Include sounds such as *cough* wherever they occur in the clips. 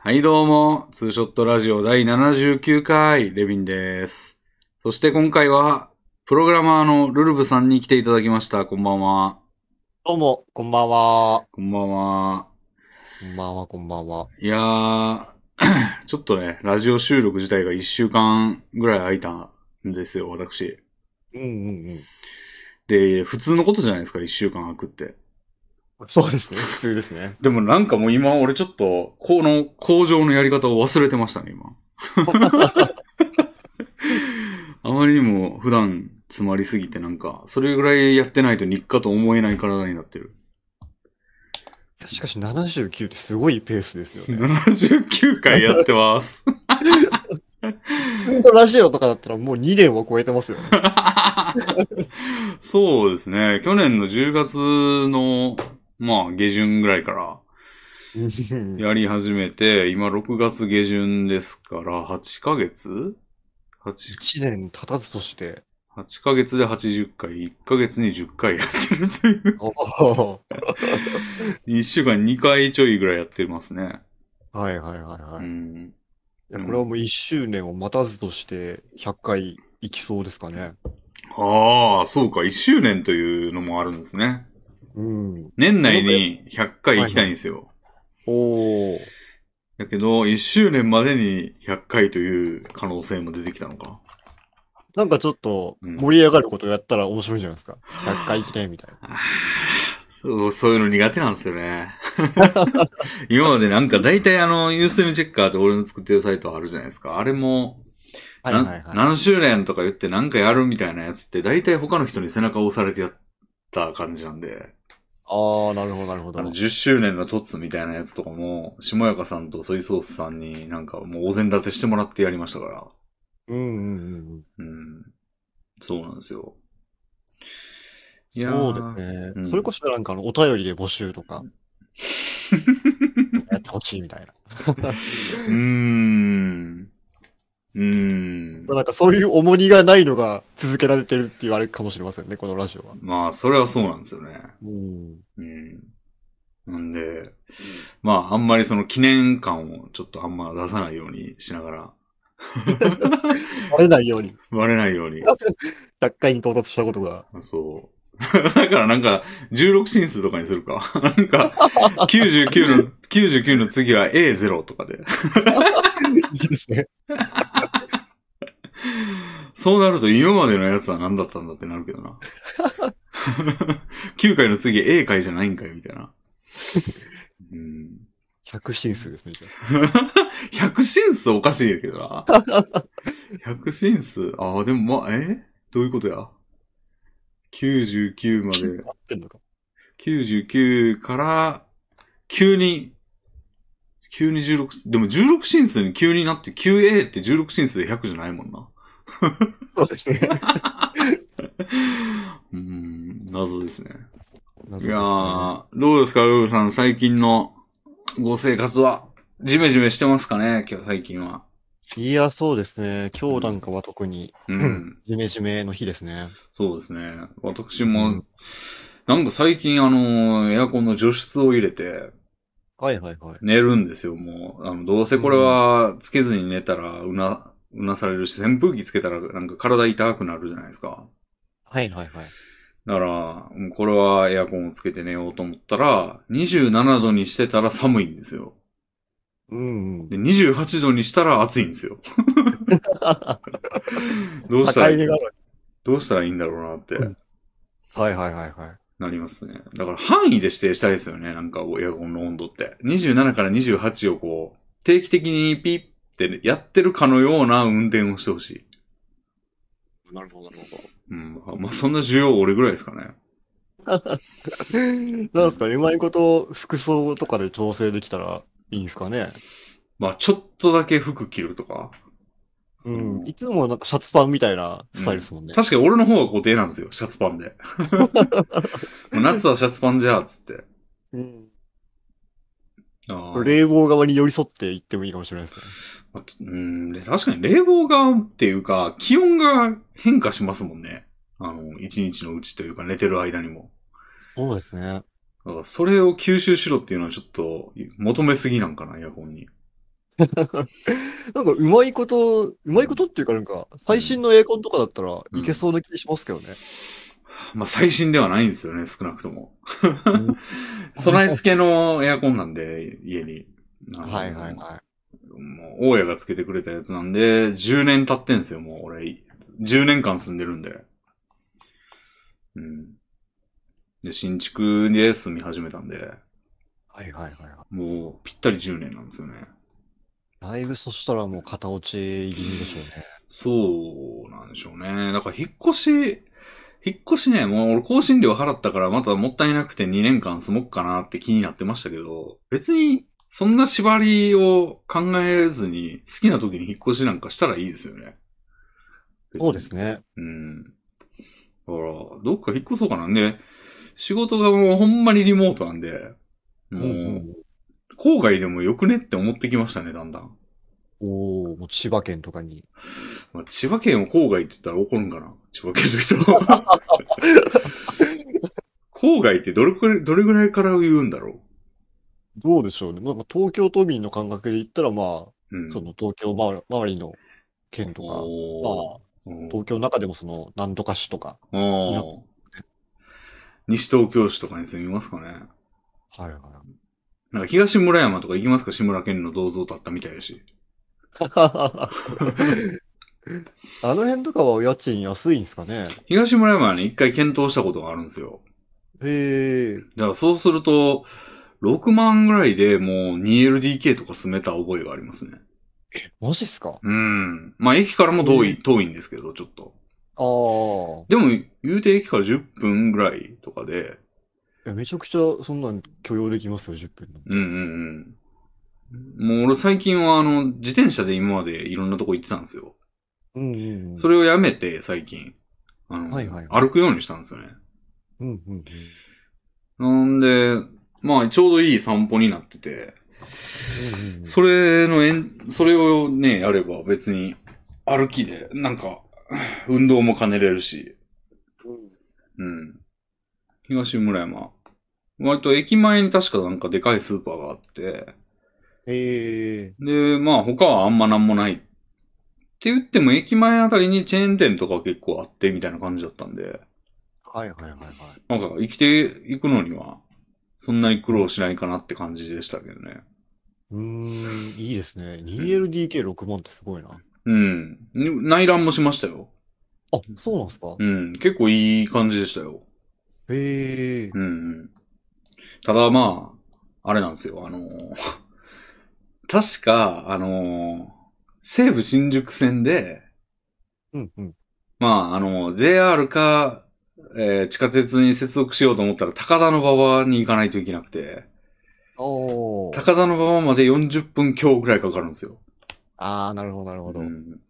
はい、どうも。ツーショットラジオ第79回、レビンです。そして今回は、プログラマーのルルブさんに来ていただきました。こんばんは。どうも、こんばんは。こんばんは。こんばんは、こんばんは。いやー、 *coughs* ちょっとね、ラジオ収録自体が1週間ぐらい空いたんですよ、私。うんうんで、普通のことじゃないですか、1週間空くって。うん。そうですね、普通ですね。でもなんかもう今、俺ちょっと、この工場のやり方を忘れてましたね、今。あまりにも普段詰まりすぎてなんか、それぐらいやってないと日課と思えない体になってる。しかし79ってすごいペースですよね。 *laughs* 79回やってます。普通のラジオとかだったらもう2年を超えてますよね。そうですね。去年の10月の、まあ、下旬ぐらいからうんやり始めて、今6月下旬ですから、8ヶ月 ?8 1年経たずと *laughs* して。 8ヶ月で80回、1ヶ月に10回やってるという。 *laughs* おー1週間2回ちょいぐらいやってますね。はいはいはいはうい。いん。やこれはもう1周年を待たずとして100回いきそうですかね。ああ、そうか、1周年というのもあるんですね。うん。年内に100回行きたいんですよ。おー。だけど、1周年までに100回という可能性も出てきたのか。なんかちょっとうん盛り上がることやったら面白いんじゃないですか。100回行きたいみたいな。あーそうそういうの苦手なんですよね。 *laughs* 今までなんか大体あの、ユーステムチェッカーって俺の作ってるサイトあるじゃないですか。あれも、はいはいなはい。何周年とか言ってなんかやるみたいなやつって大体他の人に背中を押されてやった感じなんで、あー、なるほどなるほあどの。10周年の突みたいなやつとかも、下やかさんとソイソースさんになんかもうお膳立てしてもらってやりましたから。うんうんうんうん。うん。そうなんですよ。いやーそうですね。うんそれこそなんかあの、お便りで募集とか、 *laughs* やってほしいみたいな。うーん。うーん。なんかそういう重荷がないのが続けられてるっていうあれかもしれませんね、このラジオは。まあ、それはそうなんですよね。うん。うん。なんで、まあ、あんまりその記念感をちょっとあんま出さないようにしながら、バレないように、バレないように。 100回に到達したことが。そう。だからなんか、16進数とかにするか。なんか、99の、99の次は A0 とかで。いいですね。そうなると今までのやつは何だったんだってなるけどな。9回の次 A 回じゃないんかいみたいな。うん、 100進数ですね。 100進数おかしいけどな。100進数ああ、でもまあ、えどういうことや ?99 まで。合ってんのか。 99から、急に、急に16、でも16進数に急になって 9A って16進数で100じゃないもんな。 *laughs* そうです *laughs* ね。うーん、謎ですね。謎いですねや。ー、どうですか、ウルフさん、最近のご生活は、ジメジメしてますかね、今日最近は。いや、そうですね。今日なんかは特に、 *laughs* うん、ジメジメの日ですね。そうですね。私も、うんなんか最近、あのー、エアコンの除湿を入れて、はいはいはい。寝るんですよ、もう。あの、どうせこれは、つけずに寝たら、うな、うなされるし、扇風機つけたら、なんか体痛くなるじゃないですか。はいはいはい。だから、もうこれはエアコンをつけて寝ようと思ったら、27度にしてたら寒いんですよ。うんうん。で28度にしたら暑いん *laughs* ですよ。どうした高らいい値いが、どうしたらいいんだろうなってうんはいはいはいはい。なりますね。だから範囲で指定したいですよね。なんかエアコンの温度って。27から28をこう、定期的にピッってやってるかのような運転をしてほしい。なるほど、なるほど。うん。まあ、そんな需要俺ぐらいですかね。 *laughs* なんですかね、うまいこと服装とかで調整できたらいいんですかね。まあ、ちょっとだけ服着るとか。うん。うんいつもなんかシャツパンみたいなスタイルですもんね。確かに俺の方が固定なんですよ。シャツパンで。もう夏はシャツパンじゃあ、つって。うん。あー冷房側に寄り添っていってもいいかもしれないですね。あとうん、で確かに冷房がっていうか、気温が変化しますもんね。あの、一日のうちというか寝てる間にも。そうですね。だからそれを吸収しろっていうのはちょっと求めすぎなんかな、エアコンに。なんかうまいこと、うまいことっていうかなんか、最新のエアコンとかだったらいけそうな気しますけどね。まあ、最新ではないんですよね、少なくとも。 *laughs* 備え付けのエアコンなんで、家に。はいはいはもう、大家がつけてくれたやつなんで、10年経ってんすよ、もう俺。10年間住んでるんで。うん。で、新築で住み始めたんで、い。はいはいはいはい。もう、ぴったり10年なんですよね。だいぶそしたらもう片落ち気味でしょうね。そうなんでしょうね。だから、引っ越し、引っ越しね、もう俺更新料払ったからまたもったいなくて2年間住もっかなって気になってましたけど、別にそんな縛りを考えずに好きな時に引っ越しなんかしたらいいですよね。そうですね。うん。だから、どっか引っ越そうかなんで、仕事がもうほんまにリモートなんで、うもんう。うん郊外でもよくねって思ってきましたね、だんだん。おー、もう千葉県とかに。まあ、千葉県を郊外って言ったら怒るんかな千葉県の人。*laughs* 郊外ってどれくらい、どれぐらいから言うんだろどうでしょうね。まあ、東京都民の感覚で言ったら、まあ、ううん。その東京周り周りの県とか、おまあ、ー東京の中でもその、なんとか市とか。おー西東京市とかに住みますかねはいはい。 *laughs* なんか東村山とか行きますか志村県の銅像建ったみたいだし。あの辺とかはお家賃安いんですかね東村山はね、一回検討したことがあるんですよ。へえ、だからそうすると、6万ぐらいでもう 2LDK とか住めた覚えがありますね。マジっすかうん。まあ駅からも遠い、え遠いんですけど、ちょっと。ああ。でも、言うて駅から10分ぐらいとかで、いやめちゃくちゃそんなん許容できますよ、10分の。うんうんうん。もう俺最近はあの、自転車で今までいろんなとこ行ってたんですよ。うんうんうん。それをやめて最近、あの、はいはい歩くようにしたんですよね。うんうんうん。なんで、まあちょうどいい散歩になってて、うんうんうんそれのえん、それをね、やれば別に歩きで、なんか、運動も兼ねれるし、うん。東村山。割と駅前に確かなんかでかいスーパーがあって、へえ、で、まあ他はあんまなんもない。って言っても駅前あたりにチェーン店とか結構あってみたいな感じだったんで、はいはいはいはい。なんか生きていくのには、そんなに苦労しないかなって感じでしたけどね。うーん、いいですね。2LDK6 万ってすごいな。うん。内覧もしましたよ。あ、そうなんですかうん。結構いい感じでしたよ。へえ、うんうん。ただまあ、あれなんですよ。あのー *laughs* 確か、あのー西武新宿線で、うんうん。まあ、あのー JR か、えー地下鉄に接続しようと思ったら高田の馬場に行かないといけなくて、あ高田の馬場まで40分強ぐらいかかるんですよ。あ。ああ、なるほどなるほど。うん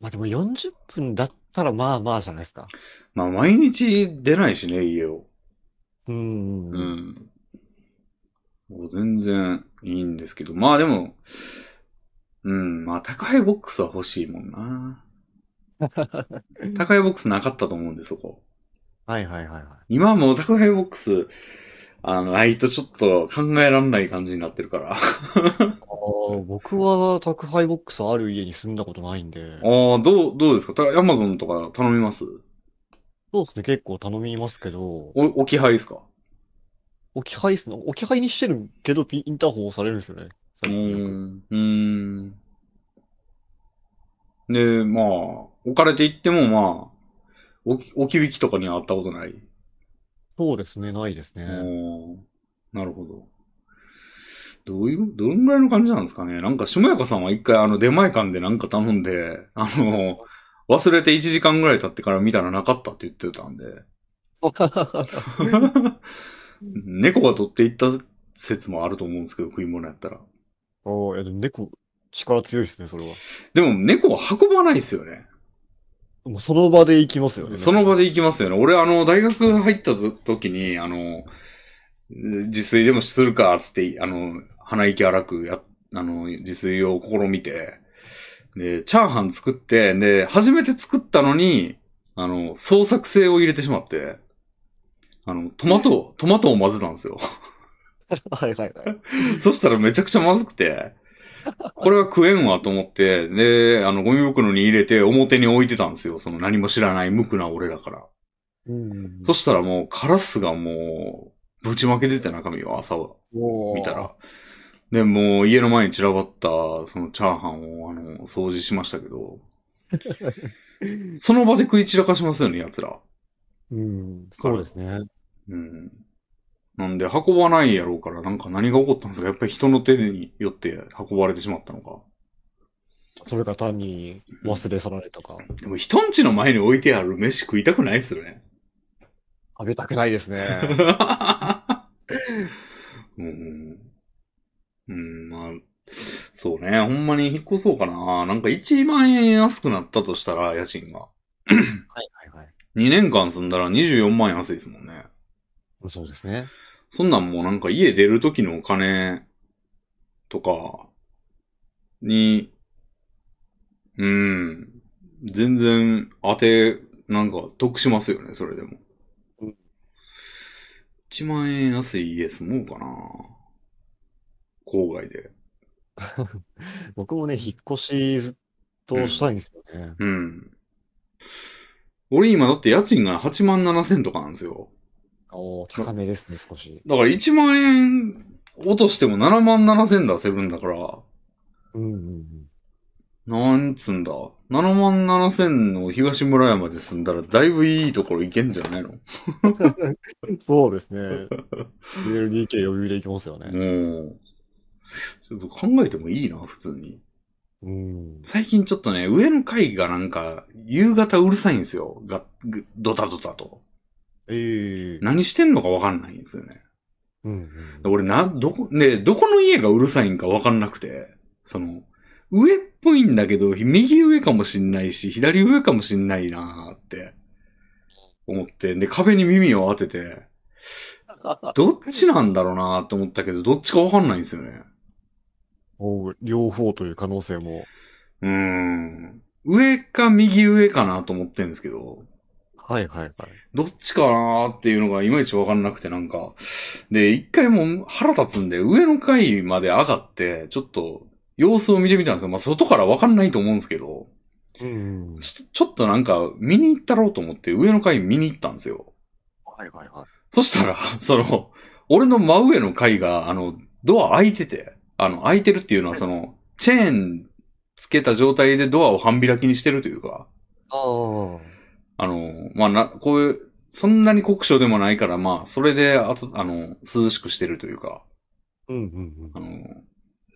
まあでも40分だったらまあまあじゃないですか。まあ、毎日出ないしね、家を。うんうんううん。ん。もう全然いいんですけど。まあでも、うん、まあ高いボックスは欲しいもん *laughs* な。高いボックスなかったと思うんで、そこ。はいはいはいはい。今はもう高いボックス、あの、ないとちょっと考えらんない感じになってるから。ああー僕は宅配ボックスある家に住んだことないんで、あ、どう、どうですかたアマゾンとか頼みますそうですね、結構頼みますけど、お、置き配ですか置き配っすね、置き配にしてるけど、ピインターホン押されるんですよね、う最近よーく。ん。うーん。で、まあ、置かれていってもまあ、置き、置き引きとかにはあったことない。そうですね、ないですね。おーなるほど。どういう、どんぐらいの感じなんですかねなんか、下やかさんは一回、あの、出前館でなんか頼んで、あの、忘れて1時間ぐらい経ってから見たらなかったって言ってたんで、 *laughs* 猫が取っていった説もあると思うんですけど、食い物やったら。 *laughs* おーいやでも猫、力強いですね、それは。でも、猫は運ばないですよね。もうその場で行きますよね。その場で行きますよね。俺、あの、大学入ったぞ時に、あの、自炊でもするか、つって、あの、鼻息荒くや、あの、自炊を試みて、で、チャーハン作って、で、初めて作ったのに、あの、創作性を入れてしまって、あの、トマト、トマトを混ぜたんですよ。 *laughs* はいはいはい。 *laughs* そしたらめちゃくちゃまずくて、これは食えんわと思って、で、あの、ゴミ袋に入れて表に置いてたんですよ。その何も知らない無垢な俺だから。うんそしたらもう、カラスがもう、ぶちまけてて中身は朝はおー見たら。で、もう家の前に散らばった、そのチャーハンを、あの、掃除しましたけ *laughs* ど、その場で食い散らかしますよね、奴ら。うん、そうですね。うん。なんで、運ばないやろうから、なんか何が起こったんですかやっぱり人の手によって運ばれてしまったのか。それが単に忘れ去られたか。でも、人んちの前に置いてある飯食いたくないですよね。あげたくないですね。 *laughs* うん。うん、まあ、そうね。ほんまに引っ越そうかな。なんか1万円安くなったとしたら、家賃が。はいはいはい。 2年間住んだら24万円安いですもんね。そうですね。そんなんもうなんか家出る時のお金とかに、うん、全然当て、なんか得しますよね、それでもうん。 1万円安い家住もうかな。郊外で。僕もね、引っ越しずっとしたいんですよね。うん。俺今だって家賃が8万7千とかなんですよ。おー高めですね、少し。だから1万円落としても7万7千出せるんだから、うんうんうん。なんつんだ。7万7千の東村山で住んだらだいぶいいところ行けんじゃないのもそうです *laughs* ね。LDK 余裕でいきますよね。う、ちょっと考えてもいいな、普通に。うん。最近ちょっとね、上の階がなんか、夕方うるさいんですよ。が、ぐドタドタと。ええ。何してんのかわかんないんですよね。うんうん。俺な、どこ、ね、どこの家がうるさいんかわかんなくて、その、上っぽいんだけど、右上かもしんないし、左上かもしんないなーって、思って、で、壁に耳を当てて、どっちなんだろうなーって思ったけど、どっちかわかんないんですよね。おー両方という可能性も。うーん。上か右上かなと思ってんですけど、はいはいはい。どっちかなーっていうのがいまいちわかんなくてなんか、で、一回もう腹立つんで、上の階まで上がって、ちょっと様子を見てみたんですよ。まあ、外からわかんないと思うんですけど、うん。ちょちょっとなんか見に行ったろうと思って、上の階見に行ったんですよ。はいはいはい。そしたら、 *laughs* その、俺の真上の階が、あの、ドア開いてて、あの、開いてるっていうのはその、チェーンつけた状態でドアを半開きにしてるというか、ああ。あの、まあ、な、こういう、そんなに酷暑でもないから、まあ、それで、あと、あの、涼しくしてるというか、うんうんあの、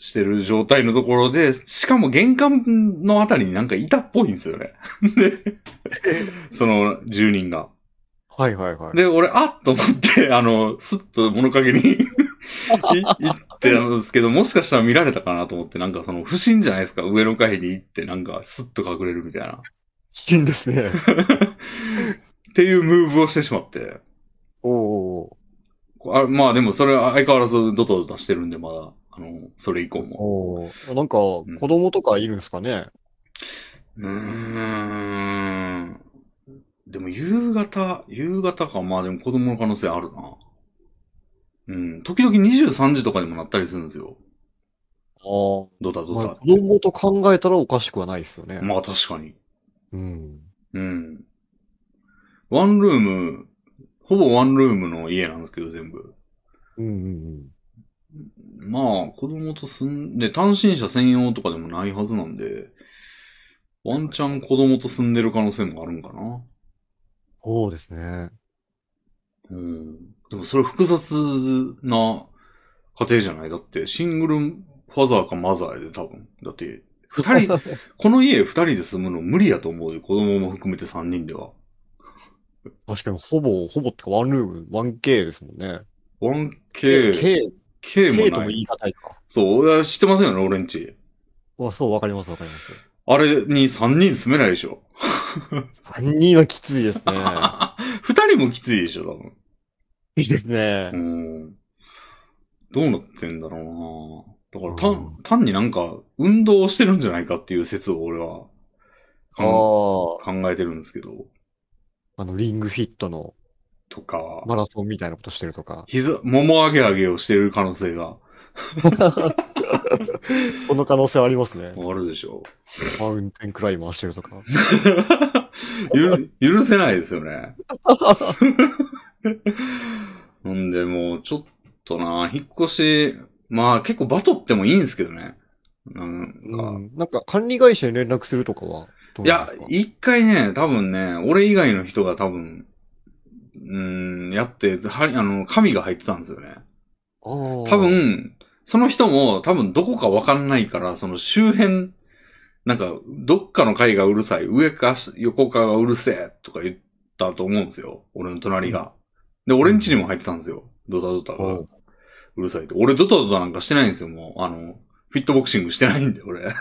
してる状態のところで、しかも玄関のあたりになんかいたっぽいんですよね。 *laughs* で、その住人が。はいはいはい。で、俺、あっと思って、あの、すっと物陰にい行ってたんですけど、もしかしたら見られたかなと思って、なんかその、不審じゃないですか。上の階に行って、なんか、すっと隠れるみたいな。危険です *laughs* ね。っていうムーブをしてしまって。おーあまあでもそれは相変わらずドタドタしてるんで、まだ、あの、それ以降も。おーなんか、子供とかいるんですかねうーん。でも夕方、夕方か、まあでも子供の可能性あるな。うん。時々23時とかにもなったりするんですよ。ああ。ドタドまあ、タ子。供と考えたらおかしくはないですよね。まあ確かに。うん。うん。ワンルーム、ほぼワンルームの家なんですけど、全部。うんうんまあ、子供と住んで、単身者専用とかでもないはずなんで、ワンチャン子供と住んでる可能性もあるんかな。そうですね。うん。でもそれ複雑な家庭じゃないだって、シングルファザーかマザーやで多分。だって、二 *laughs* 人、この家二人で住むの無理やと思うよ。子供も含めて三人では。確かに、ほぼ、ほぼってか、ワンルーム、1K ですもんね。 1K、 K、 K K もとなも言い。い難いか。そう、いや知ってますよね、俺んち。あそう、わかります、わかります。あれに三人住めないでしょ。 3人はきついです *laughs* ね。二人もきついでしょ、多分。いいですねう。ん。どうなってんだろうなだから単、う単になんか、運動をしてるんじゃないかっていう説を俺はあ考あ、え、考えてるんですけど、あの、リングフィットのとか、マラソンみたいなことしてるとか。膝、もも上げ上げをしてる可能性が。その可能性はありますね。あるでしょマウンテンクライマーしてるとか。ゆ *laughs* る許せないですよね。なんで、もう、ちょっとな、引っ越し、まあ、結構バトってもいいんですけどね。なんか、うん。なんか管理会社に連絡するとかはどういなんやですか、一回ね、多分ね、俺以外の人が多分、うーん、やって、はあの、紙が入ってたんですよね。あー多。分、その人も多分どこかわかんないから、その周辺、なんか、どっかの階がうるさい、上かし横かがうるせえとか言ったと思うんですよ。俺の隣が。で、俺ん家にも入ってたんですよ。ドタドタがうん。うるさいって。俺ドタドタなんかしてないんですよ、もう。あの、フィットボクシングしてないんで、俺。あ、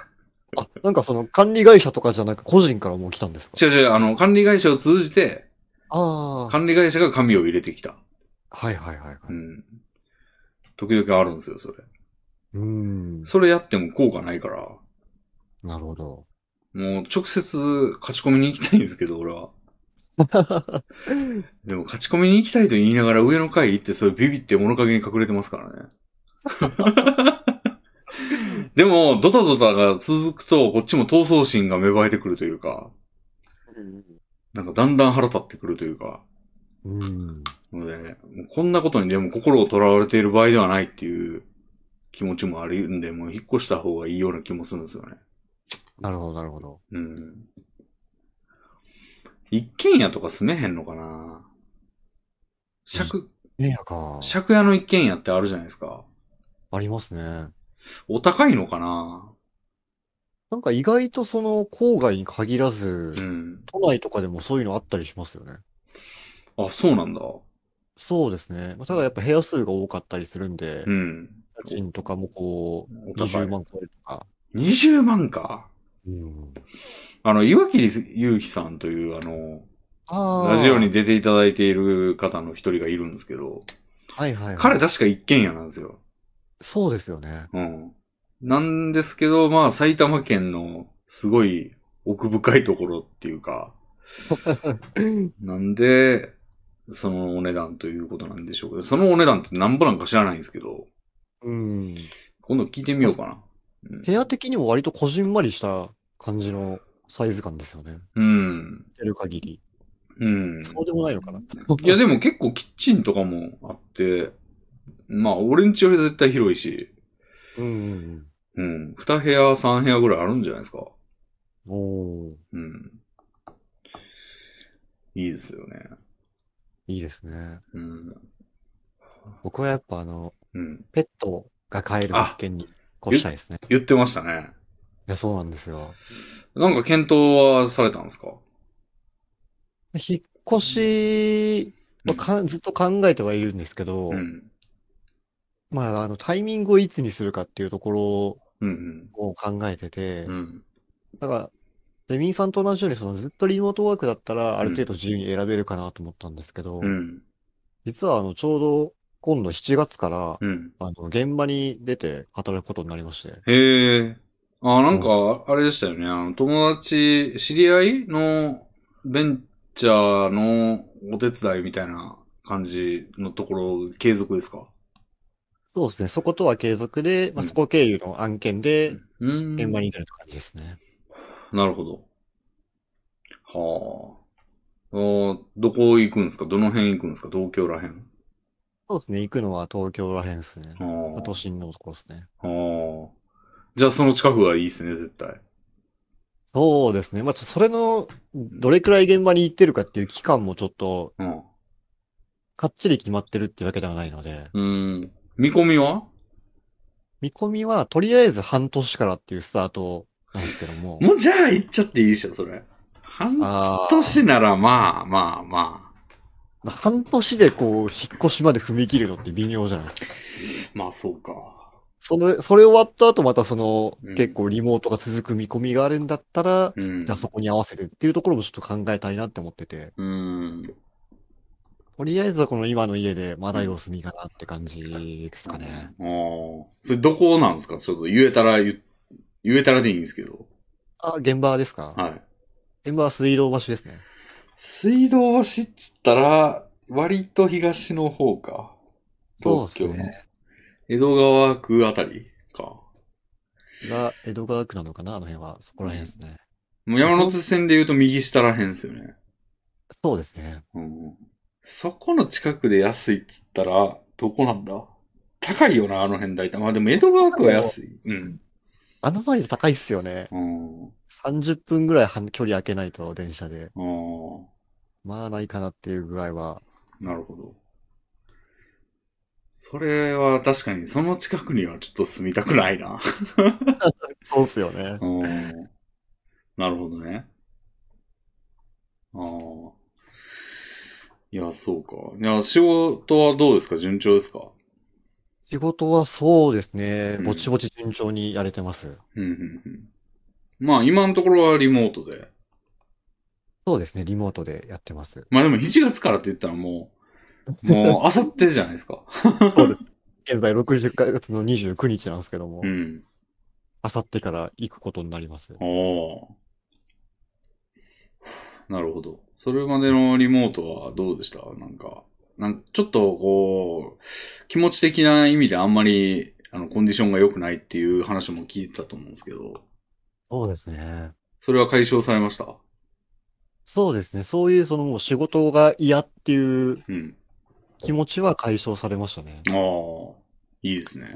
なんかその管理会社とかじゃなく個人からもう来たんですか違う違う、あの、管理会社を通じて、ああ。管理会社が紙を入れてきた。。はいはいはい。はいうん。時々あるんですよ、それ。うーん。それやっても効果ないから、なるほど。もう直接勝ち込みに行きたいんですけど、俺は。でも勝ち込みに行きたいと言いながら上の階行って、それビビって物陰に隠れてますからね。でも、ドタドタが続くと、こっちも闘争心が芽生えてくるというか、なんかだんだん腹立ってくるというか、うん。ので、ね、もうこんなことにでも心をとらわれている場合ではないっていう気持ちもあるんで、もう引っ越した方がいいような気もするんですよね。なるほど、なるほど。うん。一軒家とか住めへんのかな借、ねやか。借家の一軒家ってあるじゃないですか。ありますね。お高いのかななんか意外とその郊外に限らずう、ん。都内とかでもそういうのあったりしますよね。あ、そうなんだ。そうですね。まあただやっぱ部屋数が多かったりするんでう、ん。家賃とかもこう、お高い20。万超えるとか。 20万か。うん。あの、岩切祐希さんという、あの、ああ。ラジオに。出ていただいている方の一人がいるんですけど、はいはいはい。彼確か一軒家なんですよ。そうですよね。うん。なんですけど、まあ、埼玉県のすごい奥深いところっていう *laughs* か、なんで、そのお値段ということなんでしょうけど、そのお値段ってなんぼなんか知らないんですけど、うん。今度聞いてみようかな。うん部屋的にも割とこじんまりした感じのサイズ感ですよね。うん。出る限り。うん。そうでもないのかな。いや、でも結構キッチンとかもあって、まあ、俺ん家より絶対広いし、うんうんうん。二部屋、三部屋ぐらいあるんじゃないですか。うん。おー、うん。いいですよね。いいですね。うん。僕はやっぱあの、うん。ペットが飼える物件に越したいですね。い言ってましたね。や、そうなんですよ。なんか検討はされたんですか引っ越し、まあうんかずっと考えてはいるんですけど、うん。まあ、あの、タイミングをいつにするかっていうところうんを考えててうん。う、ん。だから、レミンさんと同じように、そのずっとリモートワークだったら、ある程度自由に選べるかなと思ったんですけど、うん。実は、あの、ちょうど今度7月から、うん。あの、現場に出て働くことになりまして、へえ。あ、なんそか、あれでしたよね。あの、友達、知り合いのベンチャーのお手伝いみたいな感じのところ、継続ですかそうですね、そことは継続で、まあ、うんそこ経由の案件で、うー現ん。場に出るって感じですね。なるほど。はあ。あーどこ行くんですかどの辺行くんですか東京ら辺。そうですね、行くのは東京らへんですね。あまあー都心のところですね。あー。じゃあその近くがいいですね、絶対。そうですね。まあ、ちょそれの、どれくらい現場に行ってるかっていう期間もちょっと、うん。かっちり決まってるっていうわけではないので、うーん。見込みは見込みは、とりあえず半年からっていうスタートなんですけども、もうじゃあ行っちゃっていいでしょ、それ。半あー年ならまあまあままあ、半年でこう、引っ越しまで踏み切るのって微妙じゃないですか。あ。まあそうか。それ、それ終わった後またその、うん結構リモートが続く見込みがあるんだったら、うん。じゃあそこに合わせてっていうところもちょっと考えたいなって思ってて、うーん。とりあえずはこの今の家でまだ様子見かなって感じですかね。ああ。それどこなんですかちょっと言えたら言、言えたらでいいんですけど。あ、現場ですかはい。現場は水道橋ですね。水道橋っつったら、割と東の方か。そうです東京のね。江戸川区あたりか。が江戸川区なのかな、あの辺は。そこら辺ですね。もう山手線で言うと右下らへんですよね。そうですね。うん。そこの近くで安いっつったら、どこなんだ高いよな、あの辺大体。まあでも江戸川区は安い。うん。あの周りで高いっすよね。うん。うん。 30分ぐらいは距離開けないと、電車で。まあ、ないかなっていう具合は。なるほど。それは確かに、その近くにはちょっと住みたくないな。そうっすよね。うん。なるほどね。ああ。いや、そうか。いや、仕事はどうですか順調ですか仕事はそうですねう。んぼちぼち順調にやれてます。うん、うん、うん。まあ、今のところはリモートで。そうですね。リモートでやってます。まあでも7月からって言ったらもう、もう、あさってじゃないですか。そうです。現在60ヶ月の29日なんですけどもう、ん。あさってから行くことになります。おお。なるほど。それまでのリモートはどうでしたなんか、なんちょっとこう、気持ち的な意味であんまり、あの、コンディションが良くないっていう話も聞いてたと思うんですけど、そうですね。それは解消されましたそうですね。そういうそのもう仕事が嫌っていううん。気持ちは解消されましたね。ああ、いいですね。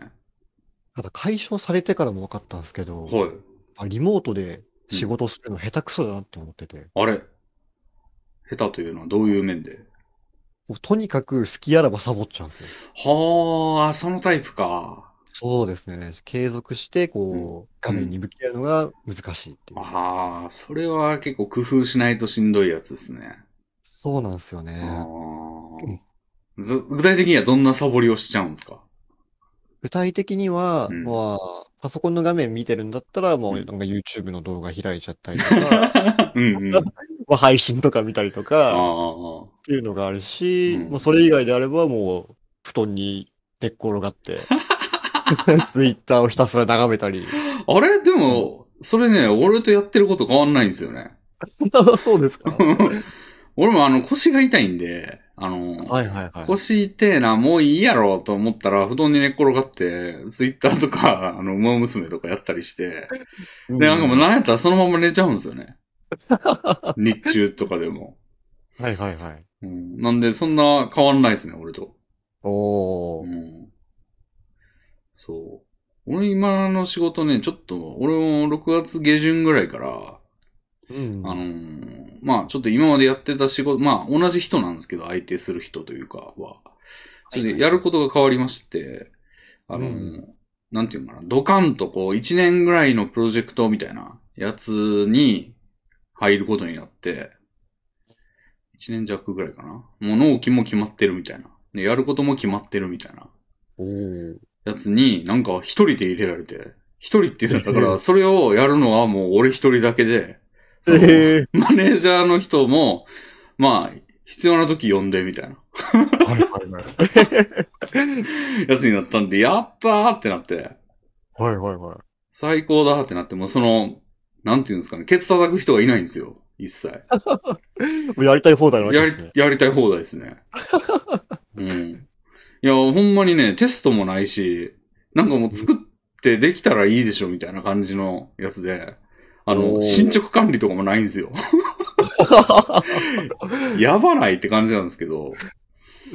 ただ解消されてからも分かったんですけど、はい。あリモートで仕事するの下手くそだなって思ってて、あれ下手というのはどういう面でもうとにかく好きあらばサボっちゃうんですよ。はあ、そのタイプか。そうですね。継続して、こう、画面に向き合うのが難しいっていう。ああ、それは結構工夫しないとしんどいやつですね。そうなんですよあね。ーず具体的にはどんなサボりをしちゃうんで *laughs* すか具体的には、うんまあ、パソコンの画面見てるんだったら、もううなんんか YouTube の動画開いちゃったり *laughs* とか、うんうん。あまあ配信とか見たりとか、あ。っていうのがあるし、うんまあそれ以外であればもう、布団に寝っ転 *laughs* がって、Twitter をひたすら眺めたり。あれでも、それね、俺とやってること変わんないんですよね。 *laughs* そうですか俺もあの腰が痛いんで、あの、はいはいはい。腰痛えな、もういいやろと思ったら、布団に寝っ転がって、ツイッターとか、あ *laughs* の、馬娘とかやったりして、うんで、なんかもうなんやったらそのまま寝ちゃうんですよ *laughs* ね。日中とかでも。はいはいはい。うん、なんで、そんな変わんないですね、俺と。おうー。ん。そう。俺今の仕事ね、ちょっと、俺も6月下旬ぐらいから、うんあのーまあちょっと今までやってた仕事、まあ同じ人なんですけど、相手する人というかは、それでやることが変わりまして、あのーうんなんていうのかな、ドカンとこう1年ぐらいのプロジェクトみたいなやつに入ることになって、1年弱ぐらいかな。もう納期も決まってるみたいな。でやることも決まってるみたいな。おー。やつに、なんか一人で入れられて、一人って言うんだから、それをやるのはもう俺一人だけで、そのええマネージャーの人も、まあ、必要な時呼んでみたいなー。はいはいはい。やつになったんで、やったーってなって、はいはいはい。最高だーってなって、もうその、なんていうんですかね、ケツ叩く人がいないんですよ、一切。もうやりたい放題なわけやでりすね。、やりたい放題ですね。 *laughs* うん。いや、ほんまにね、テストもないし、なんかもう作ってできたらいいでしょ、みたいな感じのやつで、あおの、ー進捗管理とかもないん *laughs* ですよ。やばないって感じなんですけど、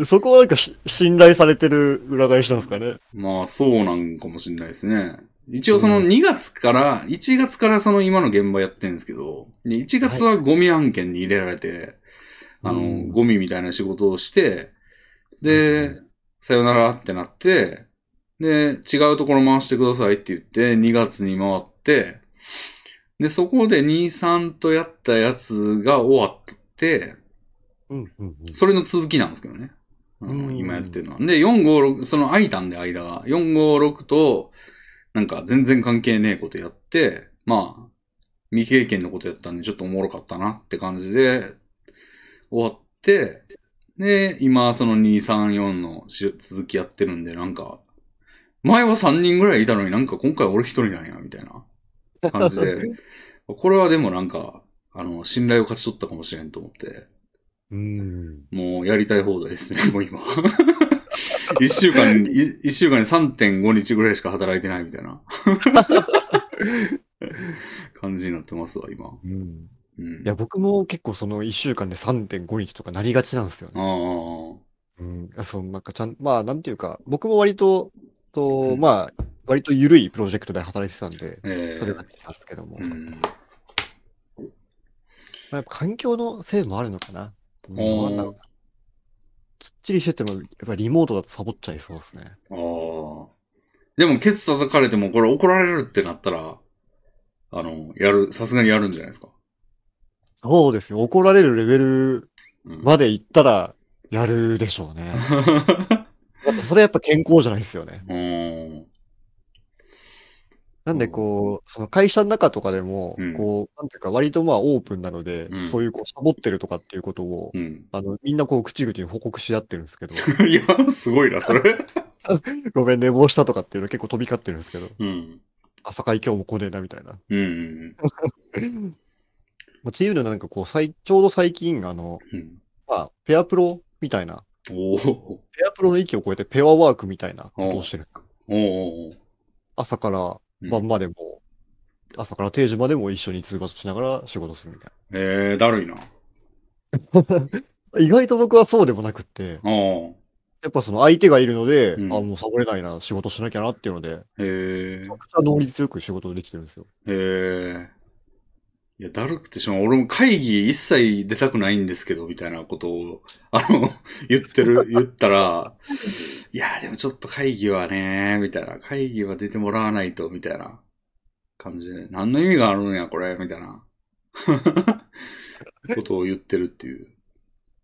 そこはなんかし信頼されてる裏返しなんですかね。まあそうなんかもしれないですね。一応その2月から、1月からその今の現場やってるんですけど、で1月はゴミ案件に入れられて、あうの、んゴミみたいな仕事をして、うで、さよならってなって、で、違うところ回してくださいって言って、2月に回って、で、そこで2、3とやったやつが終わって、うんうんうん。それの続きなんですけどね。あのうん今やってるのは。で、4、5、6、その空いたんで間が、4、5、6と、なんか全然関係ねえことやって、まあ、未経験のことやったんでちょっとおもろかったなって感じで、終わって、で、今その2、3、4のし続きやってるんで、なんか、前は3人ぐらいいたのになんか今回俺1人なんや、みたいな感じ *laughs* で、これはでもなんか、あの、信頼を勝ち取ったかもしれんと思って、うん。もうやりたい放題ですね、もう *laughs* 今。一週間に、い一週間に3.5日ぐらいしか働いてないみたいな。 *laughs* 感じになってますわ、今。うん。うん。いや、僕も結構その一週間で3.5日とかなりがちなんですよああ。ね。うん。あそう、なんかちゃん、まあ、なんていうか、僕も割と、うと、んまあ、割と緩いプロジェクトで働いてたんで、ええそれができたんですけども。うまん。あ、やっぱ環境のせいもあるのかな。うん、どうなんだろうあな。きっちりしてても、やっぱリモートだとサボっちゃいそうですね。あー。でも、ケツ叩かれても、これ怒られるってなったら、あの、やる、さすがにやるんじゃないですか。そうですよ。怒られるレベルうん。 *laughs* まで行ったら、やるでしょうね。だってそれやっぱ健康じゃないですよね。うん。なんでこう、その会社の中とかでもうん、こう、なんていうか割とまあオープンなので、うんそういうこう、サボってるとかっていうことを、うん。 *laughs* あの、みんなこう、口々に報告し合ってるんですけど、 *laughs* いや、すごいな、それ。ごめん寝坊したとかっていうの結構飛び交ってるんですけど、うん。朝会今日も来ねえなみたいな。うんうんまあ、っていうのなんかこう、最、ちょうど最近、あの、うん。うん。まあ、ペアプロみたいな、おお。ペアプロの域を超えてペアワークみたいなことをしてる。おお。朝からうん晩までも、朝から定時までも一緒に通過しながら仕事するみたいな。ええだるいな。あ意外と僕はそうでもなくって、あ。やっぱその相手がいるので、うんあ、もうサボれないな、仕事しなきゃなっていうので、めええちゃくちゃ能率よく仕事できてるんですよ。ええいや、だるくてしょうがない俺も会議一切出たくないんですけど、みたいなことを、あの、 *laughs* 言ってる、言ったら、いや、でもちょっと会議はね、みたいな。会議は出てもらわないと、みたいな感じで。何の意味があるんや、これ、みたいな。ことを言ってるっていう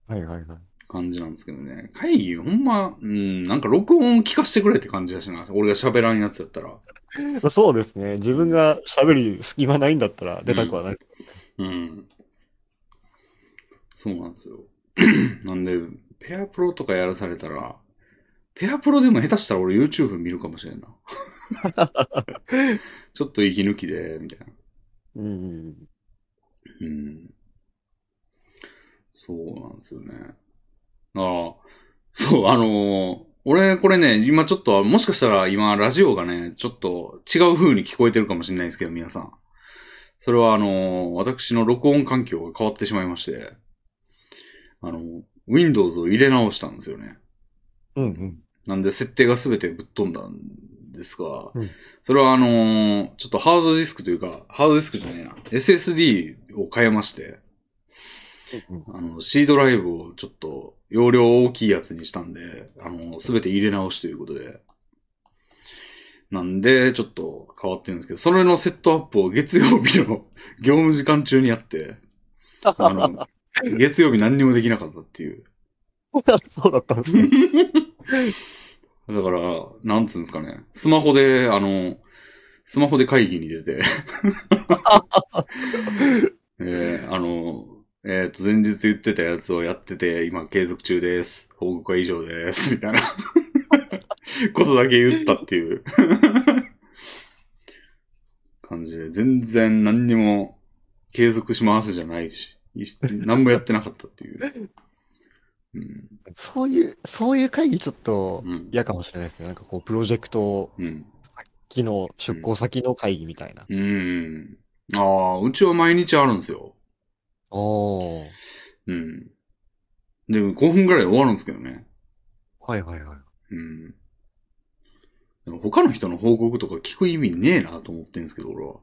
はいはいはい。感じなんですけどね。会議、ほんま、うん、なんか録音を聞かせてくれって感じがしな。俺が喋らんやつやったら。まあそうですね。自分が喋る隙間ないんだったら出たくはないです。うん。そうなんですよ。 *clears throat* なんで、ペアプロとかやらされたら、ペアプロでも下手したら俺 YouTube 見るかもしれんな。 *laughs* ちょっと息抜きで、みたいな。うんうんううん。ん。そうなんですよね。だから、そう、あのー俺これね、今ちょっと、もしかしたら今ラジオがね、ちょっと違う風に聞こえてるかもしれないですけど、皆さん。それはあのー私の録音環境が変わってしまいまして、あの、Windows を入れ直したんですよね。うんうん。なんで設定が全てぶっ飛んだんですが、うんそれはあのーちょっとハードディスクというか、ハードディスクじゃねえな、SSD を変えまして、うん *laughs* あの、C ドライブをちょっと容量大きいやつにしたんで、あの、すべて入れ直しということで。なんで、ちょっと変わってるんですけど、それのセットアップを月曜日の *laughs* 業務時間中にやって、あの、月曜日何にもできなかったっていう。そうだったんですね。だから、なんつうんですかね。スマホで、あの、スマホで会議に出て。えーあの、えっ、と、前日言ってたやつをやってて、今継続中です。報告は以上です。みたいな *laughs* ことだけ言ったっていう *laughs* 感じで、全然何にも継続しますじゃないし、い何もやってなかったっていう。うん。そういう、そういう会議ちょっとうん。嫌かもしれないですね。なんかこう、プロジェクトうん。機能、出向先の会議みたいな。うん。ああ、うちは毎日あるんですよ。おー。うん。で、5分ぐらいで終わるんですけどね。はいはいはい。うん。でも他の人の報告とか聞く意味ねえなと思ってんですけど、俺は。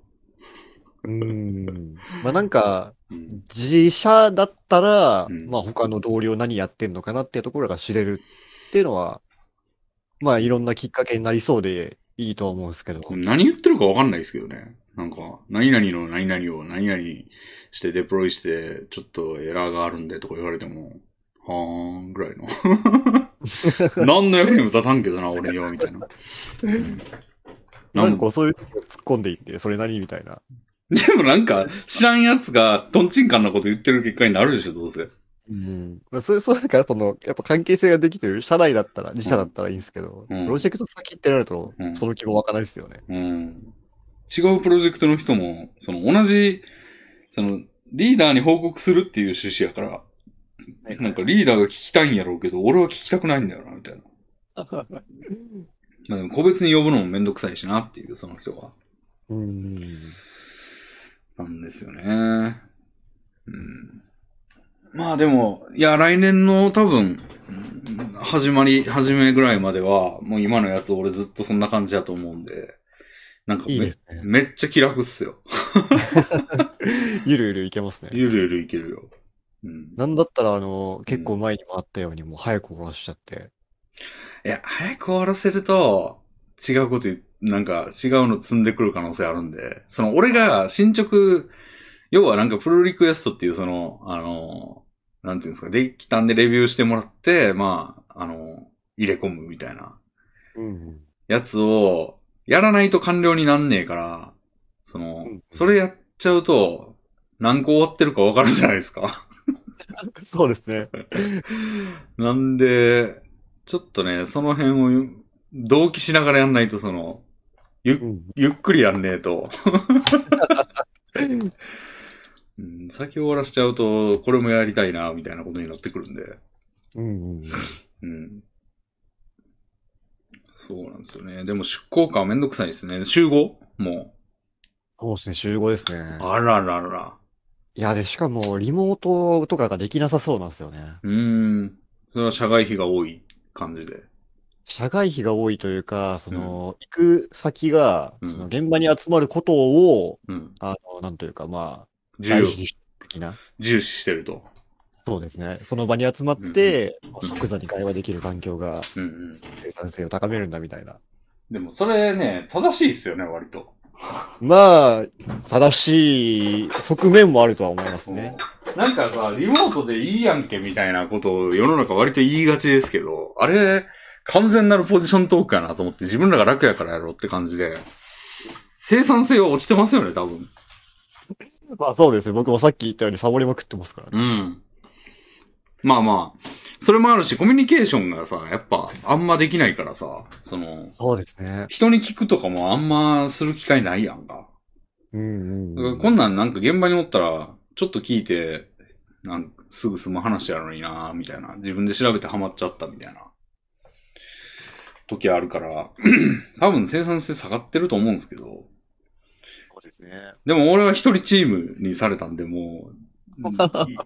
うん。まあなんか、うん。自社だったら、うんまあ他の同僚何やってんのかなっていうところが知れるっていうのは、まあいろんなきっかけになりそうでいいとは思うんですけど。何言ってるかわかんないですけどね。なんか、何々の何々を何々してデプロイして、ちょっとエラーがあるんでとか言われても、はーんぐらいの。何の役にも立たんけどな、俺には、みたいな。うんなんかこうそういうところに突っ込んでいって、それ何みたいな。 *laughs* でもなんか、知らんやつが、トンチンカンなこと言ってる結果になるでしょ、どうせ。うん。まあそう、そうだからその、やっぱ関係性ができてる、社内だったら、自社だったらいいんですけど、うんプロジェクト先ってなるとう、んその気も湧かないですよね。うん。違うプロジェクトの人も、その、同じ、その、リーダーに報告するっていう趣旨やから、なんかリーダーが聞きたいんやろうけど、俺は聞きたくないんだよな、みたいな。 *laughs* まあでも個別に呼ぶのもめんどくさいしなっていう、その人は。ううん。なんですよね。うん。まあでも、いや、来年の多分、うん始まり、始めぐらいまでは、もう今のやつ俺ずっとそんな感じだと思うんで、なんかめいいですね。めっちゃ気楽っすよ。ゆるゆるいけますね。ゆるゆるいけるよ。うん。なんだったら、あの、結構前にもあったように、もう早く終わらしちゃって。いや、早く終わらせると、違うこと言う、なんか違うの積んでくる可能性あるんで、その俺が進捗、要はなんかプロリクエストっていうその、あの、なんていうんですか、できたんでレビューしてもらって、まあ、あの、入れ込むみたいなうん。やつを、やらないと完了になんねえから、そのうん、それやっちゃうと、何個終わってるかわかるじゃないですか。 *laughs* そうです *laughs* ね。なんで、ちょっとね、その辺を同期しながらやんないと、その、うゆ、ん。ゆっくりやんねえと。うん、先終わらしちゃうと、これもやりたいな、みたいなことになってくるんで。うんうん。うん。そうなんですよね。でも出向感はめんどくさいですね。集合もそうですね、週5ですねう。。あらららら。いや、で、しかも、リモートとかができなさそうなんですよね。うーん。それは社外費が多い感じで。社外費が多いというか、その、行く先が、うんその、現場に集まることを、うん。あの、なんというか、まあ、重大要事にしてる的な。重視してると。そうですね。その場に集まって、まあ即座に会話できる環境がうんうん。生産性を高めるんだみたいな。でもそれね、正しいっすよね、割と。まあ、正しい側面もあるとは思いますね。なんかさ、リモートでいいやんけみたいなことを世の中割と言いがちですけど、あれ、完全なるポジショントークやなと思って自分らが楽やからやろうって感じで、生産性は落ちてますよね、多分。まあそうですね。僕もさっき言ったようにサボりまくってますからね。うん。まあまあ、それもあるし、コミュニケーションがさ、やっぱあんまできないからさ、その、そうですね。人に聞くとかもあんまする機会ないやんか。うんだかうらん。こんなんなんか現場におったら、ちょっと聞いて、なんかすぐ済む話やのになみたいな。自分で調べてハマっちゃったみたいな。時あるから、 *clears throat* 多分生産性下がってると思うんですけど。そうですね。でも俺は一人チームにされたんで、もう、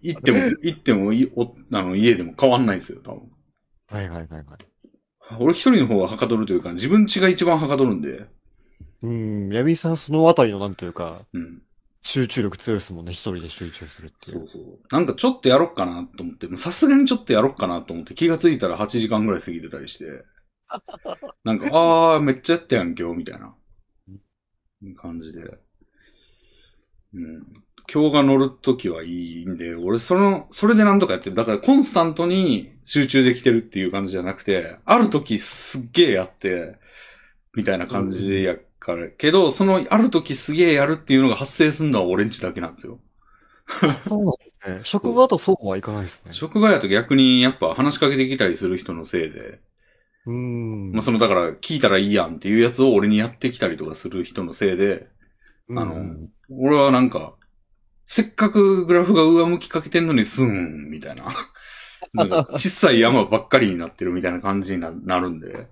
い *laughs* 行っても、行ってもいおあの、家でも変わんないですよ、多分。はいはいはいはい。俺一人の方がはかどるというか、自分家が一番はかどるんで、うん。闇さんそのあたりのなんというか、うん。集中力強いですもんね。一人で集中するってい。そううそう。なんかちょっとやろっかなと思って、もうさすがにちょっとやろっかなと思って、気がついたら8時間ぐらい過ぎてたり *laughs* して、なんか、あー、めっちゃやったやん、今日、みたいな感じで。うん。今日が乗るときはいいんで、俺、その、それでなんとかやってる。だから、コンスタントに集中できてるっていう感じじゃなくて、あるときすっげーやって、みたいな感じやから、けど、その、あるときすげーやるっていうのが発生するのは俺んちだけなんですよ。そうなんですね。職場だとそうはいかないですね。職場やと逆にやっぱ話しかけてきたりする人のせいで、うん。まあそのだから聞いたらいいやんっていうやつを俺にやってきたりとかする人のせいで、うんあの、俺はなんか、せっかくグラフが上向きかけてんのにすーん、みたい *laughs* な。なんか小さい山ばっかりになってるみたいな感じにななるんで、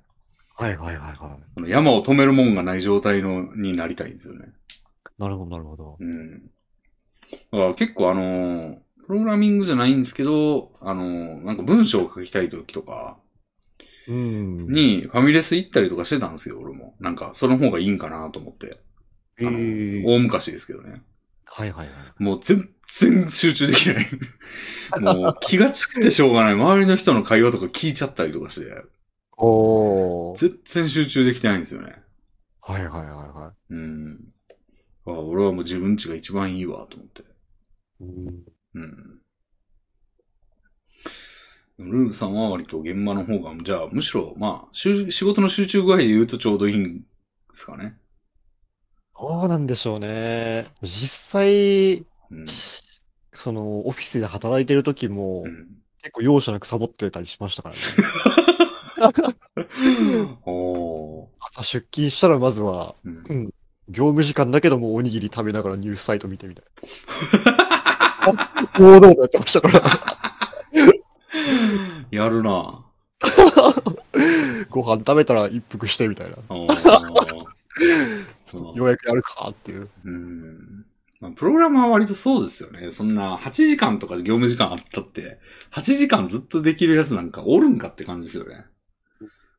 はいはいはいはその山を止めるもんがない状態のになりたいんですよね。い。なるほどなるほど。うん。だから結構あのープログラミングじゃないんですけど、あのーなんか文章を書きたい時とか、うん。にファミレス行ったりとかしてたんですよ、俺も。なんか、その方がいいんかなと思って。えー大昔ですけどね。はいはいはい。もう全然集中できない。 *laughs* もう気が散ってしょうがない。周りの人の会話とか聞いちゃったりとかして、おー。全然集中できてないんですよね。はいはいはいはうん。あ俺はもう自分家が一番いいわ、と思って。い。うんうん。ルーさんは割と現場の方が、じゃあむしろ、まあ、集仕事の集中具合で言うとちょうどいいんですかね。どうなんでしょうね。実際、うん。その、オフィスで働いてる時もう、ん結構容赦なくサボってたりしましたからね。おー朝出勤したらまずは、うん業務時間だけどもおにぎり食べながらニュースサイト見て *laughs* みたいな。王道やって *laughs* ましたから。やるなご飯食べたら一服してみたいな。ぁ。そうようやくやるかっていう。うん。まあプログラマーは割とそうですよね。そんな8時間とか業務時間あったって、8時間ずっとできるやつなんかおるんかって感じですよね。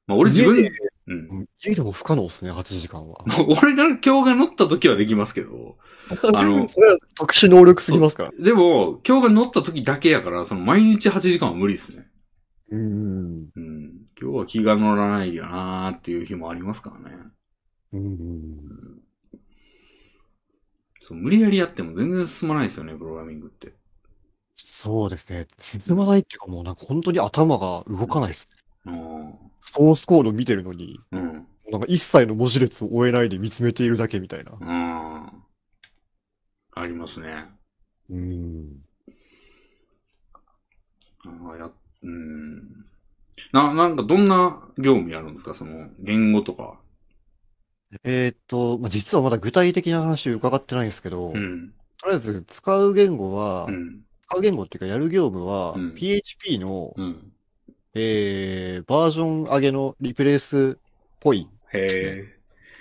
まあ俺自分家で、うん。うん家でも不可能ですね、8時間は。まあ俺が今日が乗った時はできますけど、あのそれは特殊能力すぎますから。でも今日が乗った時だけやから、その毎日8時間は無理ですね。うん。うん。今日は気が乗らないよなーっていう日もありますからね。うん。そう無理やりやっても全然進まないですよね、プログラミングって。そうですね。進まないっていうかもうなんか本当に頭が動かないです。うん。ソースコード見てるのに、うん。なんか一切の文字列を追えないで見つめているだけみたいな。うん。ありますね。うん。ああ、や、うん。な、なんかどんな業務やるんですかその、言語とか。えーっと、まあ、実はまだ具体的な話伺ってないんですけど、うとりん。あえず使う言語はう、ん。使う言語っていうかやる業務はうん PHP の、うん。えー、バージョン上げのリプレイスっぽい。へすえ。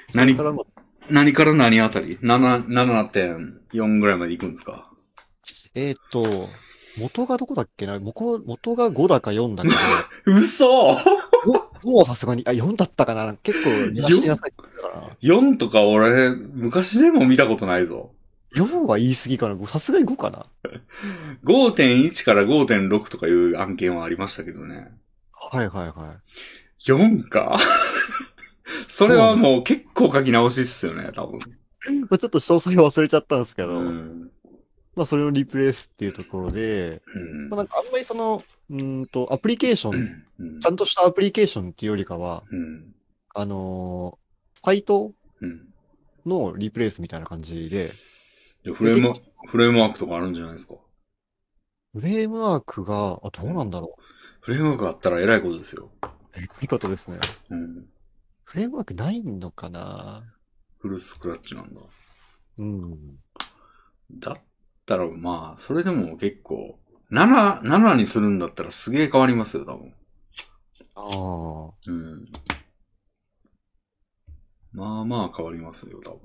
それ何から、まあ何から何あたり ?7、7.4ぐらいまで行くんですかえーっと、元がどこだっけな元、元が5だか4だかで、 *laughs* 嘘5はさすがに、あ、4だったかな結構、いらしなさいだから。 !4 とか俺、昔でも見たことないぞ。 4は言い過ぎかなさすがに5かな5.1から5.6とかいう案件はありましたけどね。はいはいは4か *laughs* それはもう結構書き直しっすよね、多分。い。まあ、ちょっと詳細忘れちゃったんですけど、うん。まあそれをリプレイスっていうところで、うんまあ、なんかあんまりその、うーんと、アプリケーション、うんちゃんとしたアプリケーションっていうよりかは、うん。あのーサイトうん。のリプレイスみたいな感じで、じゃあフレーム、フレームワークとかあるんじゃないですか。フレームワークが、あ、どうなんだろフレームワークあったら偉いことですよ。う。いいことですね。うん。フレームワークないのかなフルスクラッチなんだ。うん。だったら、まあ、それでも結構、7、7にするんだったらすげえ変わりますよ、多分。ああ。うん。まあまあ変わりますよ、多分。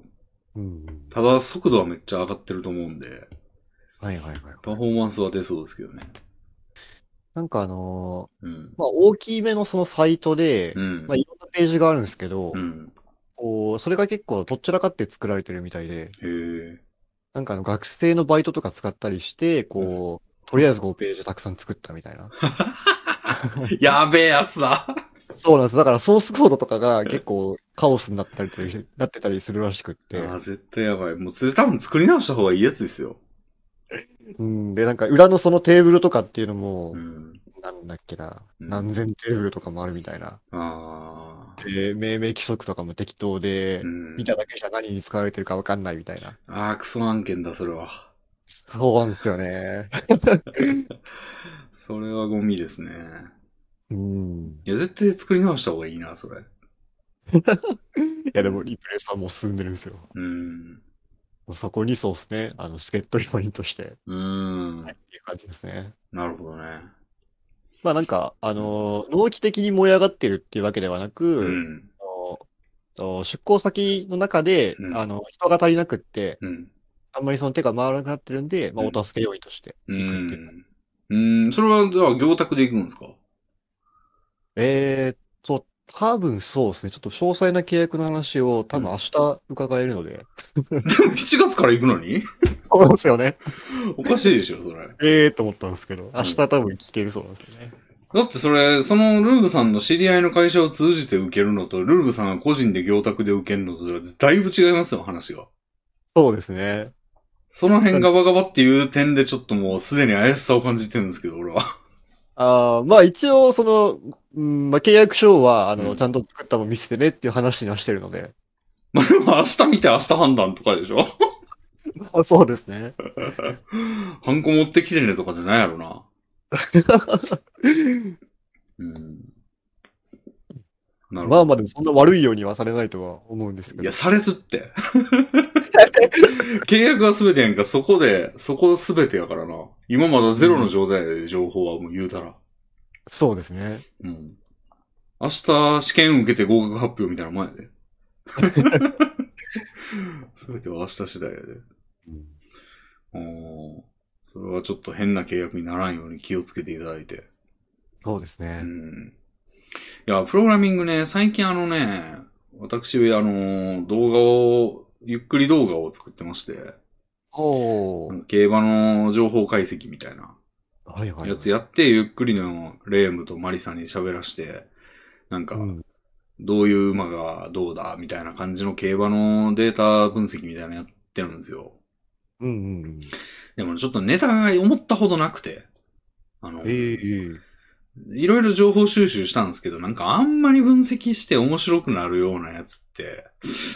うん。ただ、速度はめっちゃ上がってると思うんで、はいはいはい。パフォーマンスは出そうですけどね。なんかあのうんー。まあ大きめのそのサイトで、うんまあ。いろんなページがあるんですけど、うん。こう、それが結構とっちらかって作られてるみたいへで、え。なんかあの学生のバイトとか使ったりして、こう、とりあえず5ページたくさん作ったみたいな。やべえやつ *laughs* だそうなんです。だからソースコードとかが結構カオスになったりというなってたりするらしくっあて。ー絶対やばい。もう、それ多分作り直した方がいいやつですよ。うん。で、なんか裏のそのテーブルとかっていうのもう、ん。なんだっけな、うん何千テーブルとかもあるみたいな。ああ。で、命名規則とかも適当でう、ん見。ただけじゃ何に使われてるかわかんないみたいな。ああ、クソ案件だ、それは。そうなんですよね。それはゴミですね。うん。いや、絶対作り直した方がいいな、それ。いや、でもリプレイスはもう進んでるんですよ。うん。そこにそうですね。あの、助っ人要員として、ってうーん。いう感じですね。なるほどね。まあなんか、あのー、納期的に燃え上がってるっていうわけではなうく、ん。あの出向先の中でう、んあの、人が足りなくって、うん。あんまりその手が回らなくなってるんで、まあうんお助け要員としてう行くっていう。ん。うん。それは、じゃあ、行宅で行くんですか *laughs* えーっと、多分そうですね。ちょっと詳細な契約の話を多分明日伺えるので。でも、7月から行くのにそうですよね。おかしいでしょ、それ。ええー、と思ったんですけど、明日多分聞けるそうなんですよね。だってそれ、そのルーブさんの知り合いの会社を通じて受けるのと、ルーブさんが個人で行宅で受けるのとでは、だいぶ違いますよ、話が。そうですね。その辺がバカバっていう点でちょっともうすでに怪しさを感じてるんですけど、俺は。あーまあ一応、その、うん、まあ契約書は、あうの、んちゃんと作ったも見せてねっていう話にはしてるので。まあでも明日見て明日判断とかでしょあ、そうですね。ハンコ持ってきてねとかじゃないやろな。うん。なるほど。まあまあでもそんな悪いようにはされないとは思うんですけいどや、。されずって。契約は全てやんか、そこで、そこ全てやからな。今まだゼロの状態で情報はもう言うたら。そうですね。うん。明日試験受けて合格発表みたいなもんやで。すべては明日次第やで。おーそれはちょっと変な契約にならんように気をつけていただいて。そうですうね。ん。いや、プログラミングね、最近あのね、私、あの、動画を、ゆっくり動画を作ってまして、おなーんか競馬の情報解析みたいなはいはい。やつやって、ゆっくりのレームとマリさんに喋らして、なんかう、ん。どういう馬がどうだ、みたいな感じの競馬のデータ分析みたいなのやってるんですよ。うんうんうん。でもちょっとネタが思ったほどなくて、あの、ええいろいろ情報収集したんですけど、なんかあんまり分析して面白くなるようなやつって、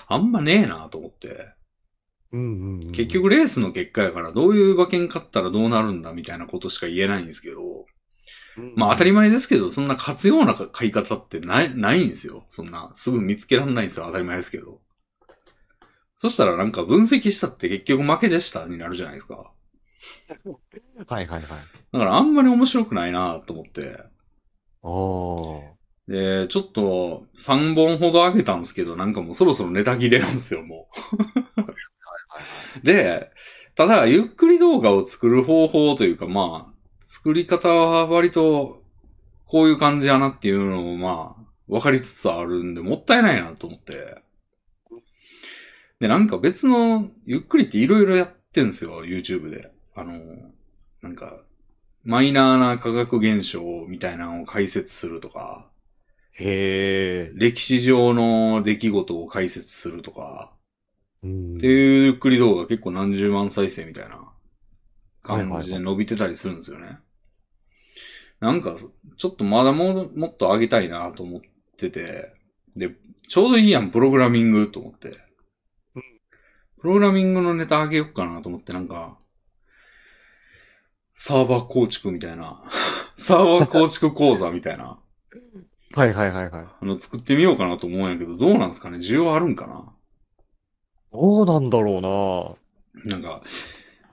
あんまねえなと思って。うんうんうん。結局レースの結果やから、どういう馬券勝ったらどうなるんだみたいなことしか言えないんですけど、うん、まあ当たり前ですけど、そんな勝つような買い方ってない、ないんですよ。そんな、すぐ見つけられないんですよ。当たり前ですけど。そしたらなんか分析したって結局負けでしたになるじゃないですか。はいはいはい。だからあんまり面白くないなと思って。おー。で、ちょっと3本ほど上げたんですけど、なんかもうそろそろネタ切れなんですよ、もう。で、ただ、ゆっくり動画を作る方法というか、まあ、作り方は割と、こういう感じやなっていうのを、まあ、わかりつつあるんで、もったいないなと思って。で、なんか別の、ゆっくりっていろいろやってんですよ、YouTube で。あの、なんか、マイナーな化学現象みたいなのを解説するとか、へえ。歴史上の出来事を解説するとか、うんっていうゆっくり動画結構何十万再生みたいな感じで伸びてたりするんですよね。なんか、ちょっとまだももっと上げたいなと思ってて、で、ちょうどいいやん、プログラミングと思って。プログラミングのネタ上げよっかなと思って、なんか、サーバー構築みたいな、 *laughs* サーバー構築講座みたいな。はいはいはいはい。あの、作ってみようかなと思うんやけど、どうなんですかね需要あるんかなどうなんだろなんか、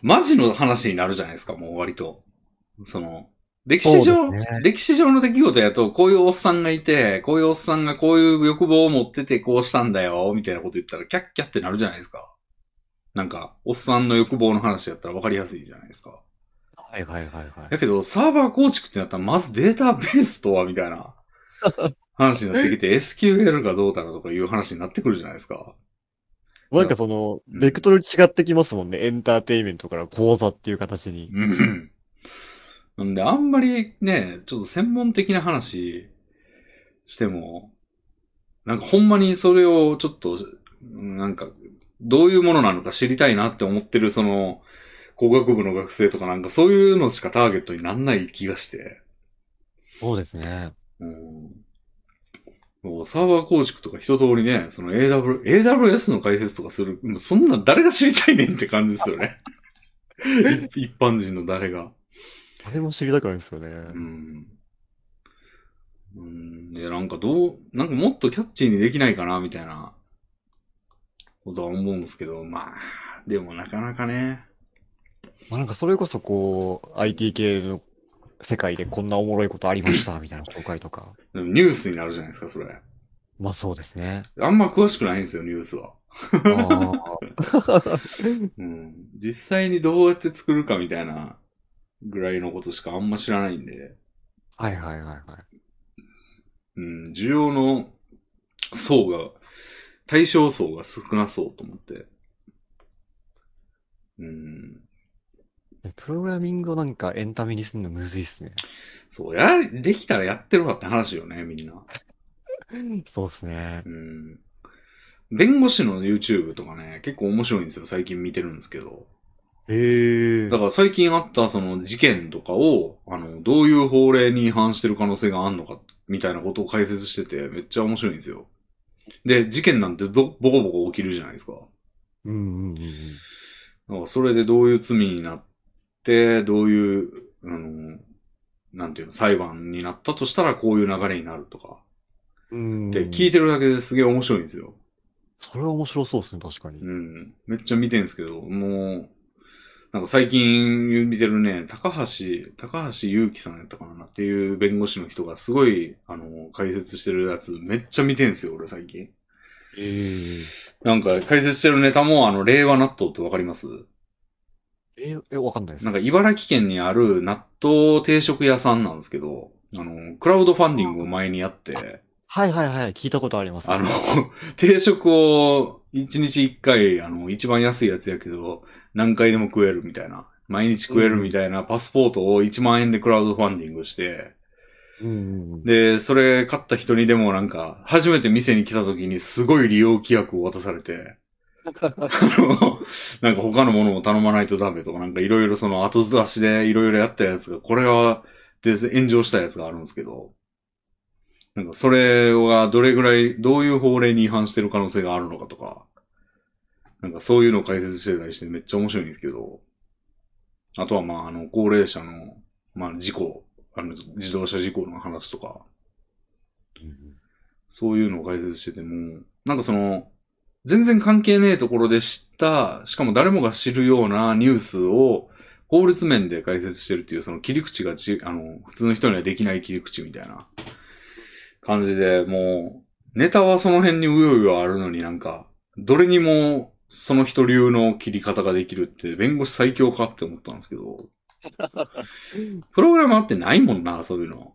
マジの話になるじゃないですか、もう割と。その、歴史上、そうですね歴史上の出来事やと、こういうおっさんがいて、こういうおっさんがこういう欲望を持ってて、こうしたんだよ、みたいなこと言ったら、キャッキャってなるじゃないですか。なんか、おっさんの欲望の話やったら分かりやすいじゃないですか。うな。はいはいはいはだけど、サーバー構築ってなったら、まずデータベースとは、みたいな話になってき *laughs* て、SQL がどうたらとかいう話になってくるじゃないですか。い。なんかその、ベクトル違ってきますもんね。エンターテインメントから講座っていう形に。うんなんで、あんまりね、ちょっと専門的な話しても、なんかほんまにそれをちょっと、なんか、どういうものなのか知りたいなって思ってる、その、工学部の学生とかなんかそういうのしかターゲットになんない気がして、そうですね。うん。もうサーバー構築とか一通りね、その AW、AWS の解説とかする、もうそんな誰が知りたいねんって感じですよね。一一般人の誰が。あれも知りたくないですよね。うん。うん。で、なんかどう、なんかもっとキャッチーにできないかな、みたいな、ことは思うんですけど、まあ、でもなかなかね。まあなんかそれこそこう、IT 系の世界でこんなおもろいことありま *laughs* した、みたいな紹介とか。でもニュースになるじゃないですか、それ。まあそうですね。あんま詳しくないんですよ、ニュースは。ああ。 *laughs* うん。実際にどうやって作るかみたいなぐらいのことしかあんま知らないんで、はいはいはいはい。うん、需要の層が、対象層が少なそうと思って。うん。プログラミングをなんかエンタメにするのむずいっすね。そう、や、できたらやってるわって話よね、みんな。そうっすねう。ん。弁護士の YouTube とかね、結構面白いんですよ、最近見てるんですけど。へえ。だから最近あったその事件とかを、あの、どういう法令に違反してる可能性があるのか、みたいなことを解説してて、めっちゃ面白いんですよ。で、事件なんてど、ボコボコ起きるじゃないですか。うんうんうんうん。だからそれでどういう罪になって、どういう、あの、なんていうの、裁判になったとしたらこういう流れになるとか。うん。で、聞いてるだけですげえ面白いんですよ。それは面白そうっすね、確かに。うん。めっちゃ見てんすけど、もう、なんか最近見てるね、高橋、高橋祐樹さんやったかなっていう弁護士の人がすごい、あの、解説してるやつ、めっちゃ見てんすよ、俺最近。えーなんか解説してるネタも、あの、令和納豆ってわかりますえー、え、わかんないです。なんか茨城県にある納豆定食屋さんなんですけど、あの、クラウドファンディングを前にやって、はいはいはい、聞いたことあります。あの、 *laughs* 定食を1日1回、あの、一番安いやつやけど、何回でも食えるみたいな、毎日食えるみたいなパスポートを1万円でクラウドファンディングして、うんうんうん。で、それ買った人にでもなんか、初めて店に来た時にすごい利用規約を渡されて、あのなんか他のものも頼まないとダメとか、なんかいろいろその後ずらしでいろいろやったやつが、これは、で、炎上したやつがあるんですけど、なんかそれがどれぐらい、どういう法令に違反してる可能性があるのかとか、なんかそういうのを解説してたりしてめっちゃ面白いんですけど、あとはまあ、あの、高齢者の、まあ、事故、あの、自動車事故の話とか、そういうのを解説してても、なんかその、全然関係ねえところで知った、しかも誰もが知るようなニュースを法律面で解説してるっていう、その切り口がち、あの、普通の人にはできない切り口みたいな感じで、もう、ネタはその辺にうようよあるのになんか、どれにもその人流の切り方ができるって、弁護士最強かって思ったんですけど、プログラマーってないもんな、そういうの。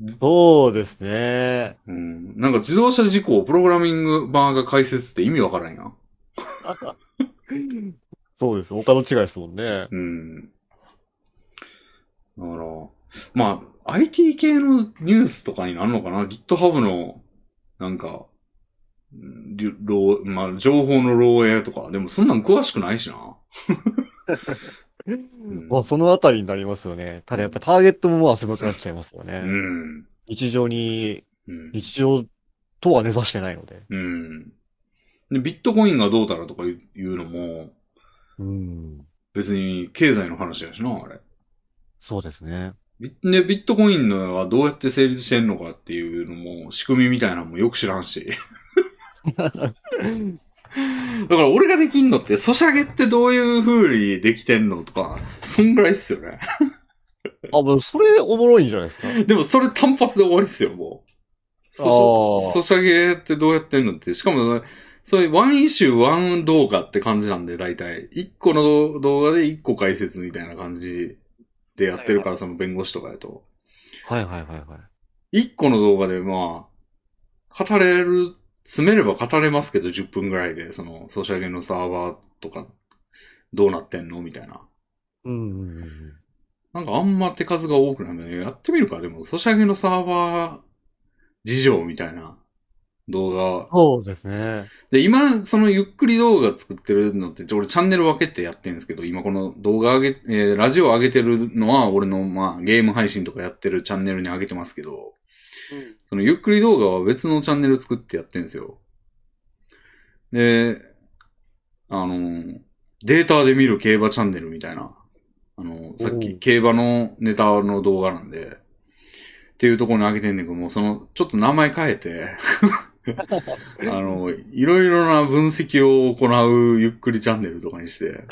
*laughs* そうですね。うん。なんか自動車事故をプログラミング版が解説って意味わからんやん。そうです。他の違いですもんね。うん。だから、まあ、IT 系のニュースとかになるのかな ?GitHub の、なんか、うんりゅ漏まあ、情報の漏洩とか。でもそんなん詳しくないしな。うんまあ、そのあたりになりますよね。ただやっぱターゲットもまあ狭くなっちゃいますようね。ん。日常に、うん。日常とは根ざしてないので。うん。で、ビットコインがどうたらとかいういうのも、うん。別に経済の話やしな、あれ。そうですね。ビで、ビットコインのはどうやって成立してんのかっていうのも、仕組みみたいなのもよく知らん *laughs* し。だから俺ができんのって、ソシャゲってどういう風にできてんのとか、そんぐらいっすよね。あ、もうそれおもろいんじゃないですか。でもそれ単発で終わりっすよ、もう。ソシあャーソシャゲってどうやってんのって、しかも、そういうワンイシューワン動画って感じなんで、大体。一個の動画で一個解説みたいな感じでやってるから、その弁護士とかやと。はいはいはいはい。一個の動画で、まあ、語れる、詰めれば語れますけど、10分ぐらいで、その、ソシャゲのサーバーとか、どうなってんのみたいな。うんうんうんうん。なんかあんま手数が多くないので、やってみるか。でも、ソシャゲのサーバー事情みたいな動画。そうですね。で、今、そのゆっくり動画作ってるのって、ちょ俺チャンネル分けてやってるんですけど、今この動画上げ、えーラジオ上げてるのは、俺の、まあ、ゲーム配信とかやってるチャンネルに上げてますけど、そのゆっくり動画は別のチャンネル作ってやってんですよ。で、あの、データで見る競馬チャンネルみたいな。あの、さっおきう競馬のネタの動画なんで、っていうところに上げてんねんけど、もうその、ちょっと名前変え *laughs* て、あの、いろいろな分析を行うゆっくりチャンネルとかに *laughs* して、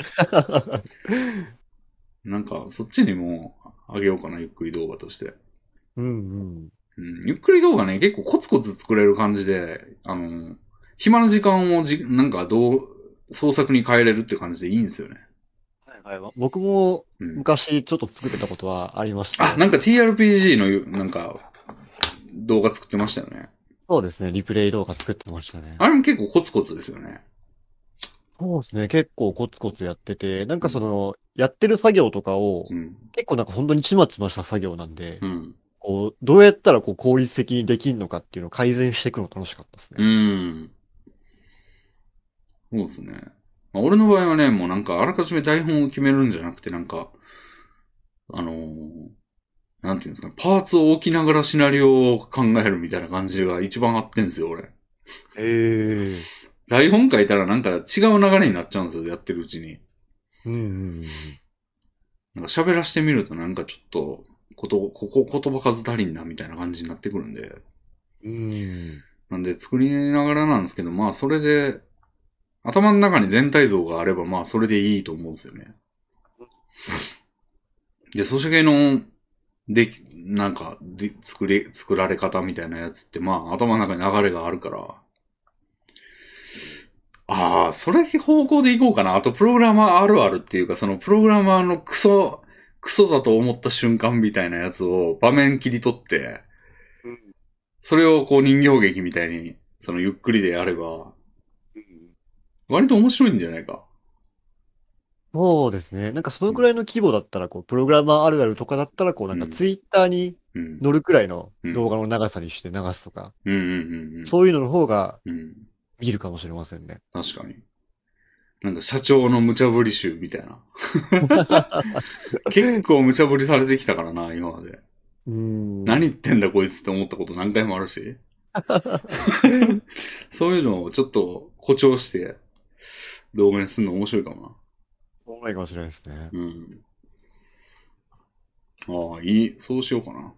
なんかそっちにも上げようかな、ゆっくり動画として。うんうんゆっくり動画ね、結構コツコツ作れる感じで、あの、暇な時間をじ、なんかどう、創作に変えれるって感じでいいんですよね。うん。僕もうん。昔ちょっと作ってたことはありましあ、た。なんか TRPG のゆ、なんか、動画作ってましたよね。そうですね。リプレイ動画作ってましたね。あれも結構コツコツですよね。そうですね。結構コツコツやってて、なんかその、やってる作業とかをう、ん。結構なんか本当にちまちました作業なんでう、ん。こう、どうやったらこう効率的にできんのかっていうのを改善していくの楽しかったですうね。ん。そうですね。まあ、俺の場合はね、もうなんか、あらかじめ台本を決めるんじゃなくて、なんか、あのーなんていうんですかね、パーツを置きながらシナリオを考えるみたいな感じが一番合ってんですよ、俺。へえ。台本書いたらなんか違う流れになっちゃうんですよ、やってるうちに。うんうんうん。なんか喋らしてみるとなんかちょっと、こと、ここ言葉数足りんな、みたいな感じになってくるんで。うん。なんで作りながらなんですけど、まあそれで、頭の中に全体像があれば、まあそれでいいと思うんですよね。で、ソシャゲの、でき、なんか、で、作れ、作られ方みたいなやつって、まあ頭の中に流れがあるから、ああ、それ方向でいこうかな。あと、プログラマーあるあるっていうか、その、プログラマーのクソ、クソだと思った瞬間みたいなやつを場面切り取って、うんそれをこう人形劇みたいに、そのゆっくりでやれば、割と面白いんじゃないか。そうですね。なんかそのくらいの規模だったら、こう、プログラマーあるあるとかだったら、こう、なんかツイッターにうん。乗るくらいのうん動画の長さにして流すとか、うんうんうんうん。そういうのの方がうん。見るかもしれませんね。確かに。なんか社長の無茶ぶり集みたいな。結構無茶ぶりされてきたからな、今まで。うん。何言ってんだこいつって思ったこと何回もあるし。そういうのをちょっと誇張して動画にするの面白いかも面白いかもしれないですね。な。うん。ああ、いい。そうしようかな。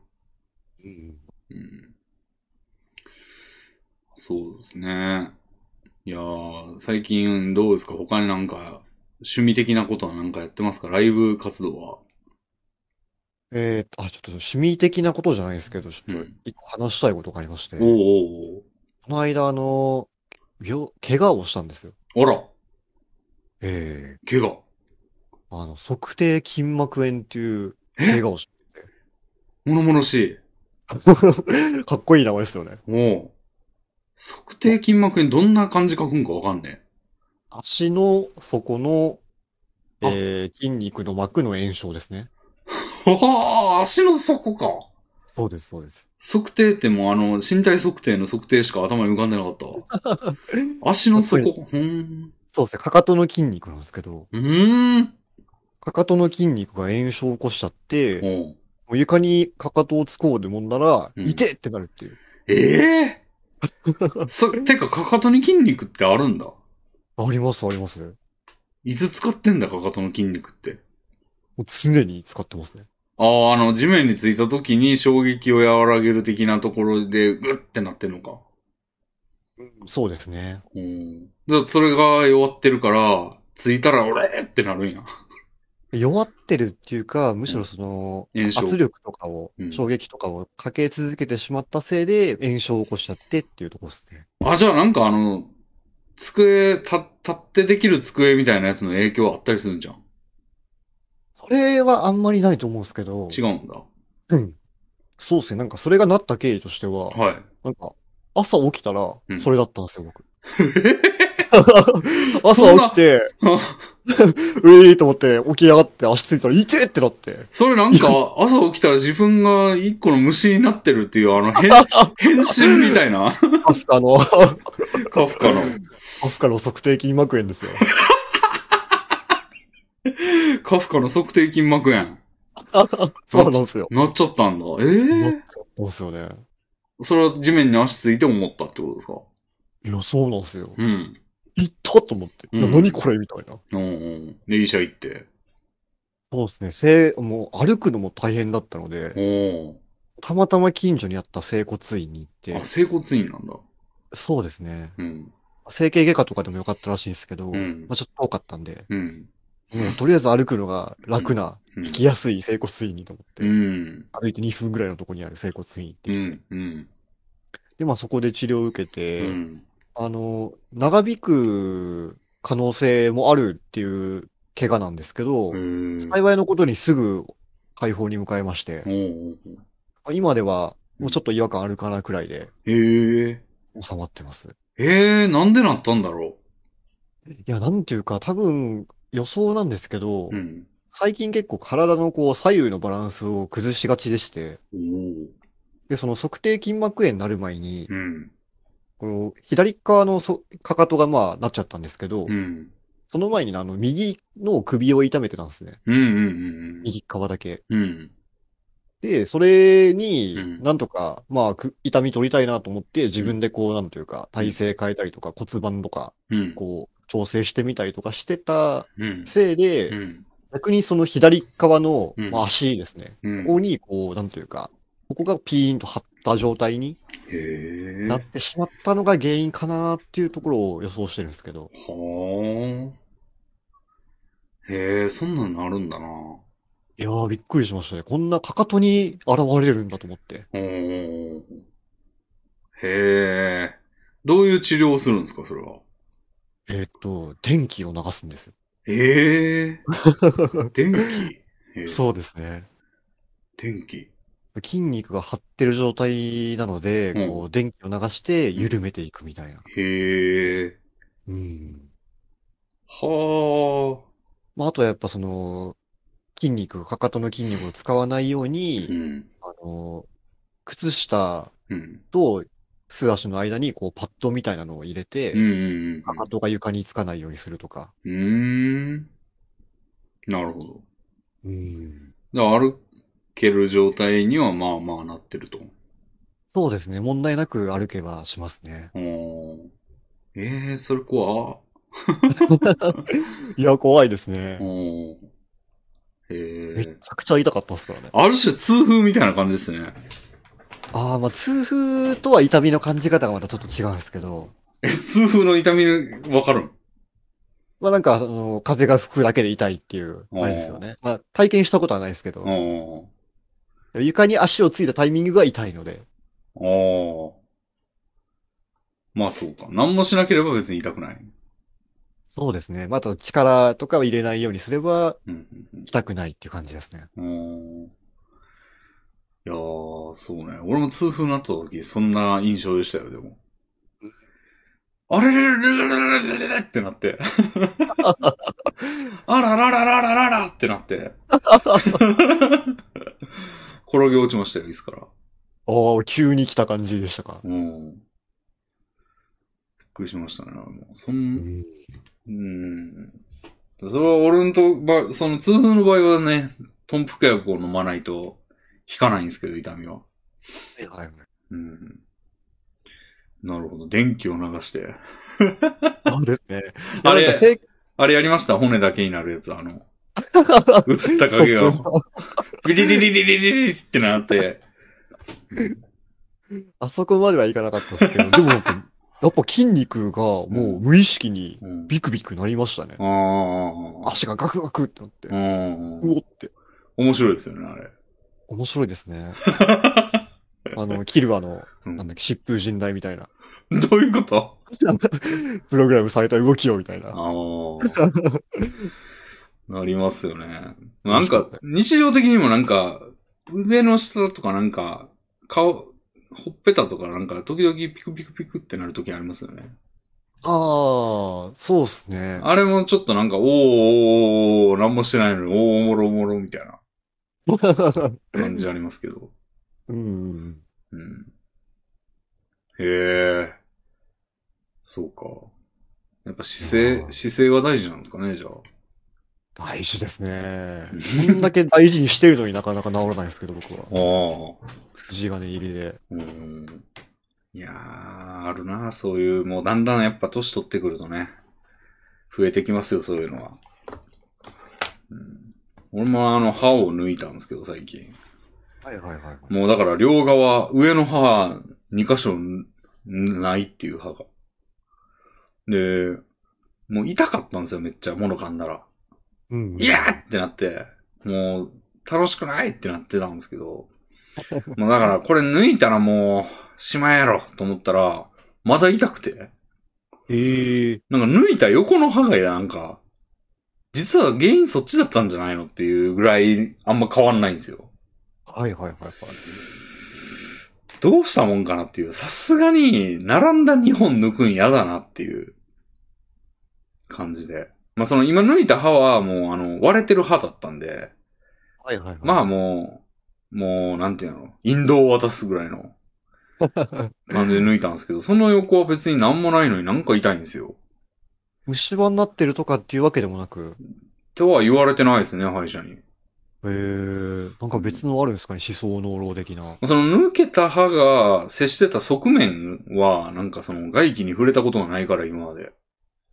うん。うん。そうですね。いやー、最近どうですか他になんか趣味的なことはなんかやってますかライブ活動は。えーと、あ、ちょっと趣味的なことじゃないですけど、ちょっうとん一個話したいことがありまして、おうこおうの間、あの、病、怪我をしたんですよ。おうあら、ええ怪我。あの、測定筋膜炎っていう怪我をし、物々しい。かっこいい名前ですよね。おう測定筋膜炎どんな感じ書くんかわかんね *laughs* 足の底の、あえー筋肉の膜の炎症ですね。え。はあ、足の底か。そうです、そうです。測定ってもうあの、身体測定の測定しか頭に浮かんでなかったわ。足の底。うーん。そうですね。かかとの筋肉なんですけど、うーん。かかとの筋肉が炎症を起こしちゃって、もおうう床にかかとを突っ込んでもんだら、うん痛ってなるっていう。ええ *laughs* そ、てか、かかとに筋肉ってあるんだ。あります、あります。もいつ使ってんだ、かかとの筋肉って。う常に使ってますね。ああ、あの、地面についた時に衝撃を和らげる的なところで、グッてなってるのか。そうですね。うん。だからそれが弱ってるから、ついたら、俺ってなるんや。弱ってるっていうか、むしろその、炎症。圧力とかをう、ん衝撃とかをかけ続けてしまったせいで、炎症を起こしちゃってっていうところですね。あ、じゃあなんかあの、机、た、立ってできる机みたいなやつの影響あったりするんじゃん。それはあんまりないと思うんですけど、違うんだ。うん。そうですね。なんかそれがなった経緯としては、はい。なんか、朝起きたらう、んそれだったんですよ、 *laughs* 僕。朝起きて、 *laughs* うえーと思って、起き上がって足ついたら、痛えってなって。それなんか、朝起きたら自分が一個の虫になってるっていう、あの、 *laughs* 変、変身みたいな、アフ *laughs* カの、カフカの。アフカの測定筋膜炎ですよ。カフカの測定筋膜炎。そうなんですよ。なっちゃったんだ。ええなっちー。ゃったんですよね。それは地面に足ついて思ったってことですかいや、そうなんですよ。うん。行ったと思って。いや、うん何これみたいな。うんうん。で、医者行って。そうですね。せい、もう歩くのも大変だったので、おたまたま近所にあった整骨院に行っお。てあ、、整骨院なんだ。そうですね。うん。整形外科とかでもよかったらしいんですけど、うまん。あちょっと遠かったんで、うん。もうとりあえず歩くのが楽うな、ん行きやすい整骨院にと思って、うん。歩いて2分ぐらいのとこにある整骨院行ってうきて、ん。うん。で、まあそこで治療を受けうて、ん。あの、長引く可能性もあるっていう怪我なんですけど、うん。幸いのことにすぐ解放に向かいましてお、ー今ではもうちょっと違和感あるかなくらいでえー。収まってます。えー、なんでなったんだろいや、なんていうか、多分予想なんですけどう。う、ん。最近結構体のこう左右のバランスを崩しがちでして、おお。で、その測定筋膜炎になる前に、うん。この左側のそかかとがまあなっちゃったんですけう、どん。その前にねあの右の首を痛めてたんですね。うんうん右側だけ。うんうん。うん。で、それうんに、なんとか、まあ、く痛み取りたいなと思って、自分でこう、なんというか、体勢変えたりとか、骨盤とか、うん。こう、調整してみたりとかしてたうん。せいで、うん。逆にその左側の、うんまあ、足ですね。うん。ここに、こう、なんというか、ここがピーンと張った状態にへえ。なってしまったのが原因かなっていうところを予想してるんですけど。はあ。へえ、そんなのあるんだな。いやー、びっくりしましたね。こんなかかとに現れるんだと思って。おーへえ。どういう治療をするんですか、それは。えっと、電気を流すんですよ。ええー。電気、 *laughs* えーそうですね。電気。筋肉が張ってる状態なので、うんこう、電気を流して緩めていくみたいな。へえ。うん。はあ。まあ、あとはやっぱその、筋肉、かかとの筋肉を使わないように、うん。あの、靴下うん。と素足の間にこうパッドみたいなのを入れて、うんうんかかとが床につかないようにするとか。うん。うーん。なるほど。うん。だから歩ける状態にはまあまあなってると。そうですね。問題なく歩けばしますね。うんええー、それ怖っいや、怖いですねう。んええめちゃくちゃ痛かったですからね。ある種痛風みたいな感じですね。ああ、まあ、痛風とは痛みの感じ方がまたちょっと違うんですけど、え、痛風の痛みわかるんまあなんか、その、風が吹くだけで痛いっていう、うんあれですよね。まあ、体験したことはないですけど、うん。床に足をついたタイミングが痛いので、ああ。まあそうか。何もしなければ別に痛くない。そうですね。まあ、あと力とかを入れないようにすればうんうん痛くないっていう感じですね。うん、うん。いやー、そうね。俺も痛風になった時、そんな印象でしたよ、でも。あれれれれれれれれってなって。 *laughs* あらららららららってなって。 *laughs* 転げ落ちましたよ、椅子から。ああ、急に来た感じでしたか。うん。びっくりしましたね。もうそ、うんうんん。それは俺のと、ば、その痛風の場合はね、トンプク薬を飲まないと効かないんですけど、痛みは。はい。うん。なるほど。電気を流して。そうですね。あれなんかせいあれやりました骨だけになるやつ、あの。映った影が、ビリリリリリリリってなって。あそこまではいかなかったですけど、でもなんか、やっぱ筋肉がもう無意識にうん。ビクビクなりましたね。ああ。足がガクガクってなってう、んうおって。面白いですよね、あれ。面白いですね。あの、キルアの、うんなんだっけ、疾風陣雷みたいな、どういうことプログラムされた動きをみたいな。ああ。 *laughs* なりますよね。なん面白かかった、日常的にもなんか、腕の下とかなんか、顔、ほっぺたとかなんか、時々ピクピクピクってなる時ありますよね。ああ、そうですね。あれもちょっとなんか、おーおーおーなんもしてないのに、おーおもろおもろみたいな感じありますけど。うん。うん。へえ。そうか。やっぱい姿や勢、ー姿勢は大事なんですかね、じゃあ。大事ですね。こんだけ大事にしてるのになかなか治らないですけど、僕は。ああ。筋金入りで。うん。いやー、あるな、そういう、もうだんだんやっぱ年取ってくるとね、増えてきますよ、そういうのは。うん、俺もあの、歯を抜いたんですけど、最近。はいはいはい。もうだから両側、上の歯、2箇所んないっていう歯が。で、もう痛かったんですよ、めっちゃ、物噛んだら。うん。いやーってなって、もう、楽しくないってなってたんですけど、もうだからこれ抜いたらもう、しまえやろと思ったら、まだ痛くて、ええなんか抜いた横の歯がなんか、実は原因そっちだったんじゃないのっていうぐらい、あんま変わんないんですよ。はいはいはいはい。どうしたもんかなっていう、さすがに、並んだ2本抜くん嫌だなっていう感じで。まあその今抜いた歯はもうあの割れてる歯だったんで、はいはいはい。まあもう、もう、なんていうの、引導を渡すぐらい *laughs* の感じで抜いたんですけど、その横は別になんもないのになんか痛いんですよ。虫歯になってるとかっていうわけでもなく、とは言われてないですね、歯医者に。ええなんか別のあるんですかね、思想能老的な。その抜けた歯が接してた側面は、なんかその外気に触れたことがないから、今まで。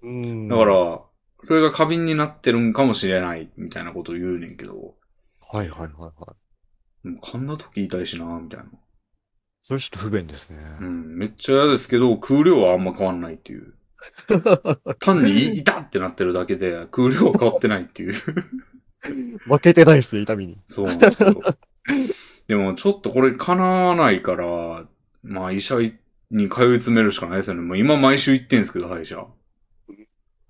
うん。だかはら、それが過敏になってるんかもしれない、みたいなことを言うねんけど、いはいはいはい。でも噛んだ時痛いしな、みたいな。それちょっと不便ですね。うん、めっちゃ嫌ですけど、空量はあんま変わんないって *laughs* いう。単に痛ってなってるだけで、空量は変わってないって *laughs* いう。負けてないですね、痛みに。そうなんですよ。でも、ちょっとこれ叶わないから、まあ、医者に通い詰めるしかないですよね。もう今毎週行ってんですけど、歯医者。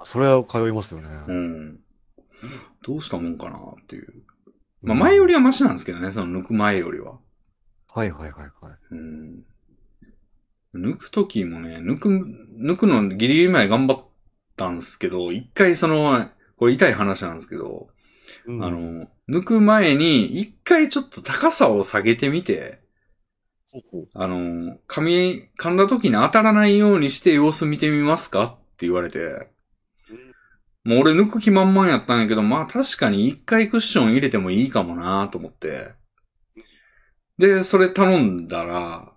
それは通いますよね。うん。どうしたもんかなっていう。まあ前より。りはマシなんですけどね、その抜く前よりは。はいはいはいはい。うん。抜くときもね、抜く、抜くのギリギリ前頑張ったんですけど、一回その、これ痛い話なんですけど、うんあ、の、抜く前に一回ちょっと高さを下げてみて、ほうほうあの、髪噛んだ時に当たらないようにして様子見てみますかって言われて、もう俺抜く気満々やったんやけど、まあ確かに一回クッション入れてもいいかもなと思って。で、それ頼んだら、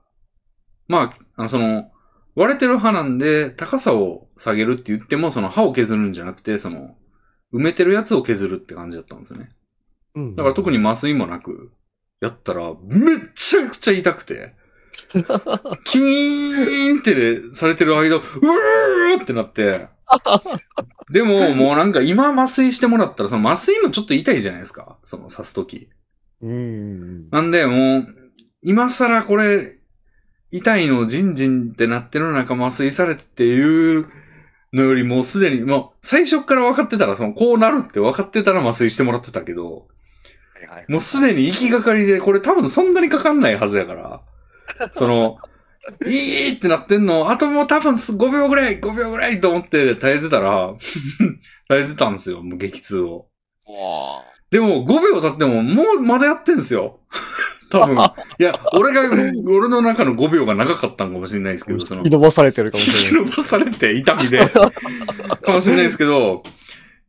まあ、あの、その、割れてる歯なんで高さを下げるって言っても、その歯を削るんじゃなくて、その、埋めてるやつを削るって感じだったんですよね。うん。だから特に。に麻酔もなく、やったら、めっちゃくちゃ痛くて、キーンってされてる間、うーってなって、でももうなんか今麻酔してもらったら、その麻酔もちょっと痛いじゃないですか、その刺すとき。うんうんなんでもう、今更これ、痛いのジンジンってなってる中麻酔されてっていうのよりもうすでに、もう最初から分かってたら、そのこうなるって分かってたら麻酔してもらってたけど、はいはい。もうすでに行きがかりで、これ多分そんなにかかんないはずやから。その、いいってなってんの、あともう多分5秒ぐらい、5秒ぐらいと思って耐えてたら、 *laughs* 耐えてたんですよ、もう激痛を。わでも5秒経っても、もうまだやってんすよ。 *laughs* 多分。いや、俺が、俺の中の5秒が長かったんかもしれないですけど、その引き。伸ばされてるかもし引きれない伸ばされて、痛みで。かもしれないですけど、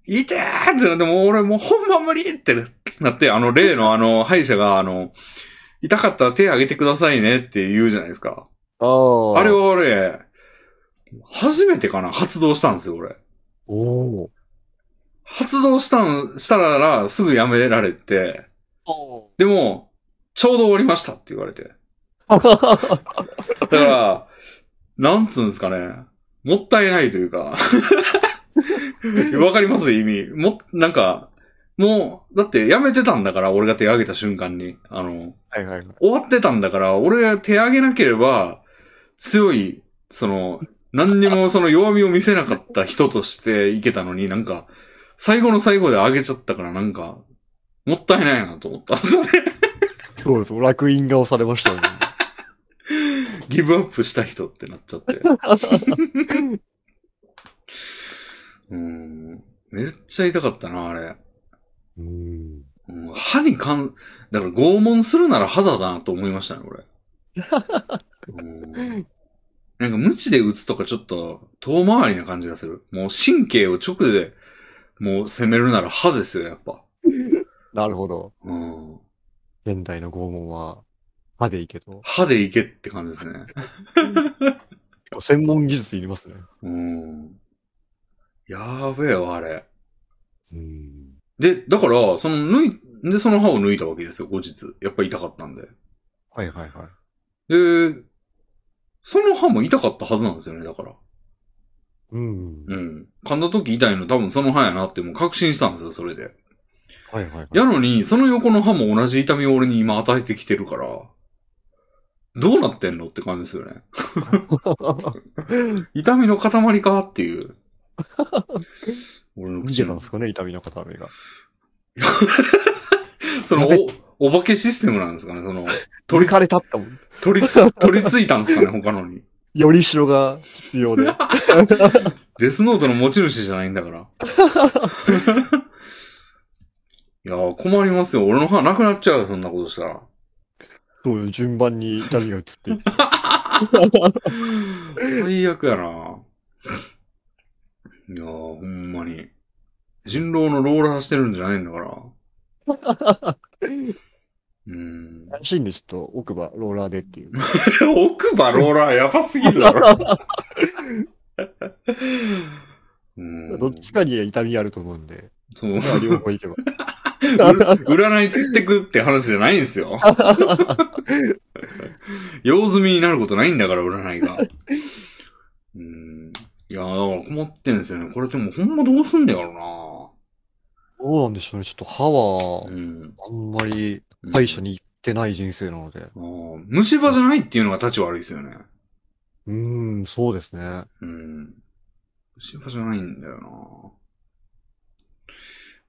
痛てーってなって、もう俺もうほんま無理ってなって、あの例のあの歯医者が、あの、痛かったら手挙げてくださいねって言うじゃないですか。あああれ。は俺、初めてかな発動したんですよ、俺。おー発動したん、したらすぐやめられて、おでも、ちょうど終わりましたって言われて。ー。だから、なんつうんですかね。もったいないというか。わかります意味。も、なんか、もう、だってやめてたんだから、俺が手挙げた瞬間に。あの、はいはいはい。終わってたんだから、俺が手挙げなければ、強い、その、何にもその弱みを見せなかった人としていけたのになんか、最後の最後で上げちゃったからなんか、もったいないなと思った。それ、そうです。楽印が押されましたよね。ギブアップした人ってなっちゃって。うん。めっちゃ痛かったな、あれ。 *laughs* うん。うん歯にかん、だから拷問するなら肌だなと思いましたね、俺。うんなんか無知で打つとかちょっと遠回りな感じがする。もう神経を直でもう攻めるなら歯ですよ、やっぱ。なるほど。うん、現代の拷問は、歯でいいけど。歯でいけって感じですね。結構専門技術いりますね。うん、やーべえわ、あれ。うん。で、だから、その抜い、で、その歯を抜いたわけですよ、後日。やっぱ痛かったんで。はいはいはい。で、その歯も痛かったはずなんですよね、だから。うん。うん。噛んだ時痛いの多分その歯やなってもう確信したんですよ、それで。はいはいはい。やのに、その横の歯も同じ痛みを俺に今与えてきてるから、どうなってんのって感じですよね。痛みの塊かっていう。俺の見口てたんので。すかね、痛みの片目が。 *laughs* そのお、お化けシステムなんですかね、その、取取りり、かれたったもん。取りつ、取りついたんですかね、他のに。よりしろが必要で。 *laughs* デスノートの持ち主じゃないんだから。 *laughs* いやー、困りますよ。俺の歯なくなっちゃうよ、そんなことしたら。そうよ、順番に痛みが移っていく。最悪やな。いやー、ほんまに。人狼のローラーしてるんじゃないんだから。うん。安心でちょっと奥歯、ローラーでっていう。奥歯ローラーやばすぎるだろ。 *laughs* うん、どっちかに痛みあると思うんで、そうまあ両方いけば。 *laughs* 占いつってくって話じゃないんですよ。用済みになることないんだから、占いが。うん。いやー、だから困ってんですよね。これでもほんまどうすんだよどうなんでしょうね、ちょっと歯はな。うん。あんまり歯医者に行ってない人生なので。あー虫歯じゃないっていうのが立ち悪いですよね。うーん、そうですね。うん。虫歯じゃないんだよ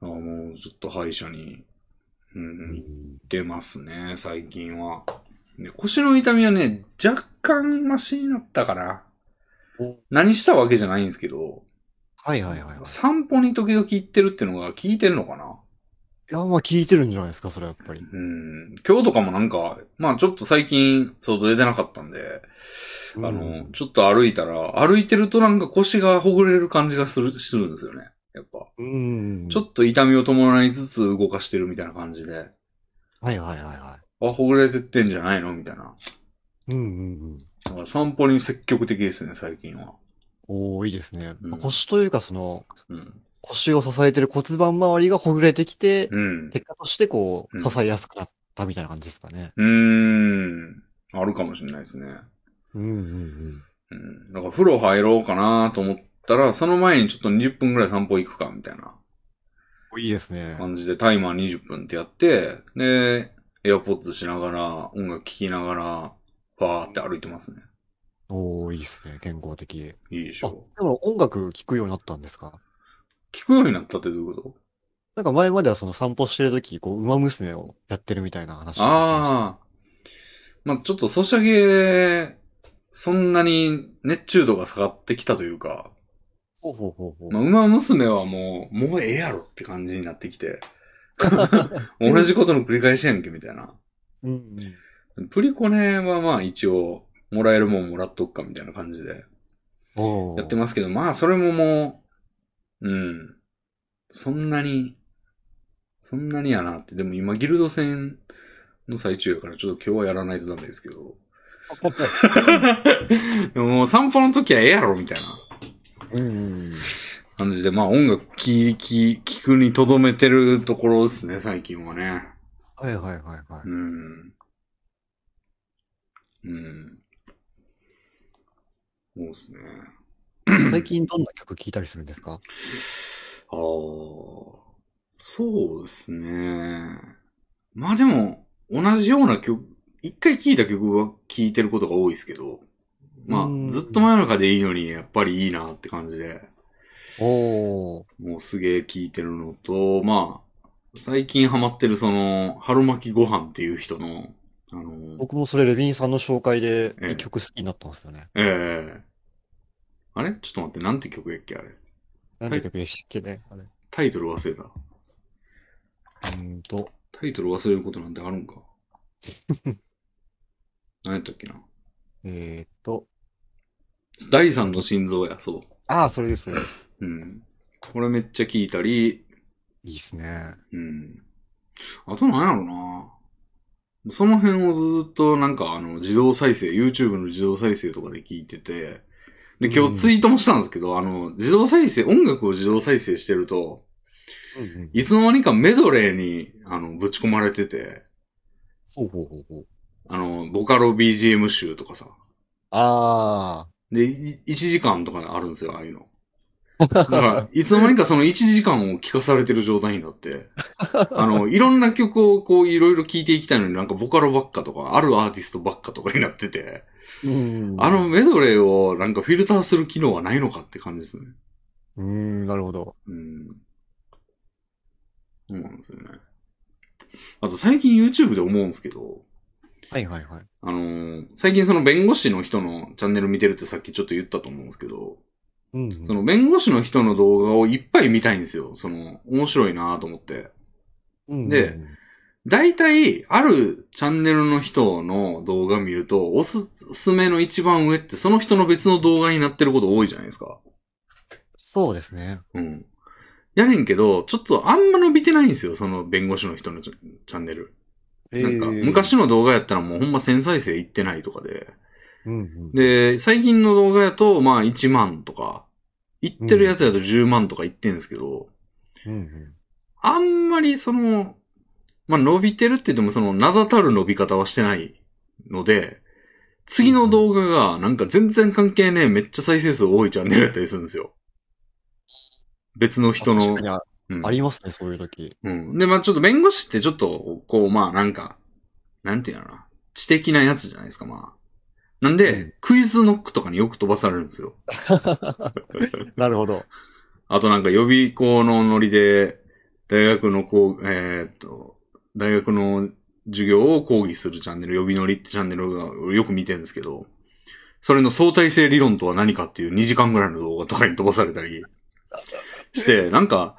な。あもうずっと歯医者に、うん、行ってますね、最近は。で腰の痛みはね、若干マシになったかな。お何したわけじゃないんですけど、はいはいはいはい。い散歩に時々行ってるってのが効いてるのかな。や、まあ聞いてるんじゃないですか、それはやっぱり。うん、今日とかもなんか、まあちょっと最近外出てなかったんで、あの、うんちょっと歩いたら、歩いてるとなんか腰がほぐれる感じがする、するんですよね。やっぱ。うん。ちょっと痛みを伴いつつ動かしてるみたいな感じで、はいはいはいはあ、ほぐれてってんじゃないのみたいな。い。うんうんうん。だから散歩に積極的ですね、最近は。おー、いいですね。うんまあ腰というか、その、うん。腰を支えてる骨盤周りがほぐれてきて、うん。結果としてこう、うん支えやすくなったみたいな感じですかね。うーん。あるかもしれないですね。うんうんうん。だから風呂入ろうかなと思ったら、その前にちょっと20分ぐらい散歩行くか、みたいなうん。いいですね。感じでタイマー20分ってやって、で、エアポッツしながら、音楽聴きながら、ファーって歩いてますね。おー、いいですね。健康的。でいいでしょ。も音楽聴くようになったんですか聞くようになったってどういうことなんか前まではその散歩してる時、こう、馬娘をやってるみたいな話を聞きました。ああ。まあちょっとソシャゲ、そんなに熱中度が下がってきたというか、ほうほうほうほう。まあ、馬娘はもう、もうええやろって感じになってきて。同じことの繰り返しやんけ、みたいな。うんうん。プリコネはまあ一応、もらえるもんもらっとくか、みたいな感じでおーやってますけど、まあそれももう、うん。そんなに、そんなにやなって。でも今ギルド戦の最中やから、ちょっと今日はやらないとダメですけど。でももう散歩の時はええやろ、みたいな。 *laughs* うんうんうん。感じで、まあ音楽聴き、聴くにとどめてるところですね、最近はね。はいはいはいはうい。ん。うん。そうですね。最近どんな曲聴いたりするんですかああ、そうですね。まあでも、同じような曲、一回聴いた曲は聴いてることが多いですけど、まうんあ、ずっと真夜中でいいのに、やっぱりいいなって感じで。おー。もうすげえ聞いてるのと、まあ、最近ハマってるその、春巻きご飯っていう人の、あの、僕もそれレビンさんの紹介でええ一曲好きになったんですよね。ええあれちょっと待って、なんて曲やっけあれ。なんて曲でしたっけね。あれうタイトル忘れた。ーんと、タイトル忘れることなんてあるんか。何やったっけな。えーっと、第三の心臓や、そああ、それです、それです。う。うん。これめっちゃ聞いたり、いいっすね。うん。あと何やろな。その辺をずっとなんかあの自動再生、YouTube の自動再生とかで聞いてて、で、今うん日ツイートもしたんですけど、あの、自動再生、音楽を自動再生してると、うんうん。いつの間にかメドレーに、あの、ぶち込まれてて、ほうほうほうほう。あの、ボカロ BGM 集とかさ。ああ、で、い1時間とかあるんですよ、ああいうの。だから、いつの間にかその1時間を聞かされてる状態にな *laughs* って、あの、いろんな曲をこういろいろ聴いていきたいのになんかボカロばっかとか、あるアーティストばっかとかになってて、うんあの、メドレーをなんかフィルターする機能はないのかって感じですね。うーん、なるほど。うん。そうなんですよね。あと最近 YouTube で思うんですけど、はいはいはい。あのー最近その弁護士の人のチャンネル見てるってさっきちょっと言ったと思うんですけど、うんうん。その弁護士の人の動画をいっぱい見たいんですよ。その、面白いなと思って。うんうんうんで、大体、あるチャンネルの人の動画見ると、おすすめの一番上ってその人の別の動画になってること多いじゃないですか。そうですね。うん。やねんけど、ちょっとあんま伸びてないんですよ。その弁護士の人のチャチャンネル。えなんか、ー昔、の動画やったらもうほんま1000再生いってないとかで。うんうん。で、最近の動画やと、まあ1万とか、いってるやつやと10万とかいってんですけど、うんうん。あんまりその、まあ、伸びてるって言ってもその名だたる伸び方はしてないので、次の動画がなんか全然関係ねえめっちゃ再生数多いチャンネルやったりするんですよ。別の人あの確か。にあうんありますね、そういう時。うん。で、まあちょっと弁護士ってちょっと、こう、まあなんか、なんていうのかな。知的なやつじゃないですか、まあ。なんで、うんクイズノックとかによく飛ばされるんですよ。なるほど。あとなんか予備校のノリで、大学のこう、えーっと、大学の授業を講義するチャンネル、予備ノリってチャンネルがよく見てるんですけど、それの相対性理論とは何かっていう2時間ぐらいの動画とかに飛ばされたりして、なんか、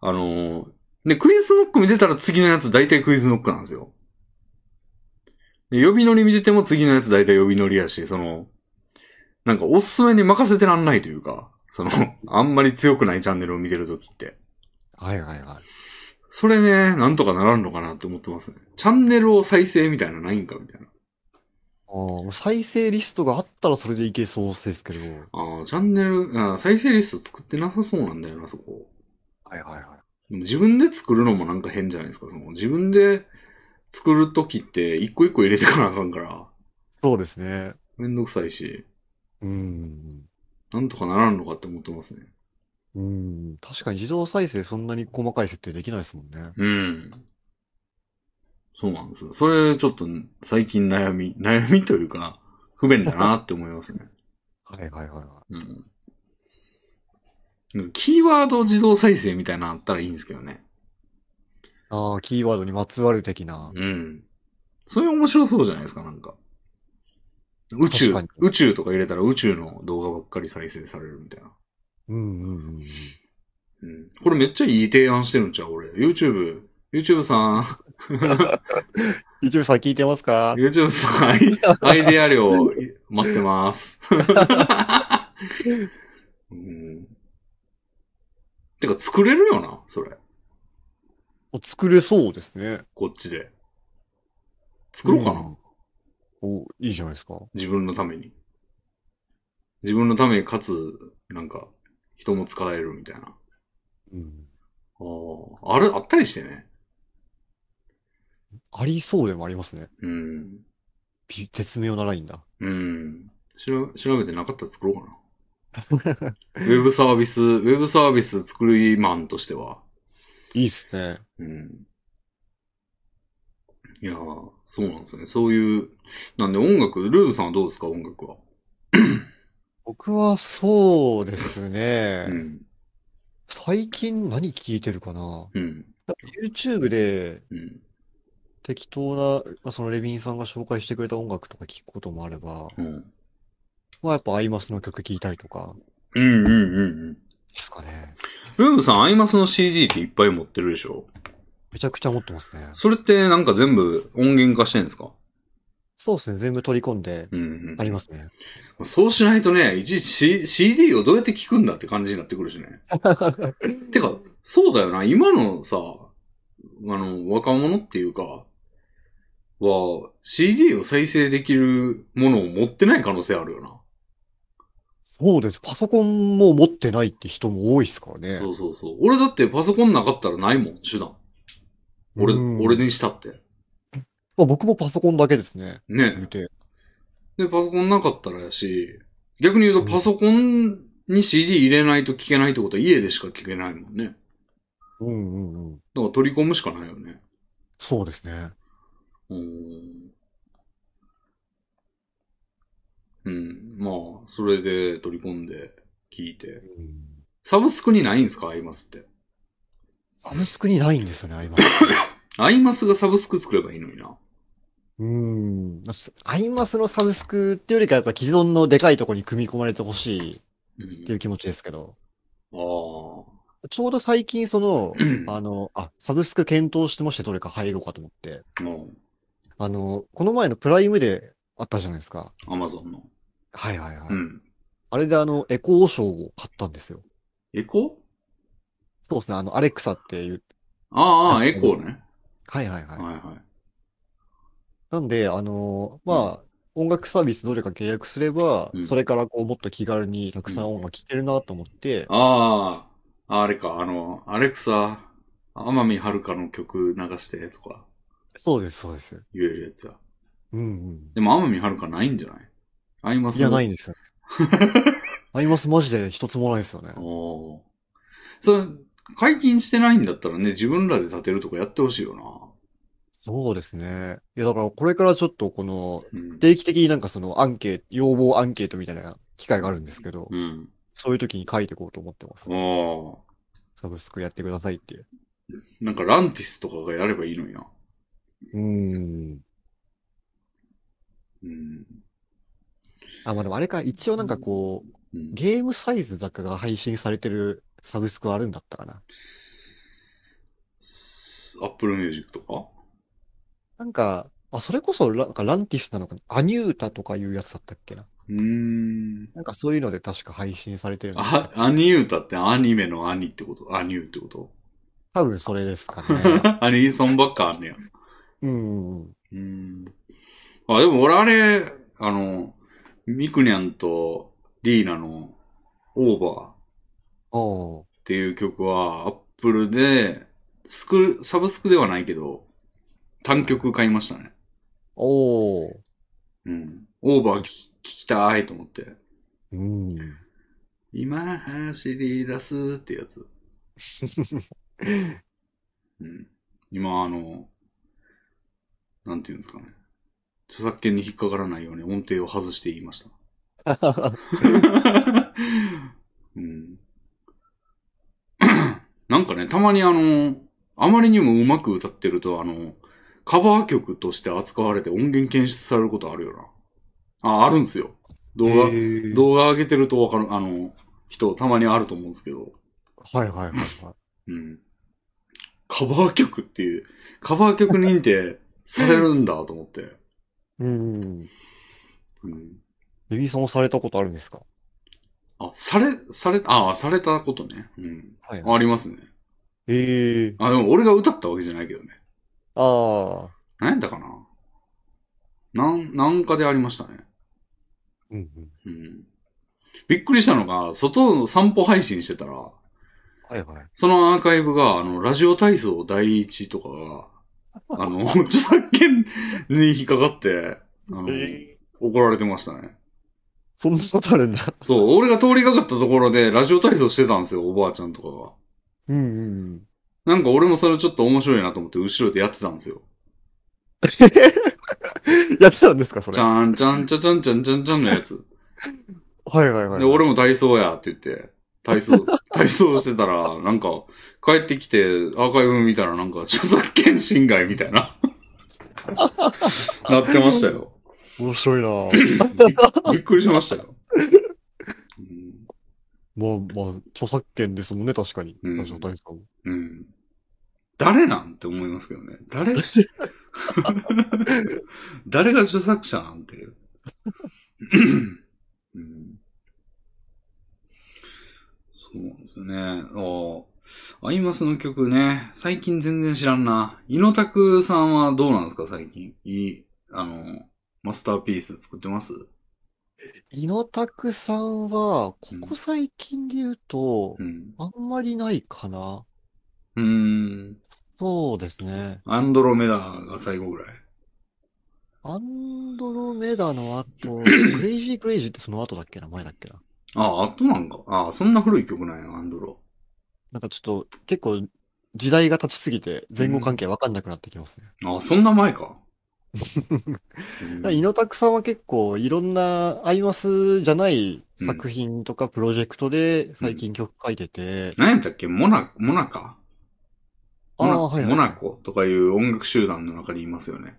あの、で、クイズノック見てたら次のやつ大体クイズノックなんですよ。で予備ノリ見てても次のやつ大体予備ノリやし、その、なんかおすすめに任せてらんないというか、その、 *laughs* あんまり強くないチャンネルを見てるときって。はいはいはい。それね、なんとかならんのかなって思ってますね。チャンネルを再生みたいなのないんかみたいな。ああ、再生リストがあったらそれでいけそうですけど。ああ、チャンネル、あー再生リスト作ってなさそうなんだよな、そこ。はいはいはい。でも自分で作るのもなんか変じゃないですか。その自分で作るときって一個一個入れてかなあかんから、そうですね。めんどくさいし、うん。なんとかならんのかって思ってますね。うん。確かに自動再生そんなに細かい設定できないですもんね。うん。そうなんですよ。それ、ちょっと、最近悩み、 *laughs* 悩みというか、不便だなって思いますね。はいはいはいはうん。なんかキーワード自動再生みたいなのあったらいいんですけどね。い。ああ、キーワードにまつわる的な。うん。それ面白そうじゃないですか、なんか。宇宙確か、に宇宙とか入れたら宇宙の動画ばっかり再生されるみたいな。うんうんうんううん。ん。これめっちゃいい提案してるんちゃう俺。YouTube。YouTube さん。一応さん聞いてますか YouTube さん、アイアイデア量待ってます。うん、てか作れるよな、それ。作れそうですね。こっちで。作ろうかな、んお、いいじゃないですか。自分のために。自分のために、かつ、なんか、人も使えるみたいな。うん。ああ、あれ、あったりしてね。ありそうでもありますね。うん。び絶妙なラインだ。うん。しら調べてなかったら作ろうか *laughs* な。ウェブサービス、ウェブサービス作りマンとしては。いいっすね。うん。いやー、そうなんですね。そういう、なんで音楽、ルーブさんはどうですか、音楽は。僕はそうですね。うん。最近何聞いてるかなうん。なんか YouTube でうん。適当な、まあ、そのレビンさんが紹介してくれた音楽とか聞くこともあれば、うん。まあやっぱアイマスの曲聞いたりとか、うんうんうんうん。ですかね。ルーブさん、アイマスの CD っていっぱい持ってるでしょめちゃくちゃ持ってますね。それってなんか全部音源化してるんですかそうですね。全部取り込んで、うんありますね。うん。そうしないとね、いちいち C- CD をどうやって聞くんだって感じになってくるし *laughs* ね。てか、そうだよな、今のさ、あの、若者っていうか、は、CD を再生できるものを持ってない可能性あるよな。そうです。パソコンも持ってないって人も多いですからね。そうそうそう。俺だってパソコンなかったらないもん、手段。俺、うん俺にしたって。まあ僕もパソコンだけですね。ね言。うて。で、パソコンなかったらやし、逆に言うとパソコンに CD 入れないと聞けないってことは家でしか聞けないもんね。うんうんうん。だから取り込むしかないよね。そうですね。うーん。うん。まあ、それで取り込んで聞いて。うんサブスクにないんすかアイマスって。サブスクにないんですよね、アイ *laughs* マス。アイマスがサブスク作ればいいのにな。うん。すアイマスのサブスクっていうよりか、やっぱ既存のでかいとこに組み込まれてほしいっうんていう気持ちですけど、あちょうど最近その、あ。あの、あ、サブスク検討してましてどれか入ろうかと思って、うん。あの、この前のプライムであったじゃないですか。アマゾンの。はいはいはい。うん。あれであの、エコーショーを買ったんですよ。エコそうですね、あの、アレクサっていう。ああああ、あエコーね。はいはいはい。はいはなんで、あのーまあ、音楽サービスどれか契約すれば、うんそれからこう、もっと気軽にたくさん音楽聴けるなと思ってい。、ああ、あれか、あの、アレクサ、天海遥の曲流してとかそうです、そうです。言えるやつや。うんでも天海遥ないんじゃないアイマうん。スいや、ないんですよ *laughs* ね。アイマスマジで一つもないですよね。おーそれ、解禁してないんだったらね、自分らで立てるとかやってほしいよそうですね。いや、だからこれからちょっとこの、うん。定期的になんかそのアンケート、要望アンケートみたいな機会があるんですけど、うん。そういう時に書いていこうと思ってます。ああ。サブスクやってくださいって。なんかランティスとかがやればいいのにな。うーん。うん。あ、まあでもあれか、一応なんかこう、うん、ゲームサイズ雑貨が配信されてるサブスクはあるんだったかな。アップルミュージックとかなんか、あ、それこそラ、なんかランティスなのかなアニュータとかいうやつだったっけな。うーん。なんかそういうので確か配信されてるのだったあ、アニュータってアニメのアニってことアニューってこと多分それですか *laughs* ね。アニソンばっかあんねや。うんうん。うーん。あ、でも俺あれ、あの、ミクニャンとリーナのオーバーっおーていう曲は、アップルで、スク、サブスクではないけど、単曲買いましたね。おーうん。オーバー聞き聞きたいと思って。うん。今走り出すってやつ。うん。今、あの、なんていうんですかね。著作権に引っかからないように音程を外して言いました。 *laughs* うん。 *coughs* なんかね、たまにあの、あまりにもうまく歌ってると、あの、カバー曲として扱われて音源検出されることあるよな。あ、あるんですよ。動画、 *laughs* へー動画上げてるとわかる、あの、人、たまにあると思うんですけど、はいはいはいはい。うん。カバー曲っていう、カバー曲認定されるんだと思って。うんうん。 *laughs* うん。レビーさんもされたことあるんですかあ、され、され、ああ、されたことね。うん。はいはい。ありますね。ええあ、でも俺が歌ったわけじゃないけどね。ああ。何やったかななん、なんかでありましたね。うんううん。ん。びっくりしたのが、外の散歩配信してたら、はいはい。そのアーカイブが、あの、ラジオ体操第一とかが、あ *laughs* の、著作権に引っかかって、あの、怒られてましたね。そんなことあるんだ。 *laughs* そう、俺が通りかかったところで、ラジオ体操してたんですよ、おばあちゃんとかが。うんうんうん。なんか俺もそれちょっと面白いなと思って、後ろでやってたんですよ。やってたんですかそれ。ちはゃんちゃんちゃちゃんちゃんちゃんちゃんのやつ。いはいはい。で、俺も体操やって言って、体 *laughs* 操、体操してたら、なんか、帰ってきて、アーカイブ見たらなんか、著作権侵害みたい *laughs* な、なってましたよ。面白いなぁびびっくりしましたよ。うんまあまあ、著作権ですもんね、確かに。うんラジオ体操もうん。誰なんって思いますけどね。誰誰が著作者なんていう。うん、そうなんですよね。ああ。アイマスの曲ね。最近全然知らんな。イノタクさんはどうなんですか最近。いい、あの、マスターピース作ってますイノタクさんは、ここ最近で言うとう、ん。あんまりないかな。うーん。そうですね。アンドロメダが最後ぐらい。アンドロメダの後、クレイジークレイジーってその後だっけな、前だっけな。ああ、あとなんか。ああ、そんな古い曲なんや、アンドロ。なんかちょっと、結構、時代が経ちすぎて、前後関係わかんなくなってきますね。あ、そんな前 *laughs* か。だからイノタクさんは結構、いろんな、アイマスじゃない作品とかプロジェクトで、最近曲書いてて、何やったっけモナ、モナカモナああー、はいはいモはいナコとかいう音楽集団の中にいますよね。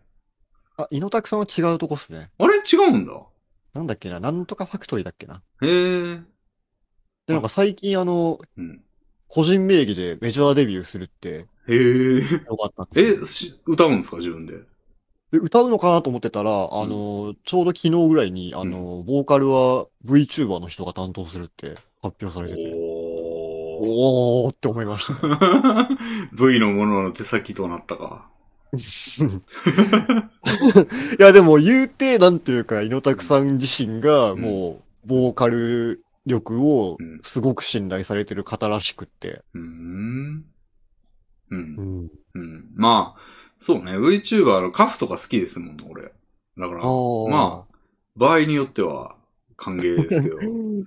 あ、イノタクさんは違うとこっすね。あれ違うんだ。なんだっけな、なんとかファクトリーだっけな。へえ。で、なんか最近あの、うん。個人名義でメジャーデビューするってへえ。 *laughs* よかったんですよ。え、し歌うんですか自分で。で、歌うのかなと思ってたら、あの、ちょうど昨日ぐらいに、あの、ボーカルは VTuber の人が担当するって発表されてて、おー。おーって思いましたね。 *laughs* V のものの手先となったか。いや、でも言うて、なんていうか、イノタクさん自身が、もう、ボーカル力をうんすごく信頼されてる方らしくって。うーん。うんう。ん。うん。まあ、そうね。VTuber のカフとか好きですもん、俺。だから、あー *laughs* まあ、場合によっては歓迎ですけど。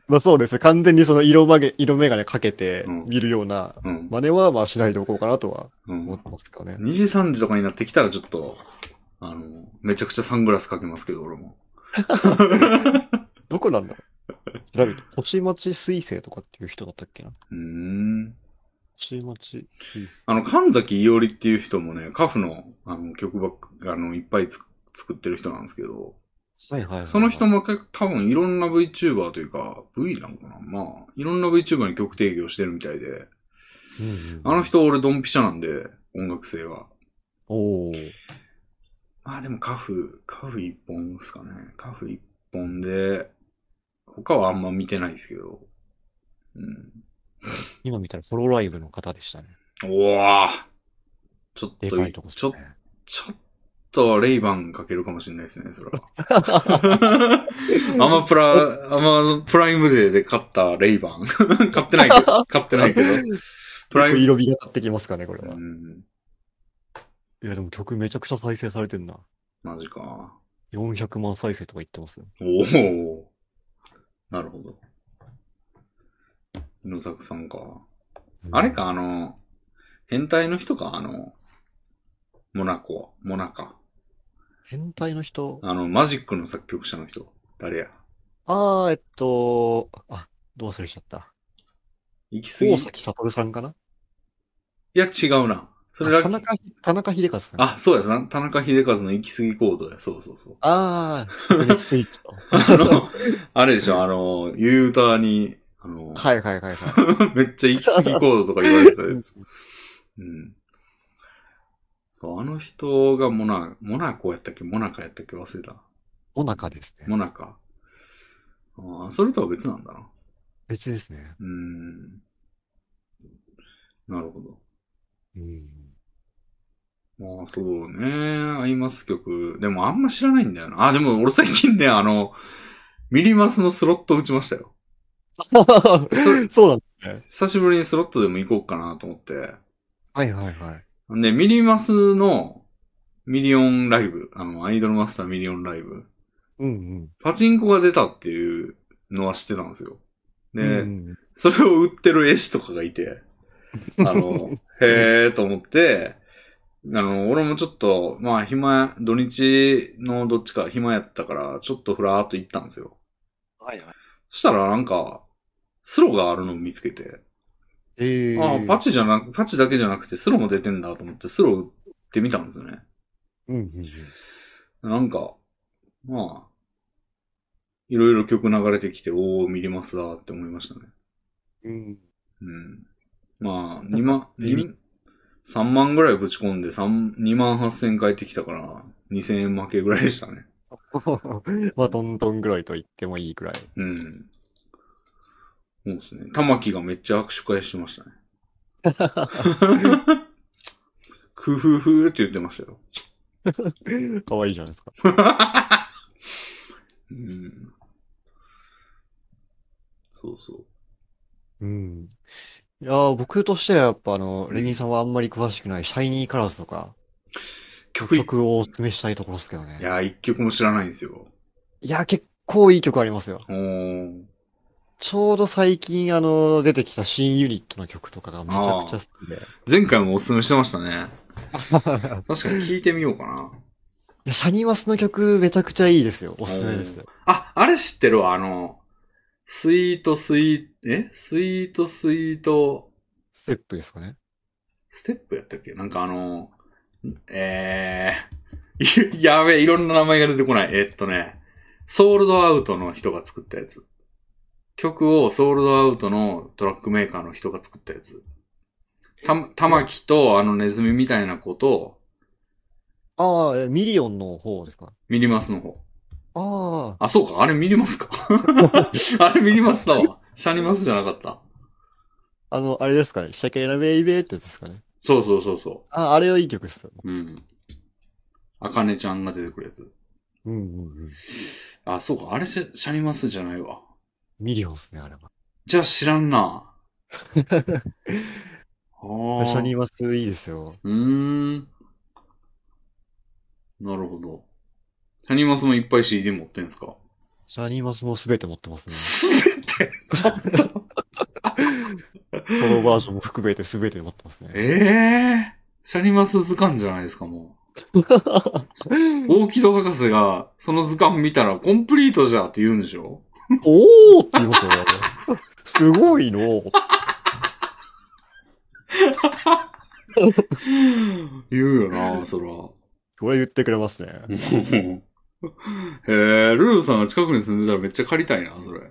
まあそうですね。完全にその色まげ、色眼鏡かけてうん見るようなうん。真似はまあしないでおこうかなとはうん思ってますけどね。 2時3時とかになってきたらちょっと、あの、めちゃくちゃサングラスかけますけど、俺も。どこなんだろう調べて。星町水星とかっていう人だったっけなうーん。星町水星。あの、神崎伊織っていう人もね、カフのあの曲ばっか、あの、いっぱいつ作ってる人なんですけど、はいはいはいはい。その人も結多分いろんな VTuber というか、V なのかなまあ、いろんな VTuber に曲提供してるみたいで、うんうんあの。人俺ドンピシャなんで、音楽性は。おー。まあでもカフ、カフ一本ですかね。カフ一本で、他はあんま見てないですけど。うん。今みたいなホロライブの方でしたね。おわちょっと、でかいとこっすちょね。、ちょっとレイバンかけるかもしれないですね、それ *laughs* は。アマプラ、アマプライムデーで買ったレイバン。 *laughs* 買ってないけ *laughs* ど、買ってないけど。プライ結構ム色味が立ってきますかね、これは。うん、いや、でも曲めちゃくちゃ再生されてんな。マジか。 400万再生とか言ってますよ。おお。なるほど。井野拓さんか。あれか、あの、変態の人か、あの、モナコ、モナカ。変態の人。あの、マジックの作曲者の人。誰やあー、えっと、あ、どう忘れしちゃった。行き過ぎ。大い崎悟さんかなや、違うな。それあラ田ッキー。中、田中秀和さん。あ、そうや、さ田中秀和の行き過ぎ行動や。そうそうそう。 *laughs* あー、特別スイッチと。あの、あれでしょ、あの、ゆうたに、あの、はいはいはいは *laughs* めっちゃ行き過ぎ行動とか言われてたや *laughs* つ。うん。そう、あの人がモナ、モナコやったっけモナカやったっけ忘れた。い。お腹ですね。モナカ。ああ、それとは別なんだな。別ですね。うーん。なるほど。うん。まあそうね。アイマス曲。でもあんま知らないんだよな。あ、でも俺最近ね、あの、ミリマスのスロット打ちましたよ。そうなんだ。 *laughs* 久しぶりにスロットでも行こうかなと思って。はいはいはい。で、ミリマスのミリオンライブ。あの、アイドルマスターミリオンライブ。うんパチンコが出たっていうのは知ってたんですよ。うで、ん。うんそれを売ってる絵師とかがいて、あの、へえーと思って、あの、俺もちょっと、まあ暇、土日のどっちか暇やったから、ちょっとふらーっと行ったんですよ。はいはい。そしたらなんか、スロがあるのを見つけて、ええ。ああ、パチじゃなく、パチだけじゃなくてスロも出てんだと思って、スロ売ってみたんですよね。うんうんうん。なんか、まあ、いろいろ曲流れてきて、おー、見れますだって思いましたね。うん。うん。まあ、か2万、ビビ二3万ぐらいぶち込んで、三2万8000円返ってきたから、2000円負けぐらいでしたね。 *laughs* まあ、トントンぐらいと言ってもいいくらい。うん。そうですね。玉木がめっちゃ握手会してました *laughs* ね。クフフーって言ってましたよ。かわいいじゃないですか。うん。そうそう。うん。いやー、僕としてはやっぱあの、レミさんはあんまり詳しくない、シャイニーカラーズとか、曲い、曲をお勧めしたいところですけどねい。やー、一曲も知らないんですよ。いやー、結構いい曲ありますよ。おー。ちょうど最近あの、出てきた新ユニットの曲とかがめちゃくちゃ好きで。前回もおすすめしてましたね。 *laughs* 確かに聞いてみようかな。いやシャニマスの曲めちゃくちゃいいですよ。おすすめです。あ、あれ知ってるわ、あの、スイートスイート、えスイートスイート、ステップですかね。ステップやったっけなんかあの、えー、 *laughs* いやべえ、いろんな名前が出てこない。えっとね、ソールドアウトの人が作ったやつ。曲をソールドアウトのトラックメーカーの人が作ったやつ。た、玉木とあのネズミみたいな子と、ああ、ミリオンの方ですか。ミリマスの方。ああ、あ、そうか、あれミリマスか。 *laughs* あれミリマスだわ。シャニマスじゃなかった。あの、あれですかね。シャケラベイベーってやつですかね。そうそうそうそああ、あれはいい曲ですよ。う。うん。あかねちゃんが出てくるやつ。うんうんうん。あ、そうか、あれシャシャニマスじゃないわ。ミリオンですね、あれは。じゃあ知らん *laughs* な。ああ。シャニマスいいですよ。うーん。なるほど。シャニマスもいっぱい CD 持ってんすかシャニーマスも全て持ってますね。すべて、ちょっと、 *laughs* ソロバージョンも含めて全て持ってますね。ええシャニマス図鑑じゃないですか、も *laughs* う。大木戸博士が、その図鑑見たら、コンプリートじゃって言うんでしょ *gasps* おーって言いますよね。すごいの。言うよな、そら。これ言ってくれますね。 *laughs* へえー、ルルさんが近くに住んでたらめっちゃ借りたいな、それ。 *laughs*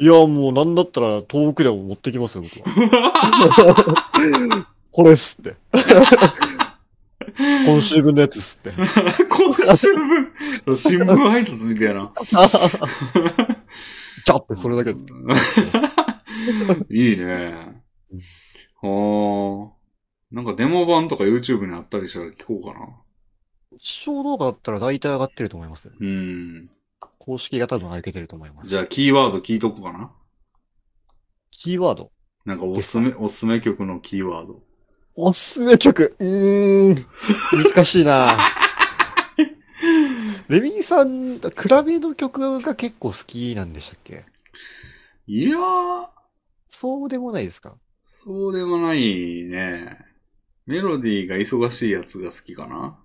いや、もうなんだったら遠くでも持ってきますよ、僕は。 *laughs* これっす *laughs* って。今週分のやつっすって。今週分、新聞 *laughs* 配達みたい *laughs* な。じゃってそれだけ。いいね。はあ。なんかデモ版とか YouTube にあったりしたら聞こうかな。小動画だったら大体上がってると思います。うん。公式が多分上げてると思います。じゃあ、キーワード聞いとこうかな。キーワード。なんかおすすめ、おすすめ曲のキーワード。おすすめ曲。うーん。難しい *laughs* なレミニさん、クラベの曲が結構好きなんでしたっけいやー、そうでもないですかそうでもないね。メロディーが忙しいやつが好きかな。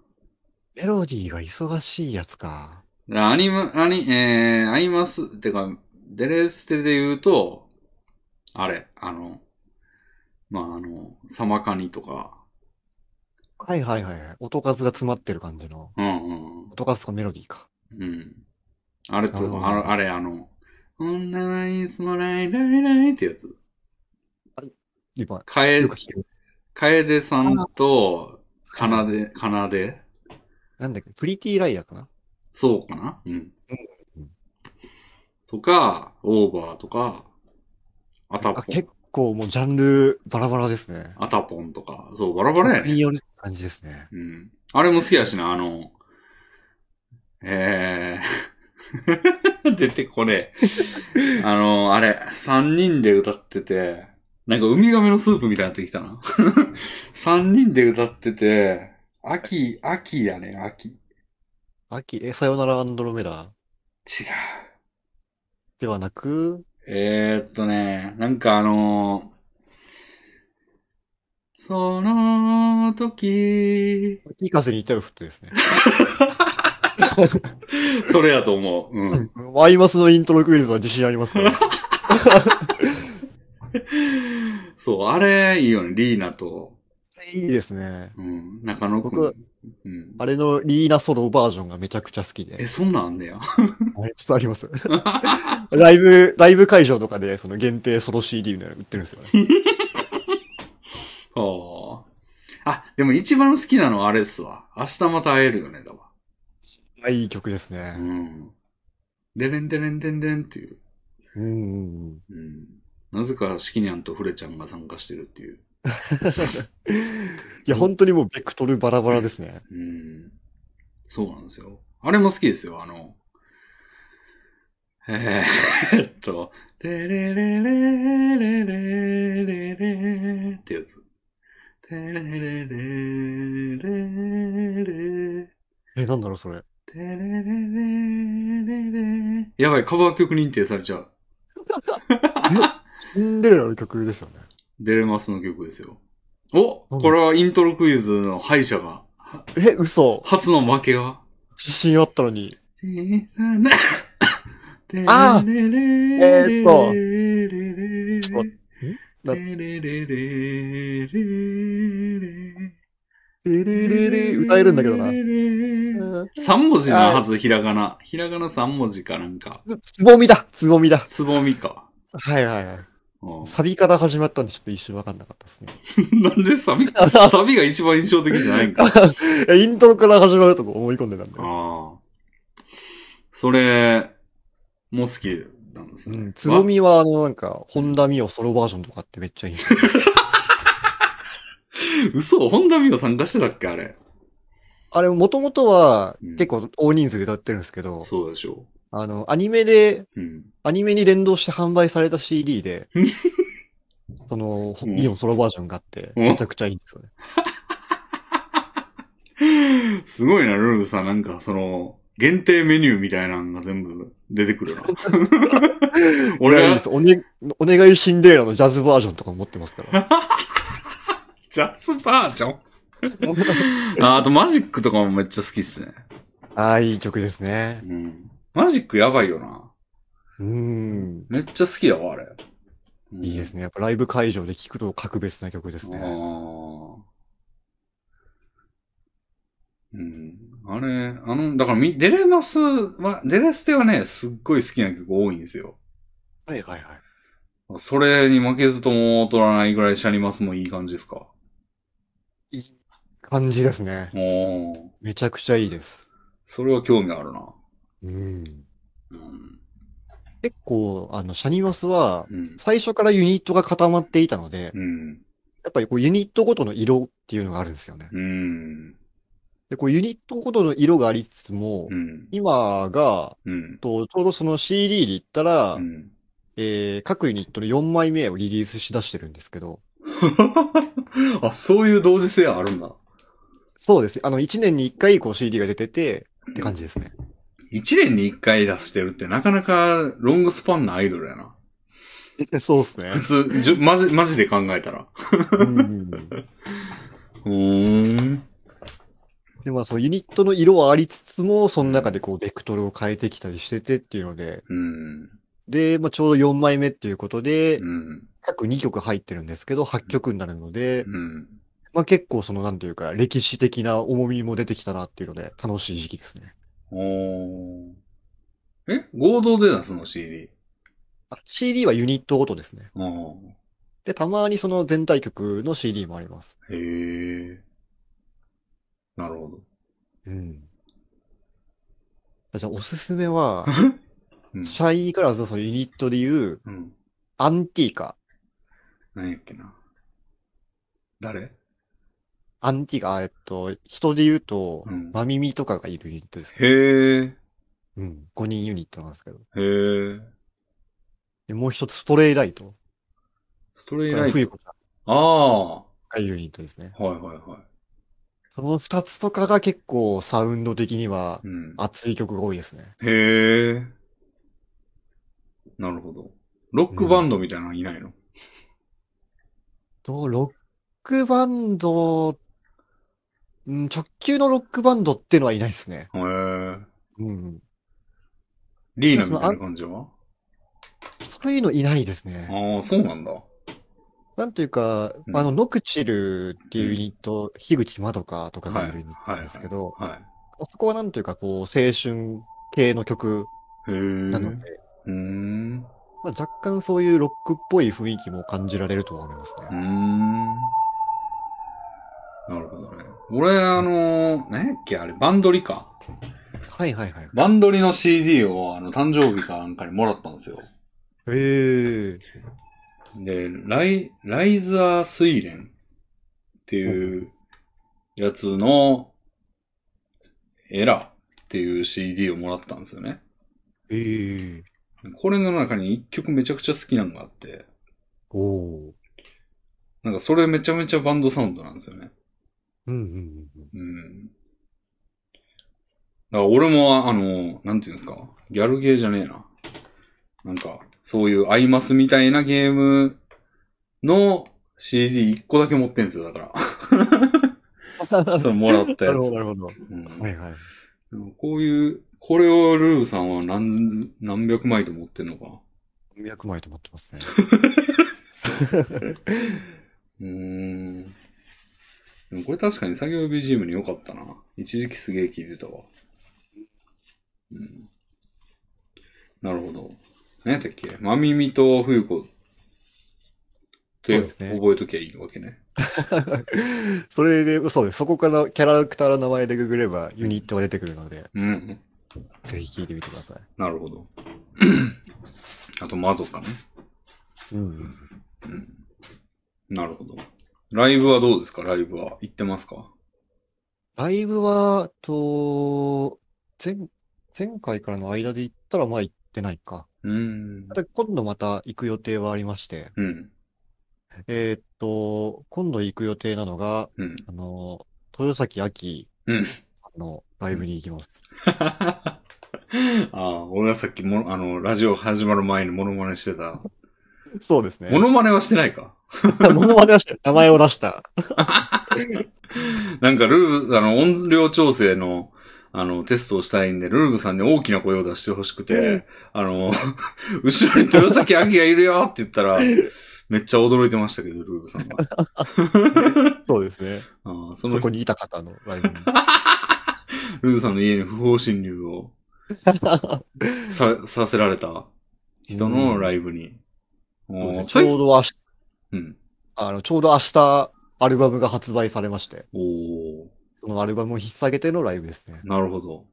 メロディーが忙しいやつか。アニム、アニ、えー、アイマス、てか、デレステで言うと、あれ、あの、まあ、あの、サマカニとか、はいはいはいはい。音数が詰まってる感じの。うんうん音数かメロディーか。うん、うん。あれとなるほどあのあれ、あの、女はいつもライライライってやつ。今、カエよ、く聞ける。カエデさんと、カナデ、カナデなんだっけ、プリティライヤーかなそうかなうんうん。とか、オーバーとか、アタポあ、ン、結構もうジャンルバラバラですね。アタポンとか、そう、バラバラやね曲。による感じですね。うん。あれも好きやしな、あの、えー、 *laughs* 出てこれ。あの、あれ、三人で歌ってて、なんかウミガメのスープみたいになってきたな。 *laughs* 三人で歌ってて、秋、秋やね、秋。違う。秋、え、さよならアンドロメダではなく、えー、っとね、なんかあのその時、秋風に至るフットですね。それやと思う。うん。アイマスのイントロクイズは自信ありますから。 *laughs* そう、あれ、いいよね、リーナと、いいですね。うん、中野くん。僕うん。あれのリーナソロバージョンがめちゃくちゃ好きえ、で。そんなんあんねや。 *laughs* あれ、ちょっとあります。 *laughs* ライブ、ライブ会場とかで、その限定ソロ CD みたいなの売ってるんですよね。はあ。あ、でも一番好きなのはあれっすわ。明日また会えるよね、だわ。あいい曲ですねう。ん。でれんでれんでんでんっていう。うんうんうん。うん。なぜか、しきにゃんとフレちゃんが参加してるっていう。いや、本当にもうベクトルバラバラですね。うん。そうなんですよ。あれも好きですよ、あの。えー、っと、でれれれれれれれってやつ。でれれれれれえ、なんだろう、それ。てれれれれれやばい、カバー曲認定されちゃう。シンデレラの曲ですよね。デレマスの曲ですよ。おこれはイントロクイズの敗者が、え、嘘。初の負けが。自信あったのに。小さなあえーっとちょっなレレレレ、歌えるんだけどな。うん3文字のはず、ひらがな。ひらがな3文字かなんか。つぼみだつぼみだつぼみか。はいはいはうんい。サビから始まったんでちょっと一瞬わかんなかったですね。 *laughs* なんでサビ、サビが一番印象的じゃないんか。えイントロから始まるとこ思い込んでたんだよ。ああ。それ、も好きなんですうね。ん、つぼみはあのなんか、ホンダミオソロバージョンとかってめっちゃいい *laughs* んですよ。わ嘘、本田美桜参加してたっけあれ。あれもともとはうん結構大人数で歌ってるんですけど、そうでしょあの、アニメで、う。うん。アニメに連動して販売された *laughs* CD で、その、うんミオソロバージョンがあって、うんめちゃくちゃいいんですよね。すごいな、ルルさん。なんか、その、限定メニューみたいなのが全部出てく *laughs* るな。俺俺はは、お,、ね、お願いシンデレラのジャズバージョンとかも持ってま *laughs* すから。ジャズバージョンああとマジックとかもめっちゃ好きっすね。ああ、いい曲ですね。うん。マジックやばいよな。うん。めっちゃ好きだわ、あれ。うんいいですね。やっぱライブ会場で聴くと格別な曲ですあね。ーうん。あれ、あの、だからみ、デレマスは、デレステはね、すっごい好きな曲多いんですよ。はいはいはい。それに負けずとも劣らないぐらいシャリマスもいい感じですか。感じですね。おー。めちゃくちゃいいです。それは興味あるな。うん。うん。結構、あの、シャニマスは、うん。最初からユニットが固まっていたので、うん。やっぱりこうユニットごとの色っていうのがあるんですよね。うん。で、こうユニットごとの色がありつつも、うん。今が、うん。とちょうどその CD で言ったら、うん。えー各ユニットの4枚目をリリースしだしてるんですけど、あ、そういう同時性あるんだ。そうです。あの、1年に1回こう CD が出てて、って感じですね。一年に一回出してるってなかなかロングスパンなアイドルやな。 *laughs* そうです *laughs* ね普。通、じゅマジ、マジで考えたら。うんうーん。で、まあそう、ユニットの色はありつつも、その中でこう、ベクトルを変えてきたりしててっていうので、うん。で、まあちょうど4枚目っていうことで、うん。各2曲入ってるんですけど、8曲になるので、うん。まあ結構その、なんていうか、歴史的な重みも出てきたなっていうので、楽しい時期ですね。おーえ合同で出すの ?CD。あ CD はユニットごとですね。あーで、たまにその全体曲の CD もあります。へえ。なるほど。うん。じゃあ、おすすめは、うん。シャイニーカラーズのそのユニットでいう、うん。アンティーカ。何やっけな。誰アンティーカ、あえっと、人で言うと、うんマミミとかがいるユニットですね。へえ。うん。5人ユニットなんですけど。へえ。で、もう一つ、ストレイライト。ストレこイれラはイト。冬子ちゃんああ。はがいるユニットですね。いはいは。その二つとかが結構サウンド的にはいうん。熱い曲が多いですね。へえ。なるほど。ロックバンドみたいなのいないの、と、ロックバンド、うん、直球のロックバンドってのはいないですね。へえ。うん。リーナみたいな感じはそういうのいないですね。ああ、そうなんだ。なんというか、うんあの、ノクチルっていうユニット、樋口まどかとかがいるユニットなんですけど、はそこはなんというか、こう、青春系の曲い。へえ。なのうで、ーん。うまあ、若干そういうロックっぽい雰囲気も感じられるとは思いますーね。ん。なるほどね。俺、あのー、何やっけあれ、バンドリか。はいはいはい。バンドリの CD を、あの、誕生日かなんかにもらったんですよ。へえ。で、ライ、ライザー水蓮っていうやつのエラっていう CD をもらったんですよね。ええ。これの中に一曲めちゃくちゃ好きなのがあって、おー。なんかそれめちゃめちゃバンドサウンドなんですよね。うんうんうん。うん。だから俺も、あの、なんていうんですか、ギャルゲーじゃねえな。なんか、そういうアイマスみたいなゲームの CD1 個だけ持ってんすよ、だから。 *laughs* それもらったなやつる。ほど、なるほど。はうんいはい。こういう、これをルーさんは何ず、何百枚と持ってんのか。 200枚と思ってますね。うーん。でもこれ確かに作業 BGM に良かったな。一時期すげえ聞いてたわ。うん。なるほど。何やったっけまみみと冬子ってそうですね覚えときゃいいわけね。 *laughs* それで、そうです。そこからキャラクターの名前でググればユニットが出てくるので、うん。ぜひ聞いてみてくださなるほど。 *clears throat* あと窓かね。い。うん。うん。なるほど。ライブはどうですかライブは。行ってますかライブは、と、前、前回からの間で言ったら、まあ行ってないか。うーん。で今度また行く予定はありまして、うん。えーっと、今度行く予定なのが、うん。あの、豊崎秋うんのライブに行きます。 *laughs* ああ、俺がさっきも、あの、ラジオ始まる前にモノマネしてた。そうですね。モノマネはしてないか。ものまねをして、名前を出した。 *laughs* なんかルーブ、あの、音量調整の、あの、テストをしたいんで、ルーブさんに大きな声を出してほしくて、あの、 *laughs* 後ろに豊崎明がいるよって言ったら、めっちゃ驚いてましたけど、ルーブさん *laughs* は。そうですね。ああそのそこにいた方のライブに。ルーブさんの家に不法侵入を *laughs* ささせられた *laughs* 人のライブに。そうですおねーちそょいうどあし、うん。あの、ちょうど明日、アルバムが発売されまして、おーそのアルバムを引っ提げてのライブですね。なるほど。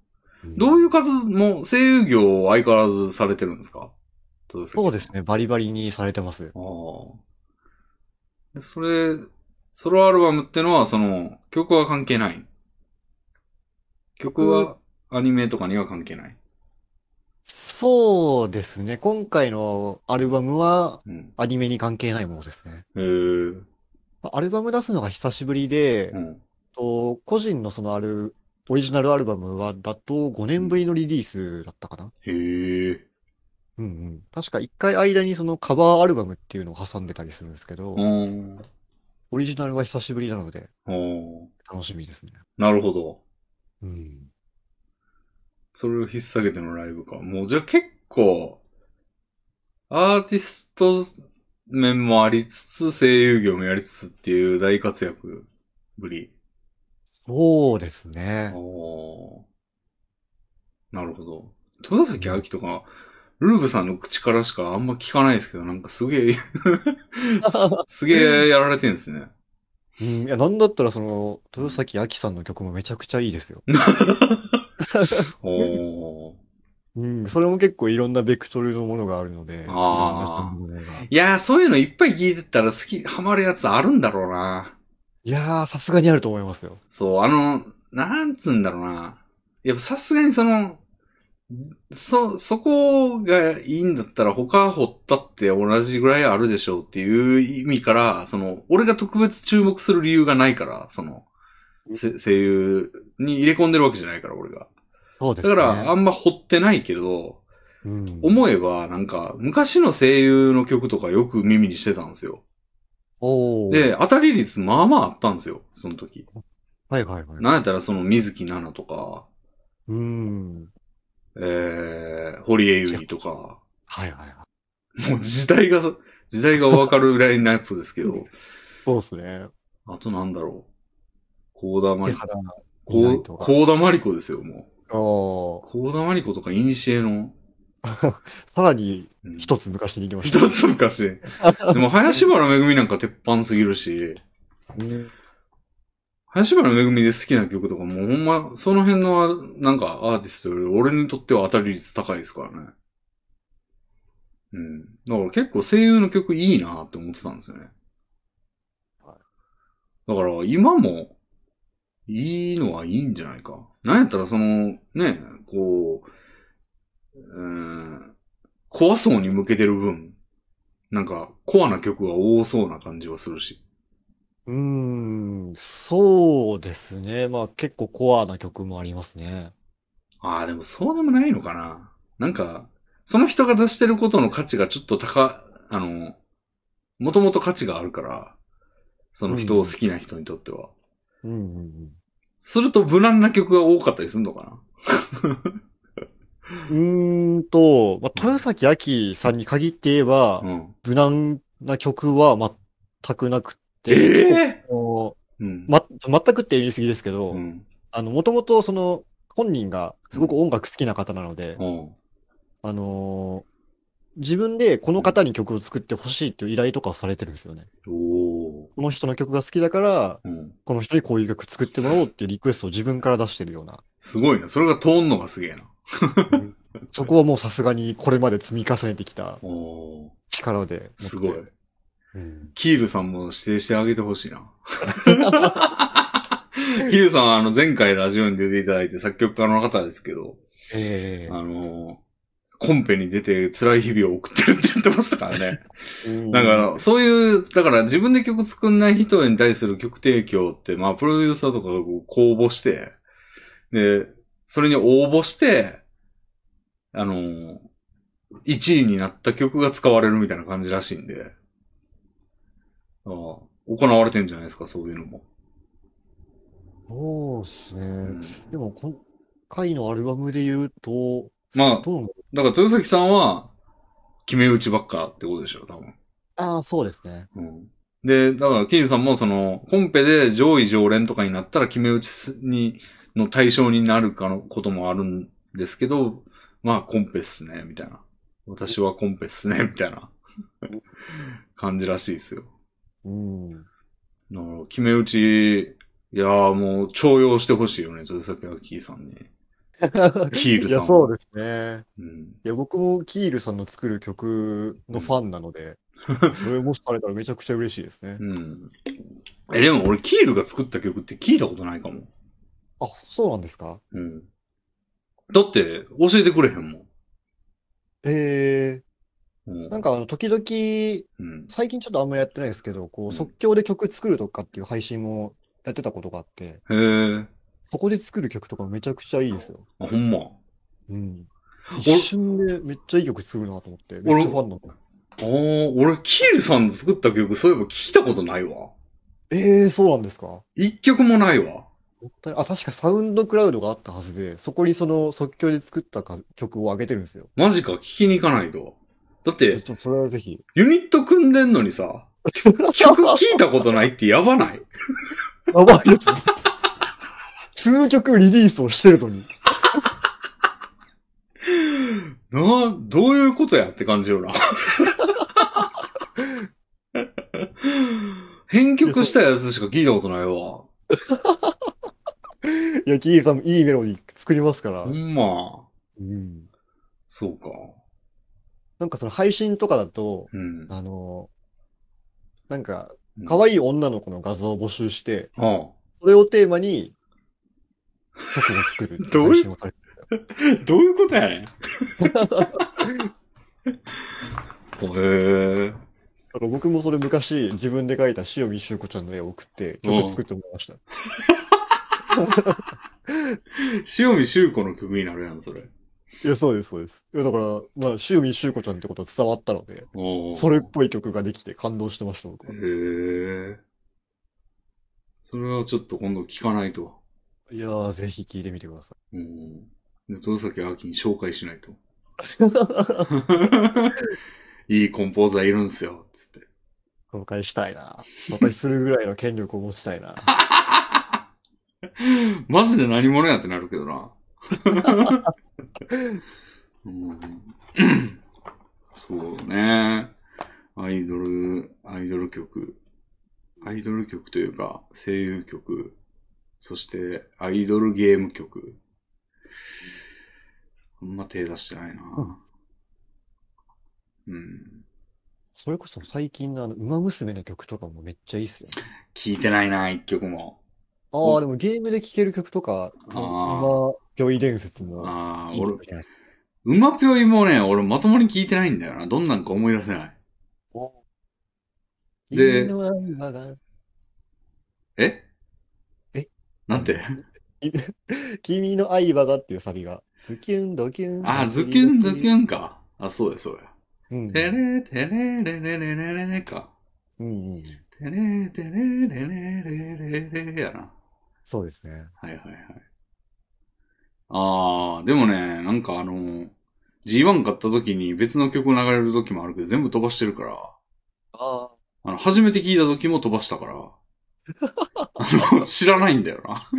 どういいう活動も、声優業を相変わらずされてるんですかどうですかそうですね。バリバリにされてます。ああ。でそれ、ソロアルバムってのは、その、曲は関係ない。曲はアニメとかには関係ない。そうですね。今回のアルバムは、うん。アニメに関係ないものですね。へえー。まあアルバム出すのが久しぶりで、うん。と個人のそのある、オリジナルアルバムは、だと5年ぶりのリリースだったかな。へえ。うんうん。確か一回間にそのカバーアルバムっていうのを挟んでたりするんですけどう、ん。オリジナルは久しぶりなので、おー楽しみですね。なるほど。うん。それを引っ提げてのライブか。もうじゃあ結構、アーティスト面もありつつ、声優業もやりつつっていう大活躍ぶり。そうですね。おーなるほど。豊崎明とか、ルーブさんの口からしかあんま聞かないですけど、なんかすげえす、すげえやられてるんですね。うん。いや、なんだったらその、豊崎明さんの曲もめちゃくちゃいいですよ。おーうん。それも結構いろんなベクトルのものがあるので、いろんな人のあーものが。いやー、そういうのいっぱい聞いてたら好き、ハマるやつあるんだろうな。いやー、さすがにあると思いますよ。そう、あの、なんつうんだろうな。やっぱさすがにその、そ、そこがいいんだったら他掘ったって同じぐらいあるでしょうっていう意味から、その、俺が特別注目する理由がないから、その、せ声優に入れ込んでるわけじゃないから、俺が。そうでだすかね。ら、あんま掘ってないけど、うん。思えば、なんか、昔の声優の曲とかよく耳にしてたんですよ。おー。で、当たり率まあまああったんですよ、その時。はいはいはい。なんやったらその水木奈々とか、うん。えー、堀江由衣とか、はいはいはい。もう時代が、時代がわかるぐらいのライプですけど、そうですね。あとなんだろう。高田真手理子。肌こないうと高田真理子ですよ、もう。お高田真理子とか、イニシエの。さらにうん一つ昔に行きまし一つ昔。でも、林原めぐみなんか鉄板すぎるし、た。うん林原めぐみで好きな曲とかもうほんま、その辺のあなんかアーティストより俺にとっては当たり率高いですからね。うん。だから結構声優の曲いいなって思ってたんですよね。はだから今もいいのはいいんじゃないか。なんやったらその、ね、こう、うーん、怖そうに向けてる分、なんかコアな曲が多そうな感じはするし。 *laughs* うーん、そうですね。まあ結構コアな曲もありますね。ああ、でもそうでもないのかな。なんか、その人が出してることの価値がちょっと高、あの、もともと価値があるから、その人を好きな人にとっては。うんうんうんすると無難な曲が多かったりするのかうーんと、まあ、豊崎明さんに限って言えばな、うん。無難な曲は全くなくえて、結え構うん。ま、全くって言い過ぎですけど、うん。あの、もともとその、本人がすごく音楽好きな方なので、うん。あのー自分でこの方に曲を作ってほしいっていう依頼とかをされてるんですよね。おー。この人の曲が好きだから、うん。この人にこういう曲作ってもらおうっていうリクエストを自分から出してるような。すごいな。それが通んのがすげえな。そこはもうさすがにこれまで積み重ねてきたおー。力で持って。すごい。うん。キールさんも指定してあげてほしいな。 *laughs* キールさんはあの前回ラジオに出ていただいて作曲家の方ですけど、ええあの、コンペに出て辛い日々を送ってるって言ってましたからね。なんか、そういう、だから自分で曲作んない人に対する曲提供って、まあ、プロデューサーとかがこう公募して、で、それに応募して、あのー、1位になった曲が使われるみたいな感じらしいんで、ああ行われてんじゃないですか、そういうのも。そうですうね。んでも、今回のアルバムで言うと、まあ、どうもだから豊崎さんは、決め打ちばっかってことでしょ、多分。ああ、そうですね。うん。で、だから、金さんもその、コンペで上位常連とかになったら決め打ちに、の対象になるかのこともあるんですけど、まあ、コンペっすね、みたいな。私はコンペっすね、みたいな *laughs* 感じらしいですよ。うん。だから、決め打ち、いやーもう、重用してほしいよね、豊崎明キさん *laughs* に。キールいさんや、は。そうですね。うん。いや、僕もキールさんの作る曲のファンなので、それもしかれたらめちゃくちゃ嬉しいですね。うん。え、でも俺、キールが作った曲って聞いたことないかも。あ、そうなんですかうん。だって、教えてくれへんもん。えうんー、なんかあの、時々、うん。最近ちょっとあんまやってないですけど、こうんう、即興で曲作るとかっていう配信もやってたことがあって、へえ。そこで作る曲とかめちゃくちゃいいですよ。あ、ほんま。うん。一瞬でめっちゃいい曲作るなと思って、俺めっちゃファンなの。ああ、俺、キールさんの作った曲、そういえば聞いたことないわ。ええー、そうなんですかも一曲もないわ。ったいあ、確かサウンドクラウドがあったはずで、そこにその即興で作ったか曲を上げてるんですよ。マジか、聞きに行かないと。だってち、ょっとそれはぜひ。ユニット組んでんのに *laughs* さ、曲聞いたことないってやばないやばいですね。数曲リリースをしてるのに。なあ、どういうことやって感じよな。 *laughs* 編曲したやつしか聞いたことないわ。いや、キールさんもいいメロディー作りますから。ほんま。うん。そうか。なんかその配信とかだと、うん。あの、なんか、うん可愛い女の子の画像を募集して、ああそれをテーマに、曲を作るっていう配信をされ *laughs* てどういうことやねん。へえ。だから僕もそれ昔自分で描いた塩見修子ちゃんの絵を送って曲作ってもらいました。 *laughs* 塩見修子の曲になるやん、それ。いや、そうです、そうです。いや、だから、まあ、塩見修子ちゃんってことは伝わったので、おーそれっぽい曲ができて感動してました、僕は。へえ。それはちょっと今度聞かないと。いやー、ぜひ聴いてみてくださうん。で、豊崎明に紹介しないと。 *laughs* い。いいコンポーザーいるんすよ、つって。紹介したいな。紹介するぐらいの権力を持ちたいな。 *laughs* マジで何者やってなるけどな。うん、そうね。アイドル、アイドル曲。アイドル曲というか、声優曲。そして、アイドルゲーム曲。あんま手出してないな。うん。それこそ最近のあの、馬娘の曲とかもめっちゃいいっすよね。聞いてないな、一曲も。ああ、でもゲームで聴ける曲とか、あ今、魚医伝説もああ、いい俺曲、じゃないですか。馬ぴょいもね、俺まともに聞いてないんだよな。どんなんか思い出せない。おで君の愛はがええなんて君の愛はがっていうサビが、ズキュンドキュン。あ、ズキュンズキュン。ンか。あ、そうや、そうや。うん。てれてれれれれれれれか。うんうん。てれてれれれれれれやな。そうですね。はいはいはい。あー、でもね、なんかあの、G1 買った時に別の曲流れる時もあるけど、全部飛ばしてるから、ああ。あの、初めて聞いた時も飛ばしたから、あの、知らないんだよな。 *laughs*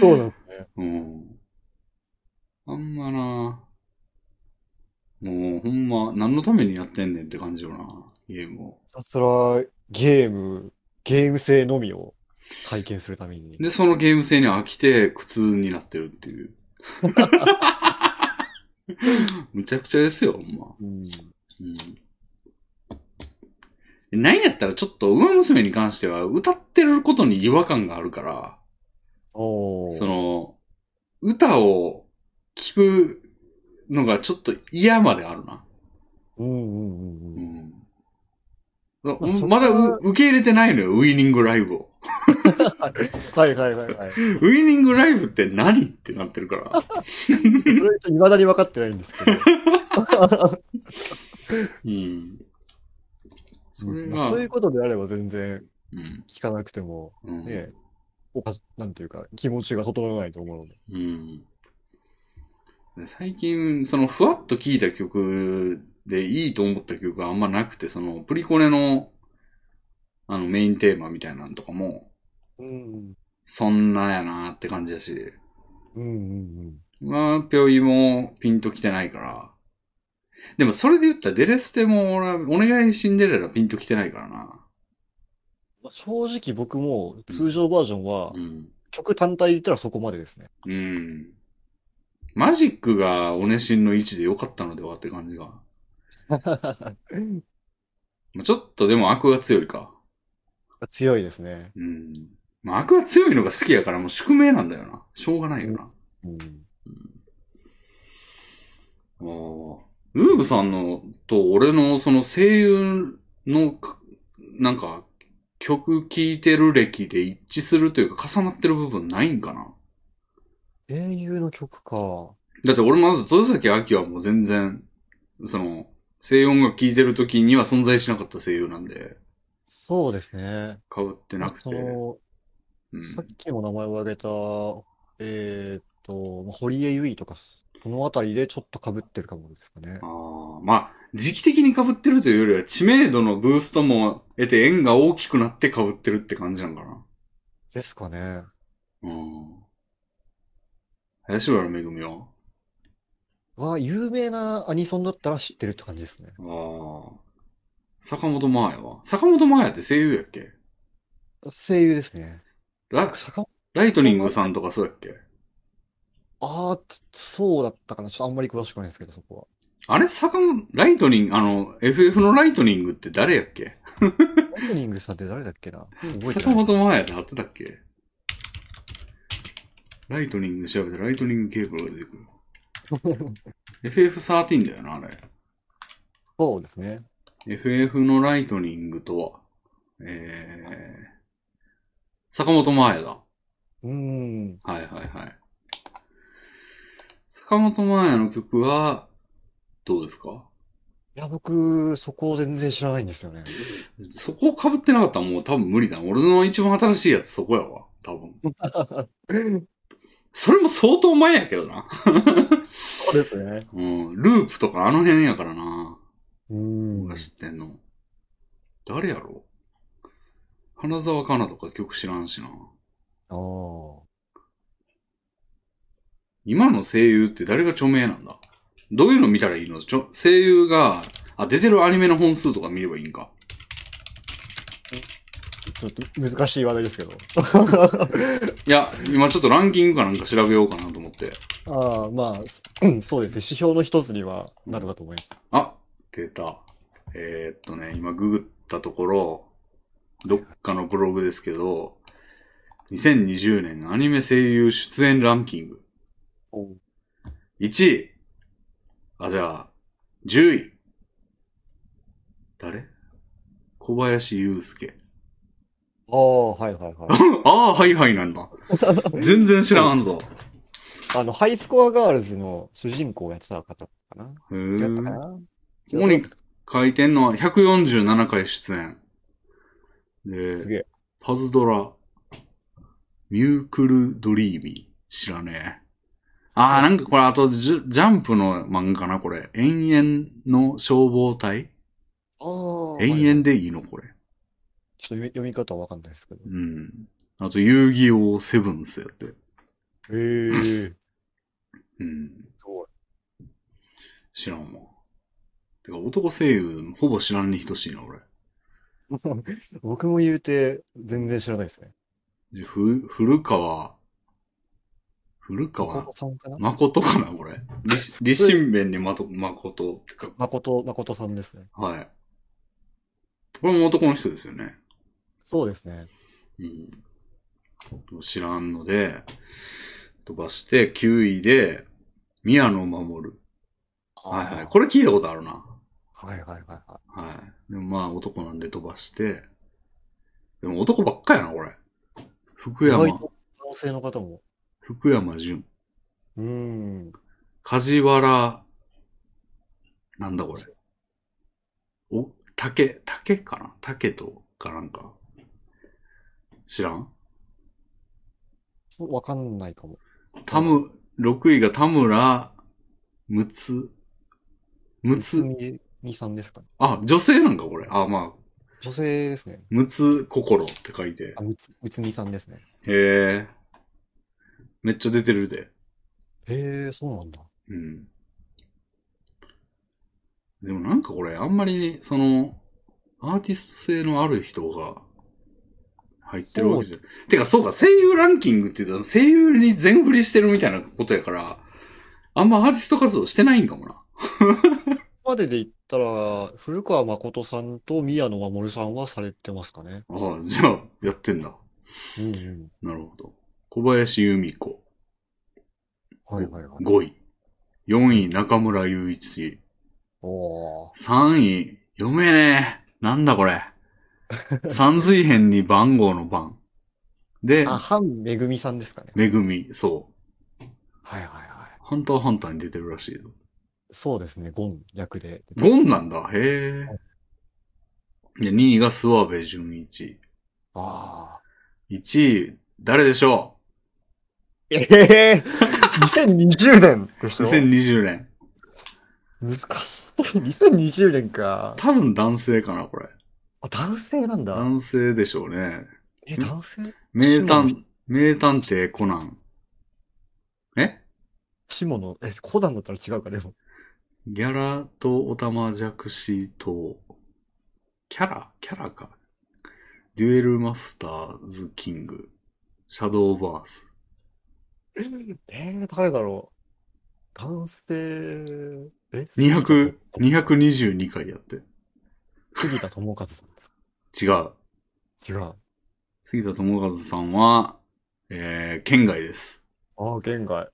そうなんですね。うん。あんまな、もうほんま、何のためにやってんねんって感じよな、ゲームを。ひたすらゲーム、ゲーム性のみを体験するために。で、そのゲーム性に飽きて苦痛になってるっていう。 *laughs* むちゃくちゃですよ、ほんま。うん。うん。なんやったらちょっと、馬娘に関しては歌ってることに違和感があるから、おそー。の、歌を聴くのがちょっと嫌まであるな。うんうんうん *laughs* ううん。ん。だあそこはまだう受け入れてないのよ、ウィニングライブを。はいはいはいはい。ウィニングライブって何ってなってるから。それはいまだに分かってないんですけ *laughs* ど。うん。それまあが、そういうことであれば全然うん。聞かなくても、うん。ね、おかなんていうか、気持ちが整わないと思うので。うん。で最近、その、ふわっと聴いた曲でいいと思った曲があんまなくて、その、プリコネの、あの、メインテーマみたいなのとかも、うん。そんなやなって感じだし、うんうんまあ、ぴょいもピンときてないから。でも、それで言ったら、デレステも、俺は、お願いシンデレラピンときてないからな。うん。正直僕も通常バージョンはうん。曲単体で言ったらそこまでですね。うん。マジックが、オネシンの位置で良かったのではって感じ *laughs* が。まあちょっとでも悪が強いか。強いですね。うん。まあ、悪が強いのが好きやからもう宿命なんだよな。しょうがないよな。うん。あールーブさんのと俺のその声優のか、なんか、曲聴いてる歴で一致するというか重なってる部分ないんかな英雄の曲か。だって俺まず戸崎明はもう全然、その、声優音楽聴いてる時には存在しなかった声優なんで、そうですね。被ってなくてそ。の、うんさっきも名前を挙げた、えーっと、まあ堀江由衣とか、そのあたりでちょっと被ってるかもですかね。ああ、まあ、時期的に被ってるというよりは、知名度のブーストも得て縁が大きくなって被ってるって感じなんかな。ですかね。うん。林原めぐみはは、有名なアニソンだったら知ってるって感じですね。ああ。坂本真綾は坂本真綾って声優やっけ声優ですね。ラ僕坂ライトニングさんとかそうやっけああ、つそうだったかな。ちょっとあんまり詳しくないですけど、そこは。あれ坂本、ライトニング、あの、FF のライトニングって誰やっけライトニングさんって誰だっけな覚えて坂ない。本真綾ってあってたっけライトニング調べてライトニングケーブルが出てくる。FF13 だよな、あれ。 *laughs* そうですね。 FF のライトニングとは、えー、坂本真綾だ。はうーん。いはいはい。坂本真綾の曲は、どうですかいや、僕、そこを全然知らないんですよね。そこを被ってなかったらもう多分無理だな。俺の一番新しいやつそこやわ。多分。それも相当前やけどな。そうですね。うん。ループとかあの辺やからな。うーん。僕が知ってんの。誰やろ花沢香菜とか曲知らんしな。ああ。今の声優って誰が著名なんだどういうの見たらいいのちょ声優が、あ、出てるアニメの本数とか見ればいいんか。ちょっと難しい話題ですけど。いや、今ちょっとランキングかなんか調べようかなと思って。ああ、まあ、うんそうですね。指標の一つにはなるかと思います。あ、出た。えーっとね、今ググったところ、どっかのブログですけど、2020年アニメ声優出演ランキング。1位。あ、じゃあ、10位。誰小林祐介。 *laughs* ああ、はいはいはい。 *laughs* ああ、はいはいなんだ。全然知らんぞ。あの、ハイスコアガールズの主人公をやってた方かなへ違ったかえ。なここ違っに書いてんのは147回出演。たすで、げえ。パズドラ、ミュークルドリーミー。知らねえ。ああ、なんかこれ、あとジュ、ジャンプの漫画かな、これ。延々の消防隊ああ。延はいは々いでいいの、これ。ちょっと読み読み方はわかんないですけど。うん。あと、遊戯王セブンスやって。ええうん。すごい。知らんわ。てか、男声優、ほぼ知らんに等しいな、俺。 *laughs* 僕も言うて、全然知らないですね。でふ、古川、古川誠、さんかな誠かな、これ。立立身弁にまと、誠。誠、誠さんですね。はい。これも男の人ですよね。そうですね。うん。知らんので、飛ばして、9位で、宮野守。はいはい。これ聞いたことあるな。はいはいはいははい。でもまあ男なんで飛ばして、でも男ばっかやな、これ。福山意、外と男性の方も。福山潤。うん。梶原、なんだこれ。お、竹、竹かな竹とかなんか。知らんそうわかんないかも。タム、6位が田村、むつ、むつ、みみさんですかね。あ、女性なんかこれ。あ、まあ、女性ですね。むつ心って書いてあ、。むつ、むつみさんですね。へえ。めっちゃ出てるで。へえ、そうなんだ。うん。でもなんかこれ、あんまり、その、アーティスト性のある人が入ってるわけじゃない。てか、そうか、声優ランキングって言ったら、声優に全振りしてるみたいなことやから、あんまアーティスト活動してないんかもな。ここまでで言ったら、古川誠さんと宮野真守さんはされてますかね。ああ、じゃあ、やってんだ。うんうん。なるほど。小林由美子、はいはいはい。 5位。4位、中村雄一。おー。 3位、読めねえ。なんだこ *laughs* れ。三髄編に番号の番。で、あ、半めぐみさんですかね。めぐみ、そう。はいはいはい。ハンターハンターに出てるらしいぞ。そうですね、ゴン役で。ゴンなんだ。へえ。で、2位が諏訪部淳一。ああ。 1位、誰でしょええ2020年でしうょ ?2020 年。難しい。2020年か。多分男性かな、これ。あ、男性なんだ。男性でしょうね。え、男性名そう探、名探偵コナン。え下の、え、コダンだったら違うか、でも。ギャラとオタマジャクシと、キャラキャラか。デュエルマスターズキング。シャドーバース。 *laughs* えー、誰だろう。男性、え、 200、222回やって。杉田智和さんです違う。違う。杉田智和さんは、えー、県外です。ああ、県外。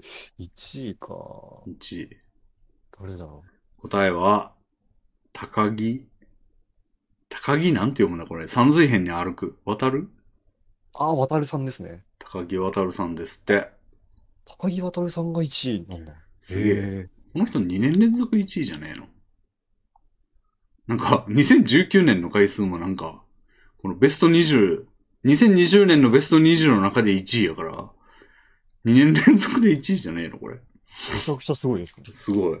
1位か。 1位。どれだろう。答えは、高木。高木なんて読むんだこれ。三髄編に歩く。渡るああ、渡るさんですね。高木渡るさんですって。高木渡るさんが1位なんだ。すげえ。え。この人2年連続1位じゃねえのなんか、2019年の回数もなんか、このベスト20、2020年のベスト20の中で1位やから、2年連続で1位じゃねえのこれ。めちゃくちゃすごいですね。すごい。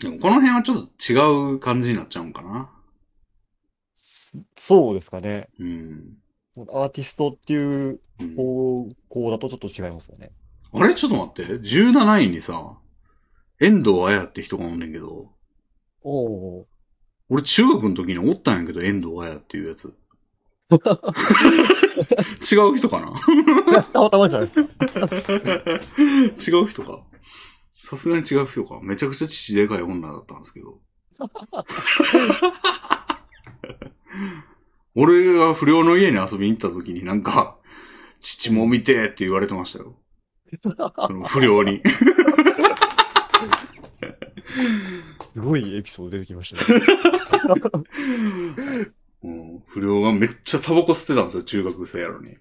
でもこの辺はちょっと違う感じになっちゃうんかな。すそうですかね。うん。アーティストっていううん方向だとちょっと違いますよね。あれちょっと待って。17位にさ、遠藤彩って人がおんねんけど、おお。俺中学の時におったんやけど、遠藤彩っていうやつ。違う人かなたまたまじゃないですか。違う人か。さすがに違う人か。めちゃくちゃ父でかい女だったんですけど。俺が不良の家に遊びに行った時になんか、父も見てって言われてましたよ。その不良に。すごいエピソード出てきましたね。うん、不良がめっちゃタバコ吸ってたんですよ、中学生やのに。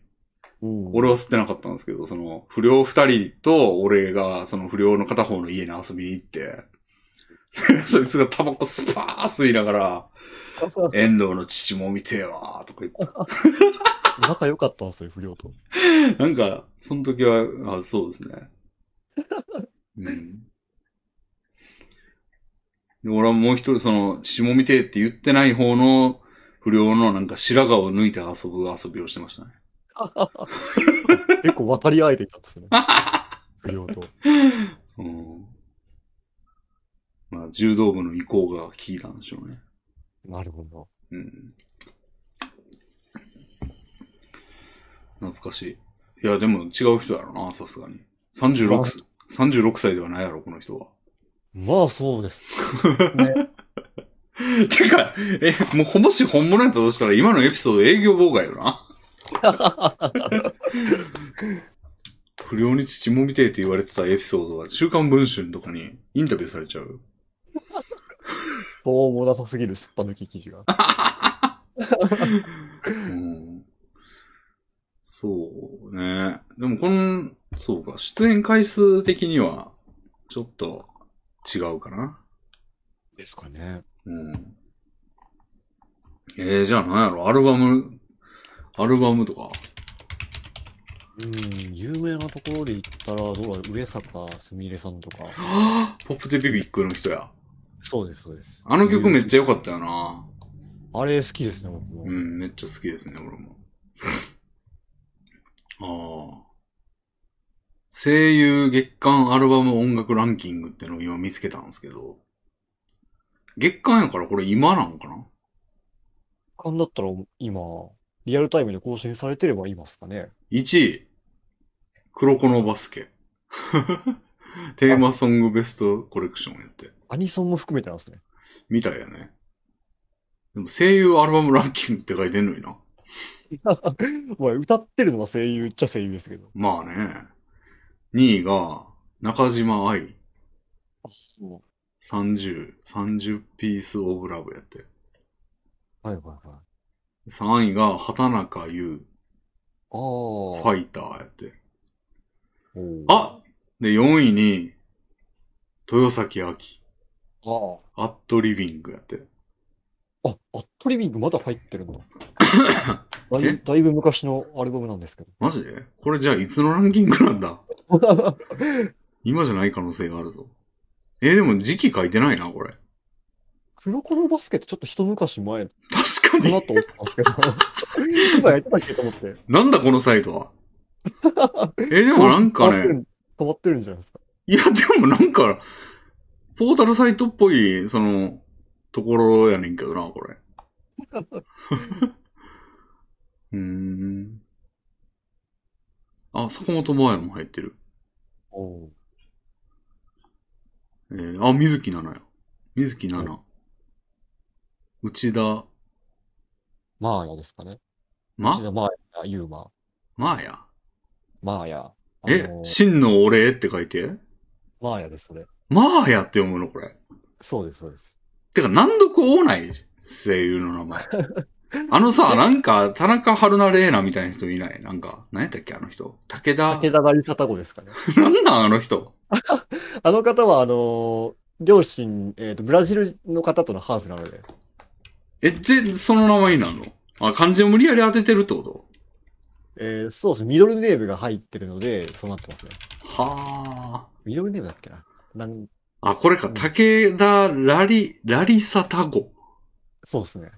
うん。俺は吸ってなかったんですけど、その、不良二人と、俺が、その不良の片方の家に遊びに行って、 *laughs* そいつがタバコスパー吸いながら、遠藤の父も見てえわーとか言って仲良かったんですよ、不良と。なんか、その時は、あそうですね。うん。で俺はもう一人、その、父も見てって言ってない方の不良のなんか白髪を抜いて遊ぶ遊びをしてましたね。結構渡り合えていた *laughs* んですね。不良と。うん。まあ、柔道部の意向が効いたんでしょうね。なるほど。うん。懐かしい。いや、でも違う人やろな、さすがに。36歳、36歳ではないやろ、この人は。まあそうです。てか、え、もうもし本物やったとしたら今のエピソード営業妨害よな。不良に父もみてえって言われてたエピソードは週刊文春とかにインタビューされちゃう。どうもなさすぎるすっぱ抜き記事が。うん。そうね。でもこの、そうか、出演回数的には、ちょっと違うかな。ですかね。うん。えー、じゃあ何やろ、アルバム、アルバムとか。 *gasps* うん、有名なところで言ったら、どうだろう、上坂すみれさんとか。ポップテピピックの人や。そうです、そうです。あの曲めっちゃ良ゃ。かったよな。あれ好きですね、僕も。うん、めっちゃ好きですね、俺 *laughs* も。ああ。声優月間アルバム音楽ランキングってのを今見つけたんですけど。月間やからこれ今なんかなあんだったら今、リアルタイムで更新されてればいますかね。 ?1 位、黒子のバスケ。 *laughs* テーマソングベストコレクションやって。アニソンも含めてなんですね。 *laughs* みたいやね。でも声優アルバムランキングって書いてんのにな。まあ、歌ってるのは声優っちゃ声優ですけど。まあね。2位が中島愛。30、30ピースオブラブやって。はいはいはい。 3位が畑中優、ああ。フはァイターやって。いあで、4位に、豊崎明、あアットリビングやって。あ。あ、アットリビングまだ入ってるん *coughs* だ。だえいだいぶ昔のアルバムなんですけど。マジでこれじゃあいつのランキングなんだ今じゃない可能性があるぞ。えーでも時期書いてないな、これ。 *laughs* 黒子のバスケってちょっと一昔前か確かなに。と思ったんです *laughs* けど。今やってたっけと思って。なんだこのサイトは。えーでもなんかね。止まってるんじゃないですか。いや、でもなんか、ポータルサイトっぽい、その、ところやねんけどな、こ *laughs* れ。うーん。あ、坂本真綾も入ってる。おうえー、あ、水木奈々や。水木奈々。内田、マーヤですかね。まうち、のマーヤ、ユーマ、まあや。マーヤ。あえ、の真のお礼って書いて。マーヤです、それ。まあやって読むの、これ。そうです、そうです。てか、難読多ない声優の *laughs* 名前。あのさ、なんか、田中春菜玲奈みたいな人いないなんか、何やったっけあの人。武田。武田がりさたですかね。なんなんあの人。あの方は、あの、両親、えっと、ブラジルの方とのハーフなので。え、で、その名前になるのあ、漢字を無理やり当ててるってことえー、そうですね。ミドルネームが入ってるので、そうなってますね。はミドルネームだっけな。なんあ。あ、これか。武田ラリ、ラリサタゴ。そうですね。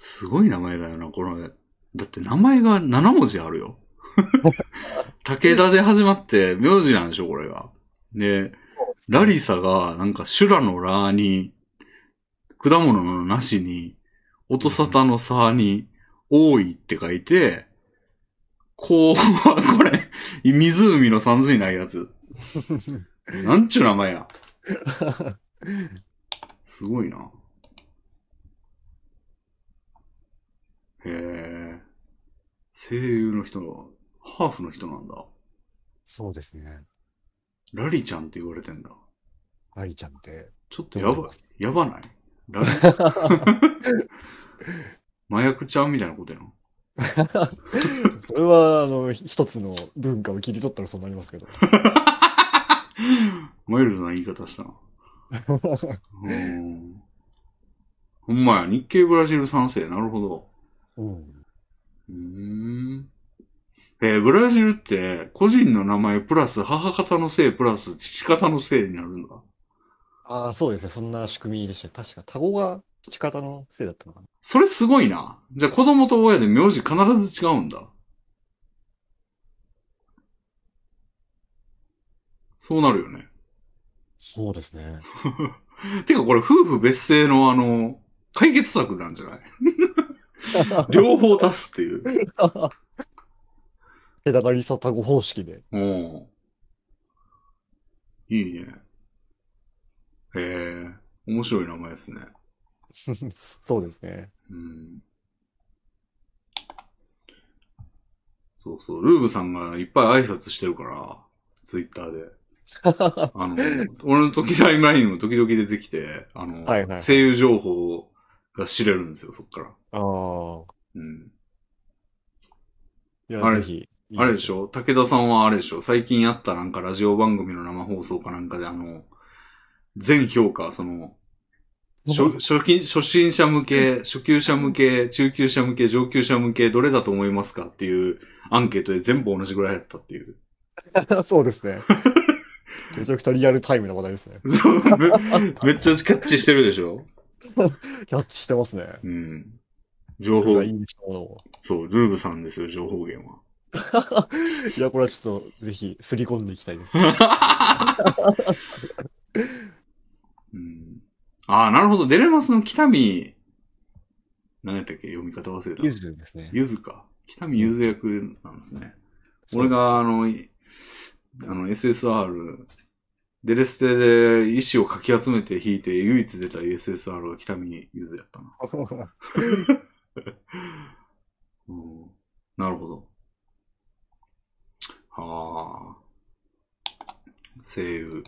すごい名前だよな、これ。だって名前が7文字あるよ。武田で始まって、名字なんでしょ、これが。で、ラリサが、なんか、修羅のラーに、果物の梨に、音沙汰の差に、多いって書いて、こう、 *laughs* これ、湖の三髄ないやつ。なんちゅう名前や。すごいな。へえ。声優の人が、ハーフの人なんだ。そうですね。ラリちゃんって言われてんだ。ラリちゃんって。ちょっとやどう思いばます、やばないラリ麻薬ちゃんみたいなことやん。それは、あの、ひ一つの文化を切り取ったらそうなりますけど。 *laughs* マイルドな言い方したな。うん。ほんまや、日系ブラジル三世、なるほど。うん。うーん。えーブラジルって、個人の名前プラス母方の姓プラス父方の姓になるんだ。ああ、そうですね。そんな仕組みでした。確か、タゴが父方のせいだったのかな。それすごいな。じゃあ子供と親で名字必ず違うんだ。そうなるよね。そうですね。てかこれ夫婦別姓のあの、解決策なんじゃない両方足すっていう。ペダガリサタゴ方式で。 *laughs* うん。いいね。へえ、面白い名前ですね。そうですね。うんそうそう、ルーブさんがいっぱい挨拶してるから、ツイッターで。 *laughs* あの、俺の時タイムラインにも時々出てきて、あの、はいはい声優情報が知れるんですよ、そっから。ああ、うん。いあや、れぜひ。あれでしょ武田さんはあれでしょ最近やったなんかラジオ番組の生放送かなんかであの、全評価、その、初初期初心者向け、初級者向け、中級者向け、上級者向け、どれだと思いますかっていうアンケートで全部同じぐらいだったっていう。 *laughs* ょ *laughs* そうですね。めちゃくちゃリアルタイムな話題ですね。そうめめっちゃキャッチしてるでしょキャッチしてますね。うん。情僕報が、いい人のものを。そう、ルーブさんですよ、情報源は。いや、これはちょっと、ぜひ、すり込んでいきたいです。うん、ああ、なるほど。デレマスの北見、何やったっけ読み方忘れた。ゆずですね。ゆずか。北見ゆず役なんですね。そう俺ですが、あの、いあの、SSR、デレステで石をかき集めて弾いて唯一出た SSR は北見ゆずやったな。うん、なるほど。はあ。声優。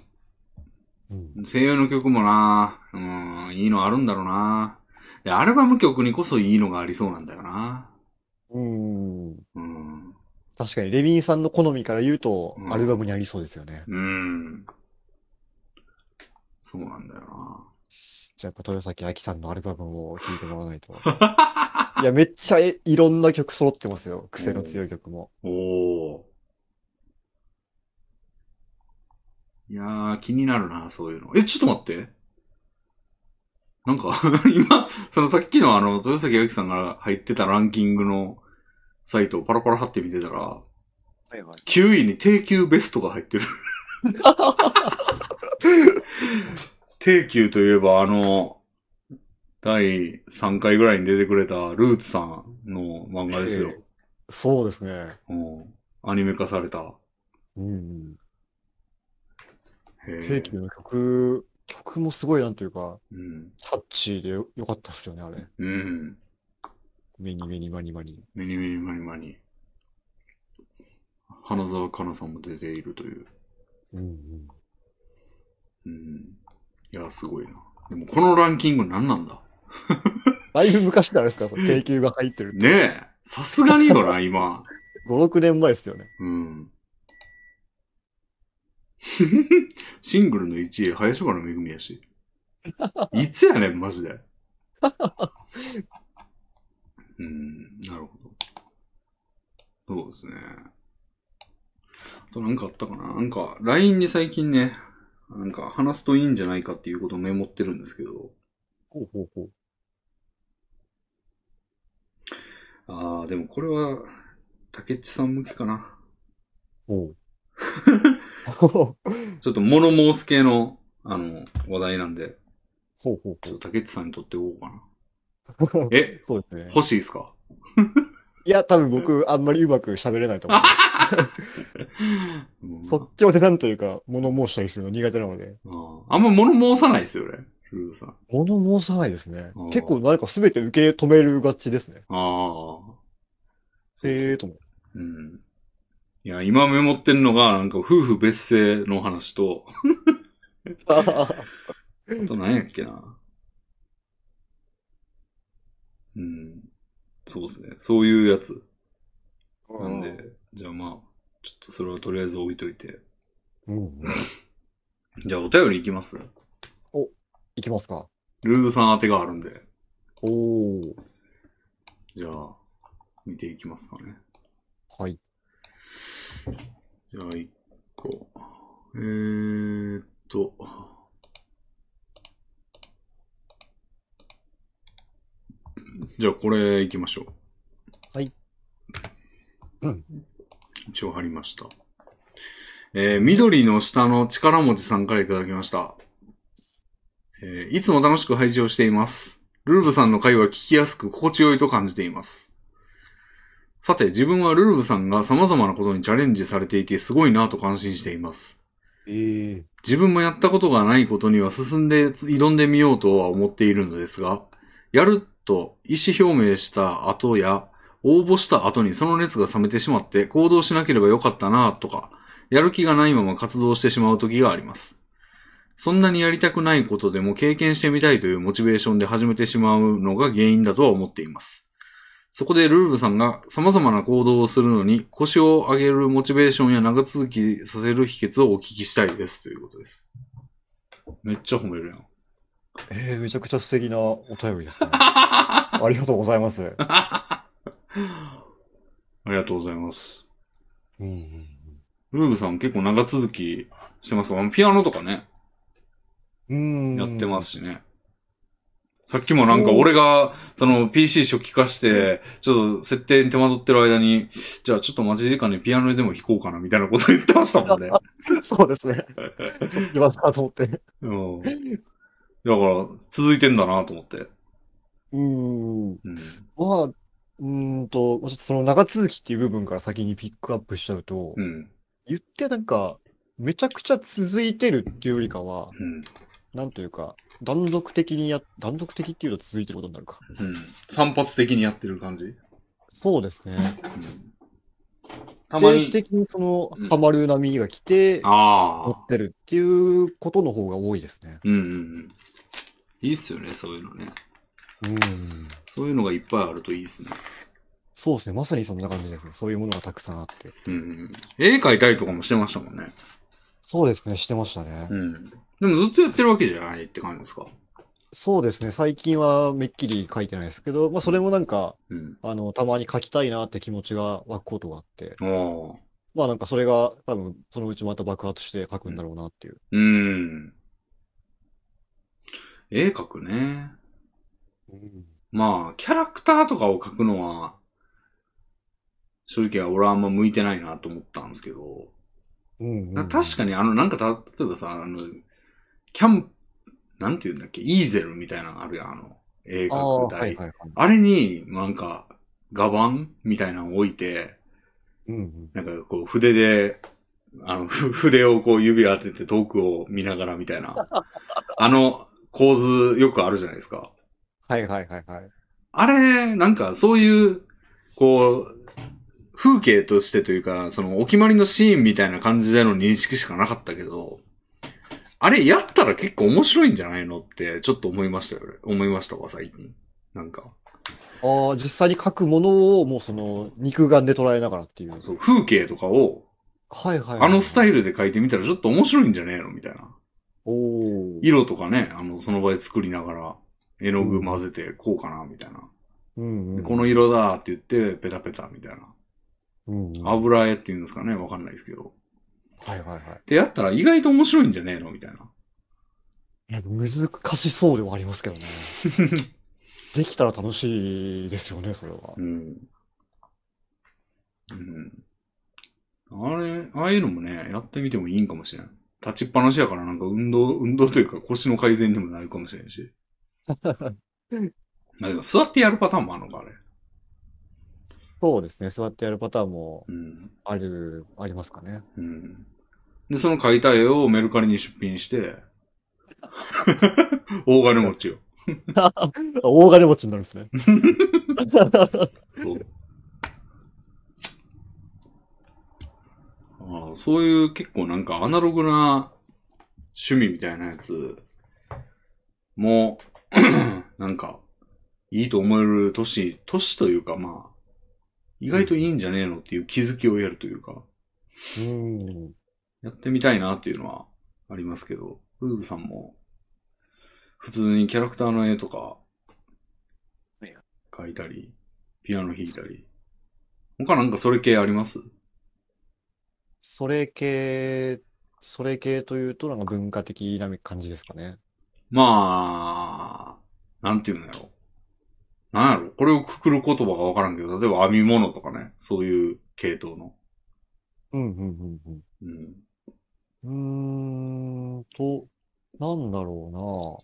うん声優の曲もな、うん、いいのあるんだろうな。いやアルバム曲にこそいいのがありそうなんだよな。 *laughs* うん。うん。確かに、レビンさんの好みから言うとう、んアルバムにありそうですよね。うん。そうなんだよな。じゃあ、やっぱ豊崎あきさんのアルバムを聴いてもらわ *laughs* ないと。いや、めっちゃえいろんな曲揃ってますよ。癖の強い曲も。おおー。いやー、気になるな、そういうの。え、ちょっと待って。なんか、 *laughs* 今、そのさっきのあの、豊崎あきさんが入ってたランキングのサイトをパラパラ貼って見てたら、はいはい。 9位に定休ベストが入ってる。 *laughs* 定休といえば、あの、第3回ぐらいに出てくれたルーツさんの漫画ですよえ。そうですね。うん。アニメ化された。うん。へー定期の曲、曲もすごいなんというか、うん。タッチーでよよかったっすよね、あれ。うん。ミニミニマニマニ。ミニミニマニマニ。花澤香菜さんも出ているという。うんううん。ん。いや、すごいな。でも、このランキング何なんだだいぶ昔からですから、その定休が入ってるって。ねえさすがによな、今。 5、6年前ですよね。うん。シングルの1位、林原めぐみやし。いつやねん、マジで。うん、なるほど。そうですね。あとなんかあったかななんか、LINE に最近ね、なんか話すといいんじゃないかっていうことをメモってるんですけど、ほうほうほう。あー、でもこれは、竹内さん向きかな。 *laughs* ほう。ほうちょっと物申す系の、あの、話題なんで、ほうほちょっと竹内さんにとっておこうかな。う。えそうですね。欲しいですかいや、多分僕、あんまりうまく喋れないと思う。 *laughs* うん即興でなんというか、物申したりするの苦手なので。あああんま物申さないですよね、ルーブさん。あ物申さないですねうん。結構何か全て受け止めるがちですね。あ。そうええと思う。うん。いや、今メモってんのが、なんか夫婦別姓の話と、あと何やっけな。うん。そうですね。そういうやつ。 *laughs* なんで、じゃあまあ、ちょっとそれはとりあえず置いといて。うんうん。じゃあお便りいきますいきますか。ルーブさん宛てがあるんで。おー。じゃあ、見ていきますかね。はい。じゃあ、一個。えーっと。じゃあ、これ行きましょう。はい。うん *clears throat* 一応貼りました。えー緑の下の力持ちさんからいただきました。えーいつも楽しく拝聴しています。ルルブさんの会は聞きやすく心地よいと感じています。さて、自分はルルブさんが様々なことにチャレンジされていてすごいなと感心しています。ええ自分もやったことがないことには進んで挑んでみようとは思っているのですが、やると意思表明した後や、応募した後にその熱が冷めてしまって行動しなければよかったなとか、やる気がないまま活動してしまう時があります。そんなにやりたくないことでも経験してみたいというモチベーションで始めてしまうのが原因だとは思っています。そこでルーブさんが様々な行動をするのに腰を上げるモチベーションや長続きさせる秘訣をお聞きしたいですということです。めっちゃ褒めるやん。えー、めちゃくちゃ素敵なお便 *laughs* りですね。ありがとうございます。ありがとうございます。うんうんルーブさん結構長続きしてますから、ピアノとかね、うん、。やってますすしね。さっきもなんか俺が、その PC 初期化して、ちょっと設定に手間取ってる間に、じゃあちょっと待ち時間にピアノでも弾こうかなみたいなこと言ってましたも *laughs* んね。そうですね。 *laughs* ちょっと言わなと思って。うん。だから、続いてんだなと思って。うん。うん。まあ、うーんと、まあちょっとその長続きっていう部分から先にピックアップしちゃうと、うん。言ってなんか、めちゃくちゃ続いてるっていうよりかは、うん。なんというか、断続的にや、断続的っていうと続いてることになるか。うん。散発的にやってる感じ。そうですね。うん、たま定に期。的にそのうん、ハマる波が来て、あ持あ。ってるっていうことの方が多いですね。うんうんうん。いいっすよね、そういうのね。うん。そういうのがいっぱいあるといいっすね。そうですね。まさにそんな感じですね。そういうものがたくさんあって。うんうん。絵描いたりとかもしてましたもんね。そうですね。してましたね。うん。でもずっとやってるわけじゃないって感じですか。そうですね。最近はめっきり書いてないですけど、まあそれもなんか、うん。あの、たまに書きたいなって気持ちが湧くことがあって、ああ。まあなんかそれが多分そのうちまた爆発して書くんだろうなっていう。うん。絵描くね。まあ、キャラクターとかを描くのは、正直俺はあんま向いてないなと思ったんですけど、うんな確かにあの、なんかた、例えばさ、あの、キャン、なんて言うんだっけ、イーゼルみたいなのあるやん、あの、映画ああ、舞は台い。はいはい。あれに、なんか、画板みたいなの置いて、うんうん。なんかこう筆で、あの、ふ筆をこう指当てて遠くを見ながらみたいな。あの構図よくあるじゃないですか。はいはいはいはい。あれ、なんかそういう、こう、風景としてというか、そのお決まりのシーンみたいな感じでの認識しかなかったけど、あれやったら結構面白いんじゃないのってちょっと思いましたよね。思いましたわ、最近。なんか、ああ、実際に書くものをもうその肉眼で捉えながらっていう。そう、風景とかを、はいはいはあい。のスタイルで描いてみたらちょっと面白いんじゃねえのみたいな。おお。色とかね、あの、その場で作りながら、絵の具混ぜてこうかな、みたいな。うんうでん。この色だって言って、ペタペタ、みたいな。うんうん。はい油絵っていうんですかね、わかんないですけど。はいはい。で、やったら意外と面白いんじゃねえのみたいな。いや難しそうではありますけどね。できたら楽しいですよね、それは。うん。うん。あれ、ああいうのもね、やってみてもいいんかもしれん。立ちっぱなしやからなんか運動、運動というか腰の改善にもなるかもしれん *laughs* し。まあでも座ってやるパターンもあるのか、あれ。そうですね。座ってやるパターンもうん。ある、ありますかね。うん。で、その描いた絵をメルカリに出品 *laughs* して、大金持ちよ。あ大金持ちになるんですね。そうああそういう結構なんかアナログな趣味みたいなやつも、 *clears throat* なんか、いいと思える年、年というかまあ、意外といいんじゃねえのっていう気づきを得るというか、うん。やってみたいなっていうのはありますけど、ウーブさんも、普通にキャラクターの絵とかね、描いたり、ピアノ弾いたり。他なんかそれ系ありますそれ系、それ系というと、なんか文化的な感じですかね。まあ、なんていうんだろう。なんやろこれをくくる言葉がわからんけど、例えば編み物とかね、そういう系統の。うん、うん、うん、うん。うん。うーんと、なんだろうな。も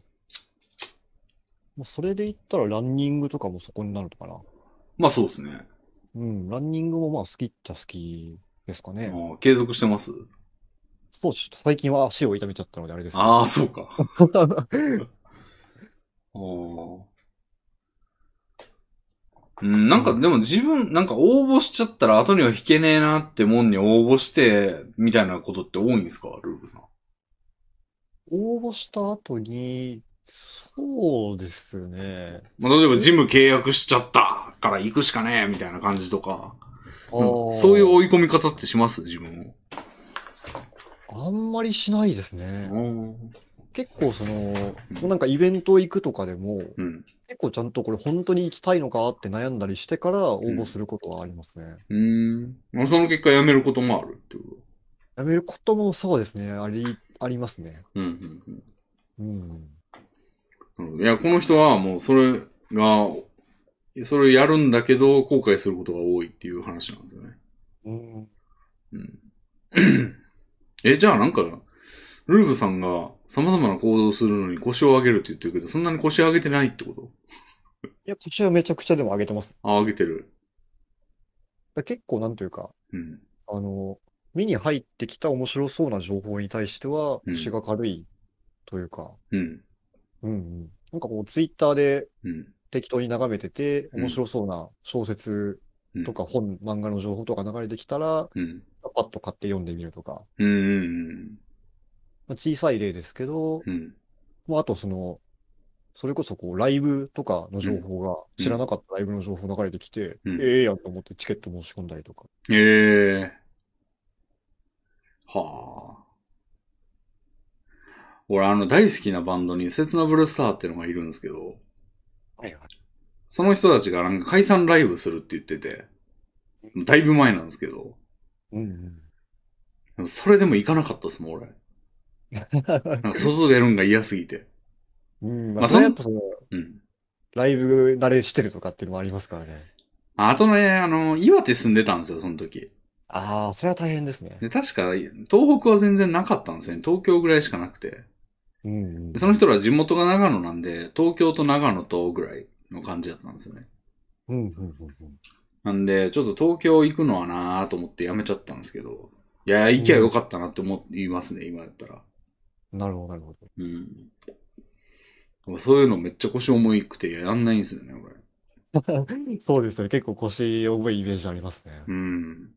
うそれで言ったらランニングとかもそこになるのかな。まあそうですね。うん、ランニングもまあ好きっちゃ好きですかね。ああ継続してますそう、ちょっと最近は足を痛めちゃったのであれですけど。ああ、そうか。ああ。うん、なんかでも自分、なんか応募しちゃったら後には引けねえなってもんに応募して、みたいなことって多いんですかルーブさん。 *laughs* 応募した後に、そうですね。まあ、例えばジム契約しちゃったから行くしかねえみたいな感じとか、あなんーかそういう追い込み方ってします自分あんまりしないですね。を。結構その、もうんうなんかイベント行くとかでも、うん。結構ちゃんとこれ本当に行きたいのかって悩んだりしてから応募することはありますね。うーん。その結果やめることもあるってことやめることもそうですね。あり、ありますね。うんうんうん。うん。うんいや、この人はもうそれが、それをやるんだけど、後悔することが多いっていう話なんですよね。うん、うん。え、じゃあなんか、ルーブさんが様々な行動をするのに腰を上げるって言ってるけど、そんなに腰上げてないってこといや、こちらめちゃくちゃでも上げてます。だかあ、上げてる。ら結構なんというか、うん。あの、目に入ってきた面白そうな情報に対しては、うん腰が軽いというか、うん。うんうん。なんかこう、ツイッターでうん。適当に眺めてて、うん面白そうな小説うんとか本、漫画の情報とか流れてきたら、うん。パッと買って読んでみるとか、うん。うん。まあ小さい例ですけど、うん。まあ、あとその、それこそこう、ライブとかの情報が、うん知らなかったライブの情報流れてきて、うんええやんと思ってチケット申し込んだりとか。ええはあ。俺、あの、大好きなバンドに、刹那ブルースターってのがいるんですけど、はいはい。その人たちがなんか解散ライブするって言ってて、だいぶ前なんですけど、うんうん。でもそれでも行かなかったですもん、俺。なんか外でやるんが嫌すぎて。 *laughs* うん、ままああ、それそはやんっぱその、うん。ライブ慣れしてるとかっていうのもありますからね。あとね、あの、岩手住んでたんですよ、その時。ああ、それは大変ですね。で、確か、東北は全然なかったんですよね。東京ぐらいしかなくて。うんうんで、その人ら地元が長野なんで、東京と長野とぐらいの感じだったんですよね。うんうんうんうんなんで、ちょっと東京行くのはなーと思ってやめちゃったんですけど、いや、行きゃよかったなって思いますね、今やったら。なるほど、なるほど。うん。そういうのめっちゃ腰重いくてやんないんですよね、俺。そうですね。結構腰重いイメージありますね。うん。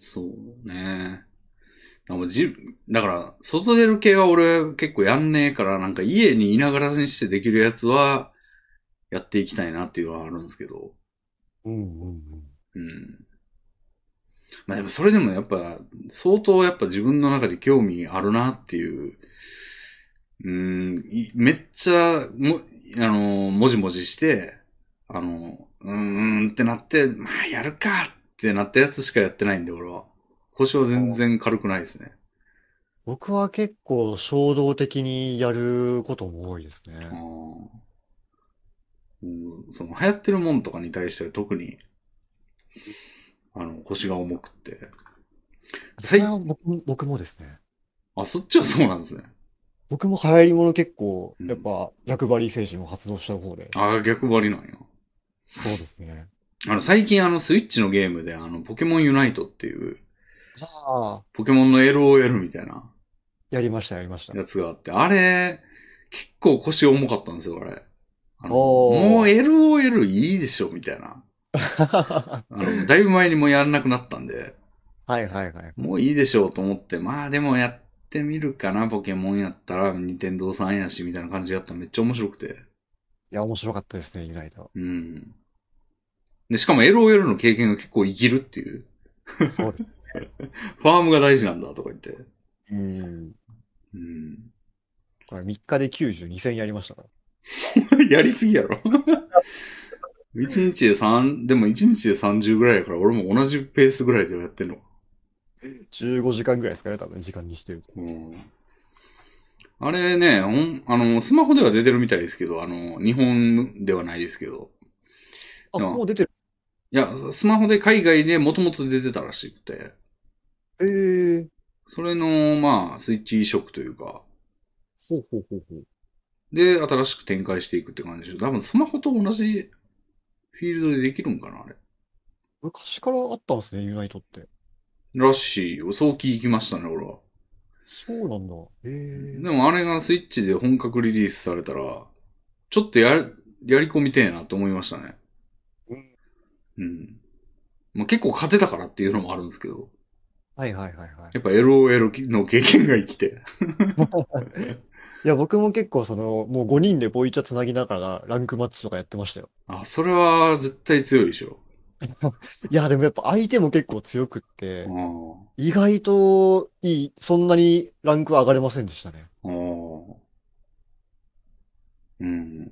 そうね。でもじだから、外出る系は俺結構やんねえから、なんか家にいながらにしてできるやつは、やっていきたいなっていうのはあるんですけど。うんうんうん。うん。まあでもそれでもやっぱ、相当やっぱ自分の中で興味あるなっていう、うん、いめっちゃ、も、あの、もじもじして、あの、うーんってなって、まあやるかってなったやつしかやってないんで、俺は。腰は全然軽くないですね。僕は結構衝動的にやることも多いですあね。ーうん、その流行ってるもんとかに対しては特に、あの、腰が重くって。そ最れは僕も僕もですね。あ、そっちはそうなんですね。僕も流行りもの結構、うんやっぱ、役割精神を発動した方で。ああ、逆張りなんや。そうですね。あの、最近あの、スイッチのゲームで、あの、ポケモンユナイトっていう、ああ、ポケモンの LOL みたいなやりました、やりました。やつがあって、あれ、結構腰重かったんですよ、あれ。あの、おーもう LOL いいでしょ、みたいな。 *laughs* はあ *laughs* の、だいぶ前にもうやらなくなったんで、いはいはい。もういいでしょうと思って、まあでもやってみるかな、ポケモンやったら、ニンテンドーさんやし、みたいな感じでやったらめっちゃ面白くて。いや、面白かったですね、ユナイト。うん。で、しかも LOL の経験が結構生きるっていう。そうです。ファームが大事なんだとか言って。うん。うん。これ3日で92戦やりましたから。 *laughs* やりすぎやろ。一日で三でも一日で30ぐらいやから、俺も同じペースぐらいでやってんの。 15時間ぐらいですかね、多分時間にしてると。うん。あれね、ほん、あの、スマホでは出てるみたいですけど、あの、日本ではないですけど。あ、うんもう出てる。いや、スマホで海外でもともと出てたらしくて、ええそれの、まあ、スイッチ移植というか、ほうほうほうほう。で、新しく展開していくって感じでしょ。多分スマホと同じフィールドでできるんかな、あれ。昔からあったんですね、ユナイトって。らしいよ。そう聞きましたね、俺は。そうなんだ。ええでもあれがスイッチで本格リリースされたら、ちょっとやる、やり込みてえなと思いましたね。うんうん。まあ、結構勝てたからっていうのもあるんですけど、はいはいはいはい。やっぱ LOL の経験が生きて。いや、僕も結構その、もう5人でボイチャつなぎながらランクマッチとかやってましたよ。あ、それは絶対強いでしょ。いや、でもやっぱ相手も結構強くってう、ん。意外といい、そんなにランクは上がれませんでし *laughs* たね。おーうん。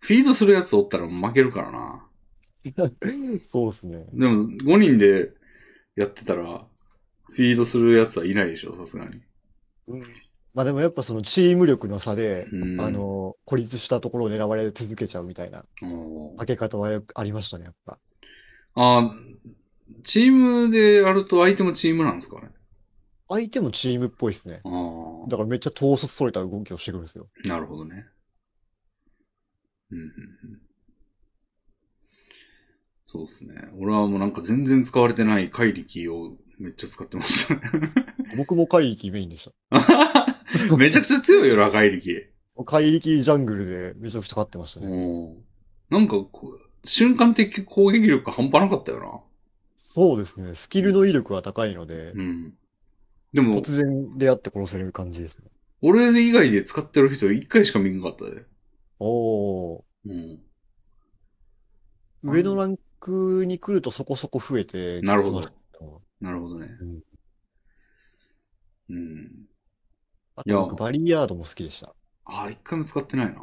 フィードするやつおったら負けるからな。そうですね。でも、5人でやってたら、フィードするやつはいないでしょ、さすがに。まあでもやっぱそのチーム力の差で、うん。あ、の、孤立したところを狙われ続けちゃうみたいなおー負け方はよくありましたね、やっぱ。あー、チームでやると相手もチームなんですかね。相手もチームっぽいですね。あだからめっちゃ統率取れた動きをしてくるんですよ。あ、なるほどね。うんうんうん。そうですね。俺はもうなんか全然使われてない怪力をめっちゃ使ってました *laughs* ね。僕も怪力メインでしめちゃくちゃ強いよな、怪力。た。怪力ジャングルでめちゃくちゃ勝ってましたね。うんなんかこう、瞬間的攻撃力半端なかったよそうですね。スキルの威力は高いので、な。うん。でも、突然出会って殺せれる感じですね。俺以外で使ってる人一回しか見んかったで。おー。うん。うん上のランクに来るとそこそこ増えてなるほどきましたけど。なるほどね。うん。あいやと僕バリヤードも好きでした。ああ、一回も使ってないな。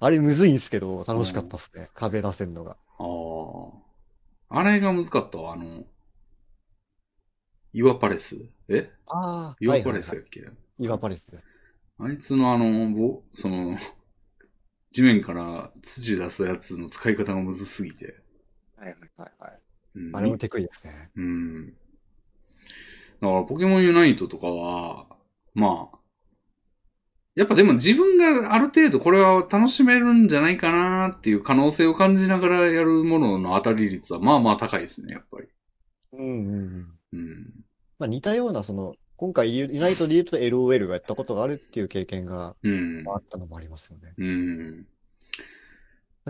あれむずいんですけど、楽しかったっすね。壁出せるのが。ああ。あれが難かったわ、あの、岩パレス。えああ、岩パレスはいやはいっけ、はい岩パレスです。あいつのあの、ぼ、その、地面から土出すやつの使い方がむずすぎて。はいはいはい。うんあれもテクイですね。うん。だから、ポケモンユナイトとかは、まあ、やっぱでも自分がある程度これは楽しめるんじゃないかなっていう可能性を感じながらやるものの当たり率はまあまあ高いですね、やっぱり。うんうんうん。うん。まあ似たような、その、今回ユナイトで言うと LOL がやったことがあるっていう経験がうん。あったのもありますよね。うん。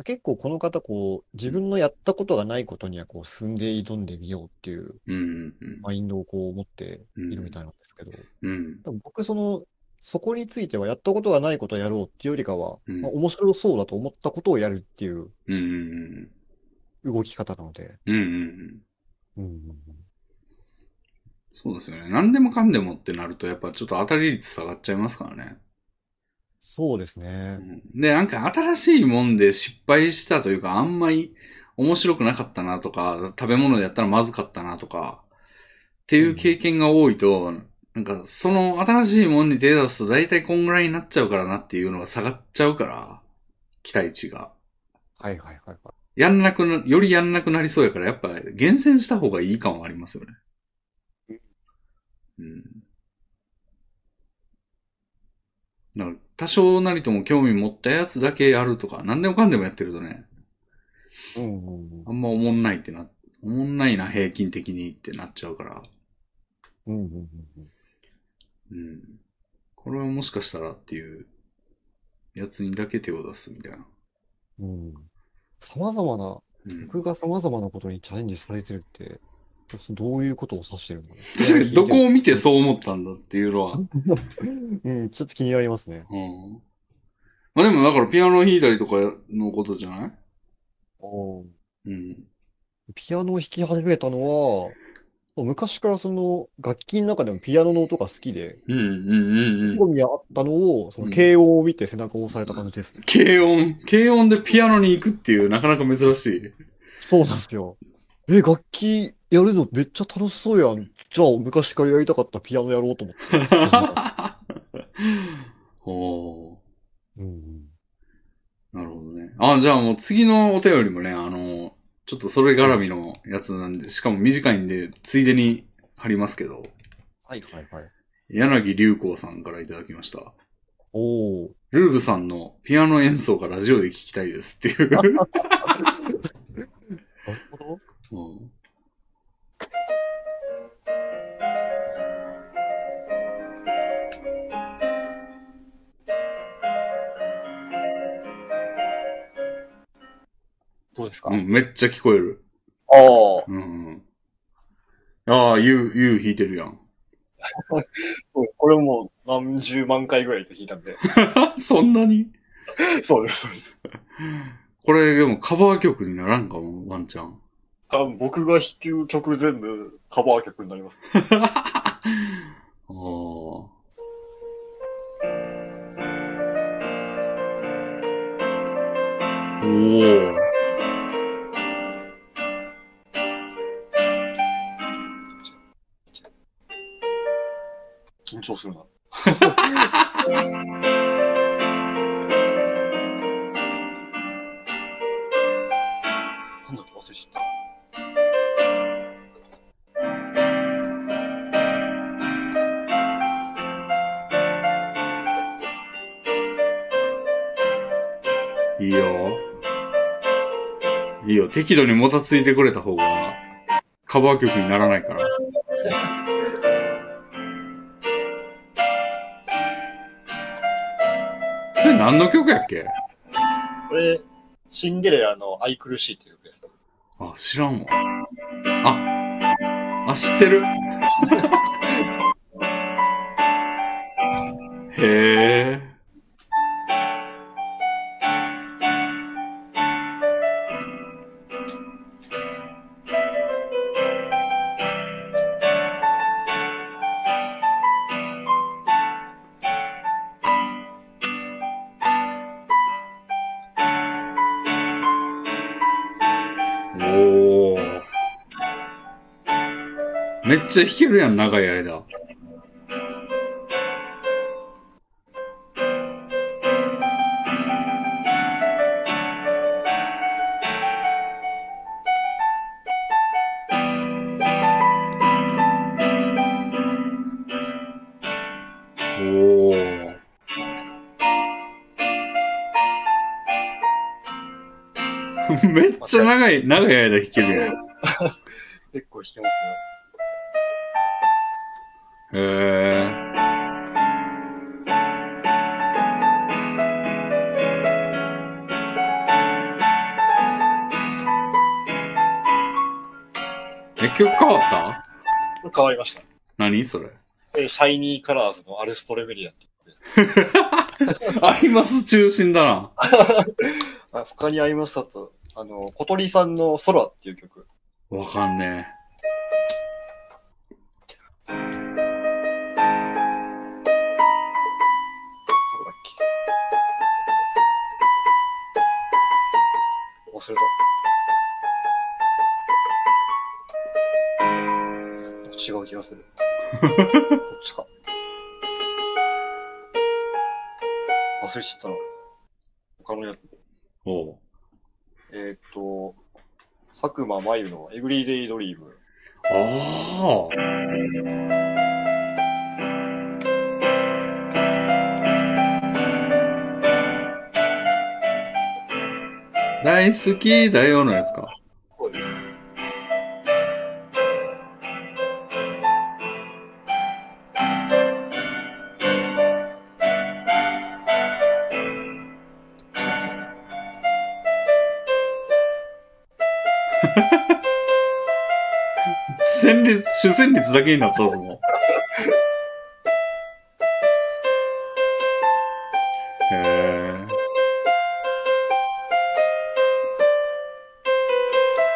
結構この方、こう、自分のやったことがないことには、こう、進んで挑んでみようっていううん。マインドをこう持ってうんいるみたいなんですけど、うん。多分僕、その、そこについてはやったことがないことをやろうっていうよりかは、うんまあ、面白そうだと思ったことをやるっていううん。うん。動き方なので、うんうん。うんうんうんそうですよね。何でもかんでもってなると、やっぱちょっと当たり率下がっちゃいますからね。そうですね。で、なんか新しいもんで失敗したというか、あんまり面白くなかったなとか、食べ物でやったらまずかったなとか、っていう経験が多いと、なんかその新しいもんに手出すと大体こんぐらいになっちゃうからなっていうのが下がっちゃうから、期待値が。はいはいはいはい。やんなくな、よりやんなくなりそうやから、やっぱ厳選した方がいい感はありますよね。うん。だから、多少なりとも興味持ったやつだけやるとか、何でもかんでもやってるとね、うんうんうんあんま思んないってな、思んないな、平均的にってなっちゃうから。うんうんうんうんうん。これはもしかしたらっていう、やつにだけ手を出すみたいな。うん様々なうん。僕が様々なことにチャレンジされてるって、どういうことを指してるのか *laughs* どこを見てそう思ったんだっていうのは、うん、ちょっと気になりますね。うん。まあでもだからピアノ弾いたりとかのことじゃないうん。ピアノを弾き始めたのは、昔からその楽器の中でもピアノの音が好きで、うんうんうんうん。興味があったのを、そのうん軽音を見て背中を押された感じですね。軽音。軽音でピアノに行くっていう、なかなか珍しい。 *laughs* そうなんですよ。え、楽器やるのめっちゃ楽しそうやん。じゃあ昔からやりたかったピアノやろうと思って。おーうんうんなるほどね。あ、じゃあもう次のお便りもね、あの、ちょっとそれ絡みのやつなんで、しかも短いんで、ついでに貼りますけど、はいはいはい。柳隆光さんからいただきました。おー。ルーブさんのピアノ演奏がラジオで聞きたいですっていう。なるほど。うんどうですかうん、めっちゃ聞こえる。ああ。うんうん。ああ、ゆう、ゆう弾いてるやん。そうこれもう何十万回ぐらいって聞いたん *laughs* で。 *laughs* そんなにそうです、そうです。これでもカバー曲にならんかも、ワンチャン。多分僕が弾く曲全部カバー曲になります。ああ。おお。緊張するな。なんだっけ忘れちゃっいいよ。いいよ。適度にもたついてくれた方が、カバー曲にならない *laughs* から。それ何の曲やっけた。これ、シンデレラの愛くるしいっていう曲です。あ、知らんわ。あ、あ、知ってる。 *laughs* へえ。おお。めっちゃ弾けるやん、長い間。おー *laughs* めっちゃ長い、長い間弾けるやん。結構弾けますね。へえ。え、曲変わったこれ変わりました。何それ。えシャイニーカラーズのアルストレメリアっていう曲です。アイマス中心だな。あ他に合いましたと、あの、小鳥さんの空っていう曲。わかんねどこだっけ忘れた。違う気がする。こっちか。忘れちゃったな。他のやつ。え。おうえーっと、佐久間真由のエブリデイドリーム。ああ。大好きだよのやつか。そうです。戦率、主戦率だけになったぞ、もう。へえ。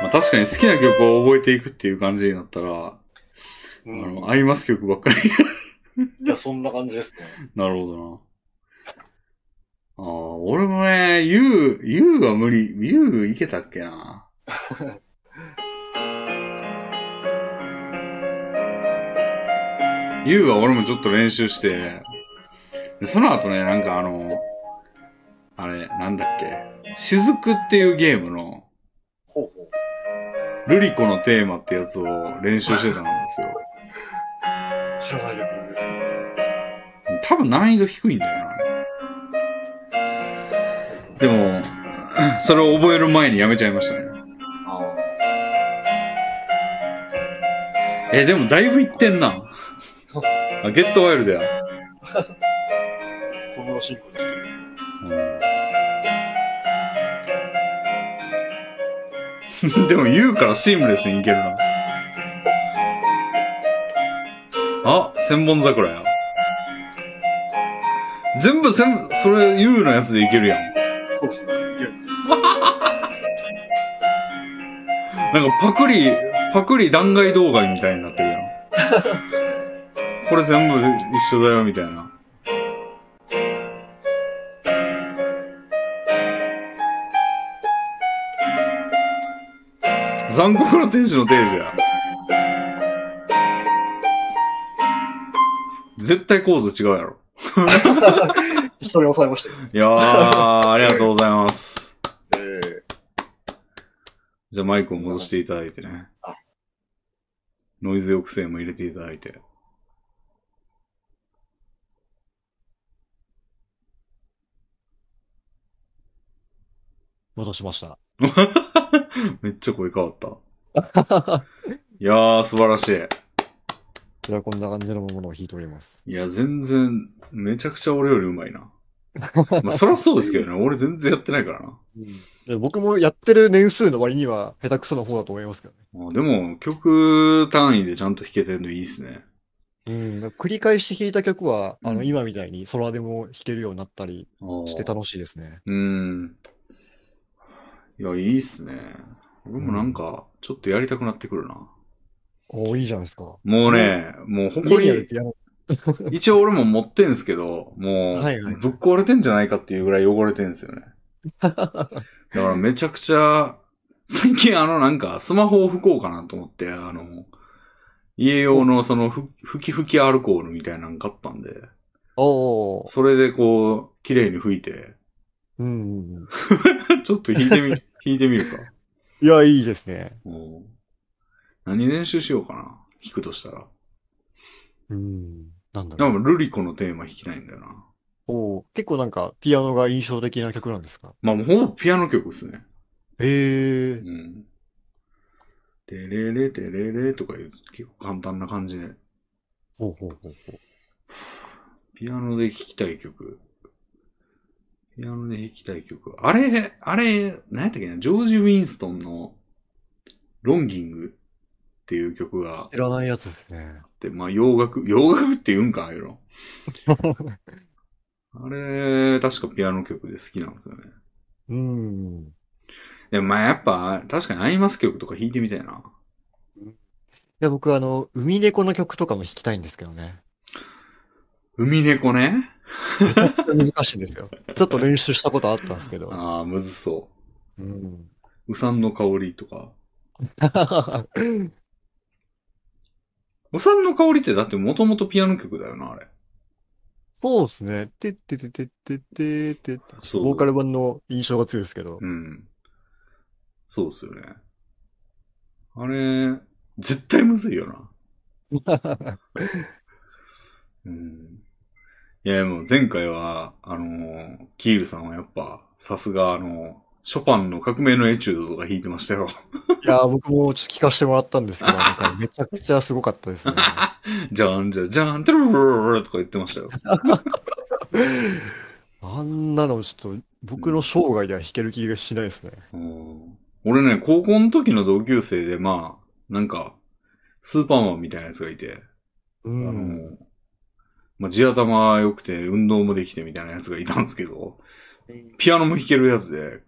まあ確かに好きな曲を覚えていくっていう感じになったら、うあんの、、合います曲ばっかり。いや、そんな感じですね。なるほどな。ああ、俺もね、ゆう、ゆうは無理、ゆういけたっけな。ゆうは俺もちょっと練習して、でその後ね、なんかあの、あれ、なんだっけ、雫っていうゲームの、ほうほう。ルリコのテーマってやつを練習してたんですよ。知らない曲ですね。多分難易度低いんだよな。でも、 *clears throat* それを覚える前にやめちゃいましたね。あえ、でもだいぶいってんな。あゲットワイルドや。あ、小室進行ですけ *laughs* ど。うんでも言うからシームレスにいけるな。あ、千本桜や。全部千、それ、ユウのやつでいけるやん。そうそうそう。いけるんですよなんかパクリ、パクリ弾劾動画みたいになってるやん。これ全部一緒だよ、みたいな。残酷な天使の天使や。絶対構図違うやろ。一人抑えましたよ。いやー、ありがとうございます。えーじゃあマイクを戻していただいてねあ。ノイズ抑制も入れていただいて。戻しました。 *laughs* めっちゃ声変わった。いやー、素晴らしい。じゃあこんな感じのものを弾いております。いや、全然、めちゃくちゃ俺より上手い *laughs* な。まあ、そりゃそうですけどね。俺全然やってないからな。で僕もやってる年数の割には下手くその方だと思いますけどね。まあ、でも、曲単位でちゃんと弾けてるのいいっすね。うん、だから繰り返し弾いた曲は、あうの、ん今みたいに空でも弾けるようになったりあーして楽しいですね。うん。いや、いいっすね。俺もなんか、ちょっとやりたくなってくるな。おーいいじゃないですか。もうね、もう家誇にあるり、ピアノ。一応俺も持ってんすけど、も、はいはいうぶっ壊れてんじゃないかっていうぐらい汚れてんすよ *laughs* ね。だからめちゃくちゃ、最近あのなんかスマホを吹こうかなと思って、あの、家用のそのふ吹き吹きアルコールみたいなの買ったんで、おー。それでこう、綺麗に吹いて、 *laughs* うんうんうん。ちょっと弾いて *laughs* み、弾いてみるか。いや、いいですね。うん何練習しようかな。弾くとしたら。うん。なんだでろもう。ルリコのテーマ弾きたいんだよな。おー結構なんか、ピアノが印象的な曲なんですかまあもうほぼピアノ曲ですね。へえ。うん。てれれてれれとかいう結構簡単な感じで。ほうほうほうほう。ピアノで弾きたい曲。ピアノで弾きたい曲。あれ、あれ、何やったっけな、ジョージ・ウィンストンのロンギングっていう曲があっ知らないやつですね。て、まあ洋楽、洋楽って言うんか、ああ *laughs* いうの。あれ、確かピアノ曲で好きなんですよね。うん。でもまあやっぱ、確かにアイマス曲とか弾いてみたいな。いや、僕、あの、海猫の曲とかも弾きたいんですけどね。海猫ね。めちゃくちゃ難しいんですよ。ちょっと練習したことあったんですけど。ああ、むずそうん。う。うさんの香りとか。うさんの香りってだってもともとピアノ曲だよな、あれ。そうですね。てってててててててそうボーカル版の印象が強いですけど。うん。そうっすよね。あれ、絶対むずいよな。 *laughs* うん。いや、もう前回は、あのーキールさんはやっぱ、さすがあのショパンの革命のエチュードとか弾いてましたよ。 *laughs* いやー、僕もちょっと聞かせてもらったんですけど、なんかめちゃくちゃすごかったですね。じゃんじゃじゃん、てるるるるとか言ってましたよ。あんなのちょっと僕の生涯では弾ける気がしないですね。うん俺ね、高校の時の同級生で、まあ、なんか、スーパーマンみたいなやつがいて、あうん。の、まあ、地頭良くて、運動もできてみたいなやつがいたんですけど、ピアノも弾けるやつで、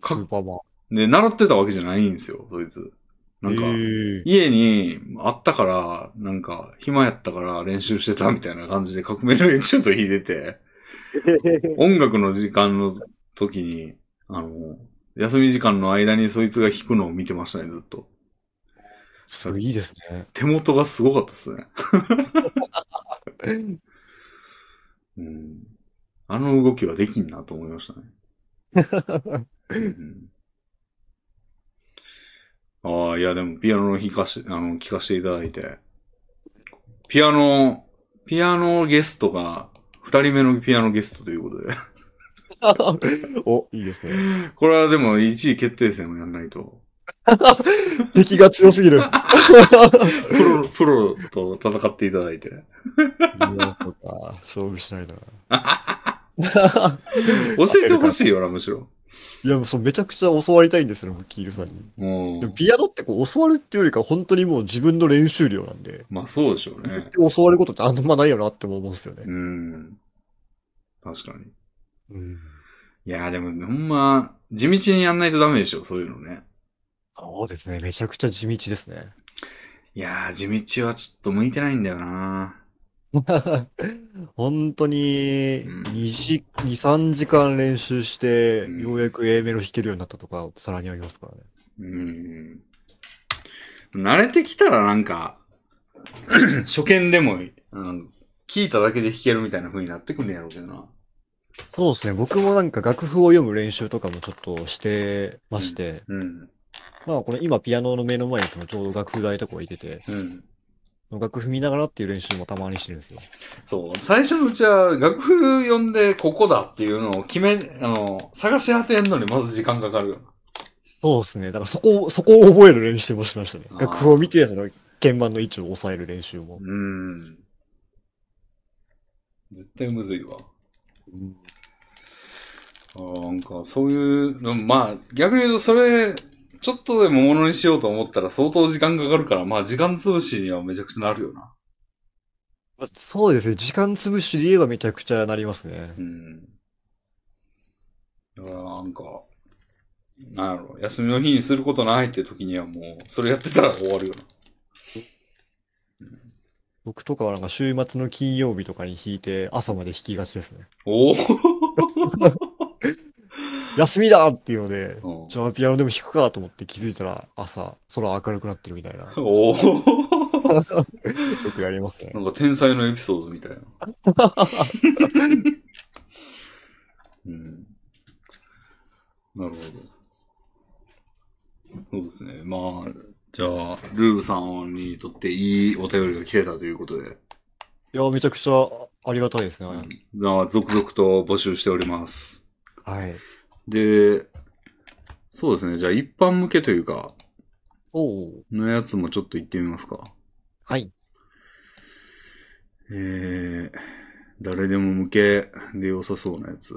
スーパーマン。で、習ってたわけじゃないんですよ、そいつ。なんか、え家にあったから、なんか、暇やったから練習してたみたいな感じで革命のエチュード弾いてて、音楽の時間の時に、あの、休み時間の間にそいつが弾くのを見てましたね、ずっと。ー、それいいですね。 *laughs* 手元がすごかったですね。うん、あの動きはできんなと思いましたね。うんああ、いや、でも、ピアノを弾かし、あの、聞かせていただいて。ピアノ、ピアノゲストが、二人目のピアノゲストということで。 *laughs* お、いいですね。これはでも、1位決定戦もやんないと。敵が強す *laughs* ぎる。いプ *laughs* ロ、プロと戦っていただいて。や、そう *laughs* *laughs* か。勝負しないとな。教えてほしいよな、むしろ。いや、そう、めちゃくちゃ教わりたいんですよ、僕キールさんに。うんでもピアノってこう、教わるっていうよりか、本当にもう自分の練習量なんで、まあそうでしょうね。教わることってあんまないよなって思うんですよね。うん。確かに。ういん。やーでもほんま、地道にやんないとダメでしょ、そういうのね。そうですね、めちゃくちゃ地道ですね。いやー地道はちょっと向いてないんだよな本当にうん2時、2、3時間練習して、うんようやく A メロ弾けるようになったとか、さらにありますからね。うん。慣れてきたらなん *clears throat* か、初見でも、あの、聞いただけで弾けるみたいな風になってくんねやろうけどな。そうですね、僕もなんか楽譜を読む練習とかもちょっとしてまして、うん。まあこの今ピアノの目の前にそのちょうど楽譜台とか置いてて、うん。楽譜見ながらっていう練習もたまにしてるんですよ。そう。最初のうちは、楽譜読んでここだっていうのを決め、あの、探し当てんのにまず時間かかるよな。そうですね、だからそこを、そこを覚える練習もしましたねあ。ー楽譜を見て、その鍵盤の位置を抑える練習も。うん。絶対むずいわ。あーなんか、そういうの、まあ、逆に言うと、それ、ちょっとでもものにしようと思ったら相当時間かかるから、まあ、時間潰しにはめちゃくちゃなるよな。まあそうですね、時間潰しで言えばめちゃくちゃなりますね。うん。だから、なんか、なんやろ、休みの日にすることないって時にはもう、それやってたら終わるよな。僕とかはなんか週末の金曜日とかに弾いて朝まで弾きがちですね。おお休みだっていうので、うんじゃあピアノでも弾くかと思って気づいたら朝、空明るくなってるみ *laughs* たいな。おおよくやりますね。なんか天才のエピソードみたいな。うん、なるほど。そうですね。まあ、じゃあ、ルーブさんにとっていいお便りが来てたということで、いや、めちゃくちゃありがたいですね。じゃあ、続々と募集しております。はい。で、そうですね。じゃあ、一般向けというか、おうのやつもちょっと行ってみますか。はい。えー、誰でも向けで良さそうなやつ。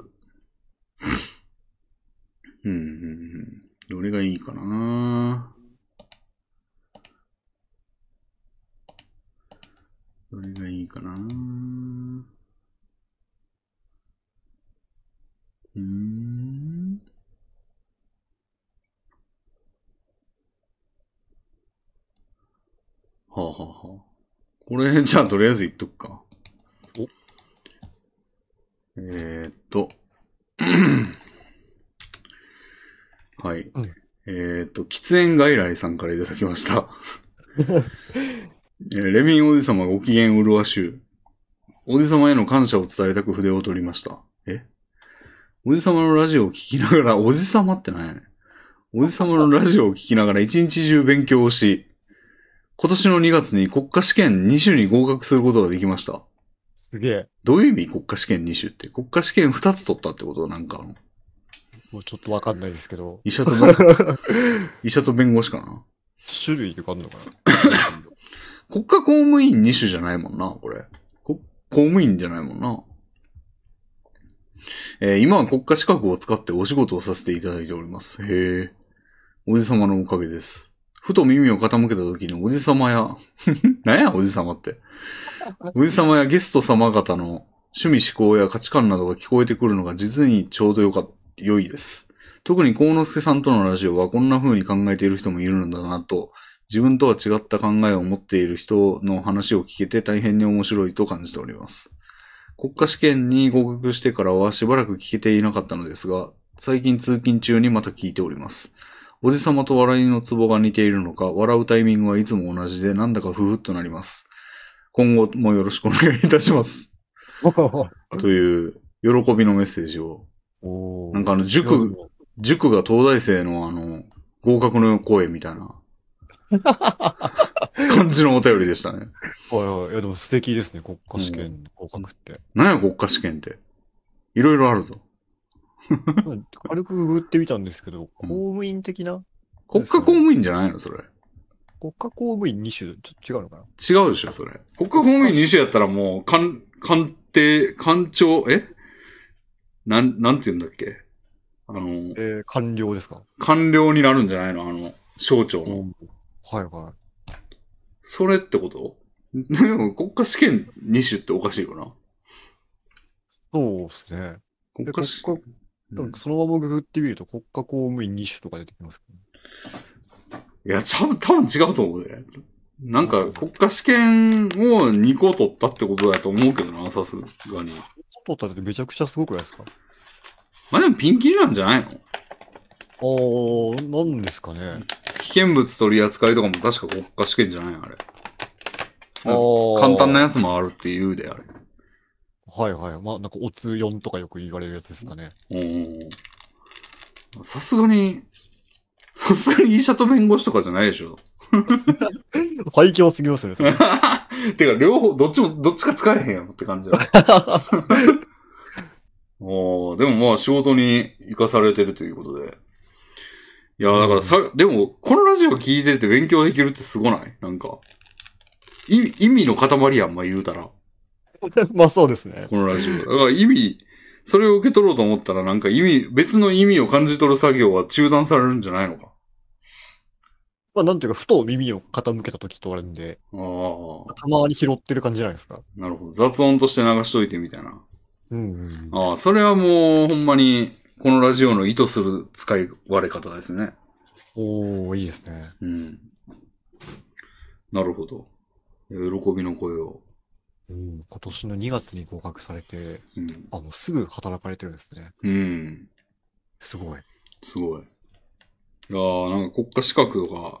*laughs* うん、うん、うん。どれがいいかなどれがいいかなうーん。はあ、はあはあ、これ、じゃあとりあえず言っとくか。おえーっと。 *clears throat* はい。うんえーっと、喫煙外来さんからいただきました。 *laughs* えーレミンおじ様ご機嫌うるわしゅう。おじ様への感謝を伝えたく筆を取りました。えおじ様のラジオを聞きながら、おじ様ってなんやねん。おじ様のラジオを聞きながら一日中勉強をし、今年の2月に国家試験2種に合格することができました。すげえ。どういう意味国家試験2種って。国家試験2つ取ったってことなんかあの、もうちょっとわかんないですけ *laughs* ど、医者と弁、医者と弁護士かな。種類とかあるのか *laughs* な国家公務員2種じゃないもんな、これ。こ公務員じゃないもんな。えー今は国家資格を使ってお仕事をさせていただいております。へえ。おじさまのおかげです。ふと耳を傾けた時におじさまや、 *laughs* なんやおじさまって。おじさまやゲスト様方の趣味思考や価値観などが聞こえてくるのが実にちょうどよか、良いです。特に幸之助さんとのラジオはこんな風に考えている人もいるんだなと自分とは違った考えを持っている人の話を聞けて大変に面白いと感じております。国家試験に合格してからはしばらく聞けていなかったのですが、最近通勤中にまた聞いております。おじさまと笑いのツボが似ているのか、笑うタイミングはいつも同じでなんだかふふっとなります。今後もよろしくお願いいたします。という、喜びのメッセージを。おーなんかあの、塾、塾が東大生のあの、合格の声みたいな感じのお便りでしたね。はいはい。いや、でも素敵ですね、国家試験合格って。なんや国家試験って。いろいろあるぞ。なんか軽くググってみたんですけど、公務員的な国家公務員じゃないのそれ。国家公務員2種、ちょ違うのかな違うでしょそれ。国家公務員2種やったらもう、官、官邸、官庁、えなん、なんて言うんだっけあの、えー、官僚ですか官僚になるんじゃないのあの、省庁の。はいはそれってことでも国家試験2種っておかしいよな。い。そうですね。国で、家国試家、うなんんかそのままググってみると国家公務員2種とか出てきますけどね、いや、多分、多分違うと思うで。なんか、国家試験を2個取ったってことだと思うけどな、さすがに。外取ったってめちゃくちゃすごくないですかまあでもピンキリなんじゃないのあー、なんですかね。危険物取り扱いとかも確か国家試験じゃないあれ。あー簡単なやつもあるって言うで、あれ。はいはい。まあ、なんか、おつ4とかよく言われるやつですかね。 *laughs* おーさすがに、さすがに医者と弁護士とかじゃないでしょ。最強すぎますね、それ *laughs* てか、両方、どっちも、どっちか使えへんやろって感じだ。おーでもまあ仕事に生かされてるということで。いや、だからさ、でも、このラジオ聞いてて勉強できるってすごないなんか。意味、意味の塊やん、まあ言うたら。まあそうですね。このラジオ。だから意味、それを受け取ろうと思ったら、なんか意味、別の意味を感じ取る作業は中断されるんじゃないのか。まあなんていうか、ふと耳を傾けた時とあるんで、あたまに拾ってる感じじゃないですか。あ、なるほど。雑音として流しといてみたいな。うんうんうん。ああ、それはもう、ほんまに、このラジオの意図する使い割れ方ですね。おー、いいですね。うん。なるほど。喜びの声を。うん、今年の2月に合格されて、うん。あ、もうすぐ働かれてるんですね。うん。すごい。すごい。いやー、なんか国家資格とか、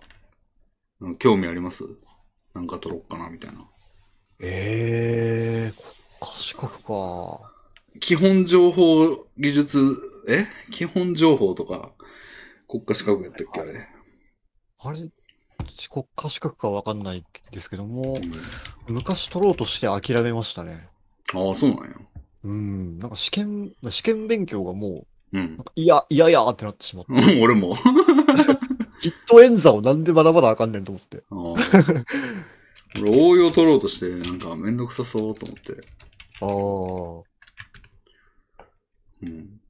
なんか興味ありますなんか取ろっかな、みたいな。ええー、国家資格か。基本情報技術、え基本情報とか、国家資格やったっけあれ。あれ、国家資格かわかんないですけどもう、ん昔取ろうとして諦めましたね。ああ、そうなんや。うん、なんか試験、試験勉強がもうう、んなん。かいや、いやいやってなってしまった。 *laughs* 俺も。きっと演算をなんで学ばなあかんねんと思って。あー俺応用取ろうとして、なんかめんどくさそうと思って。ああ。うん。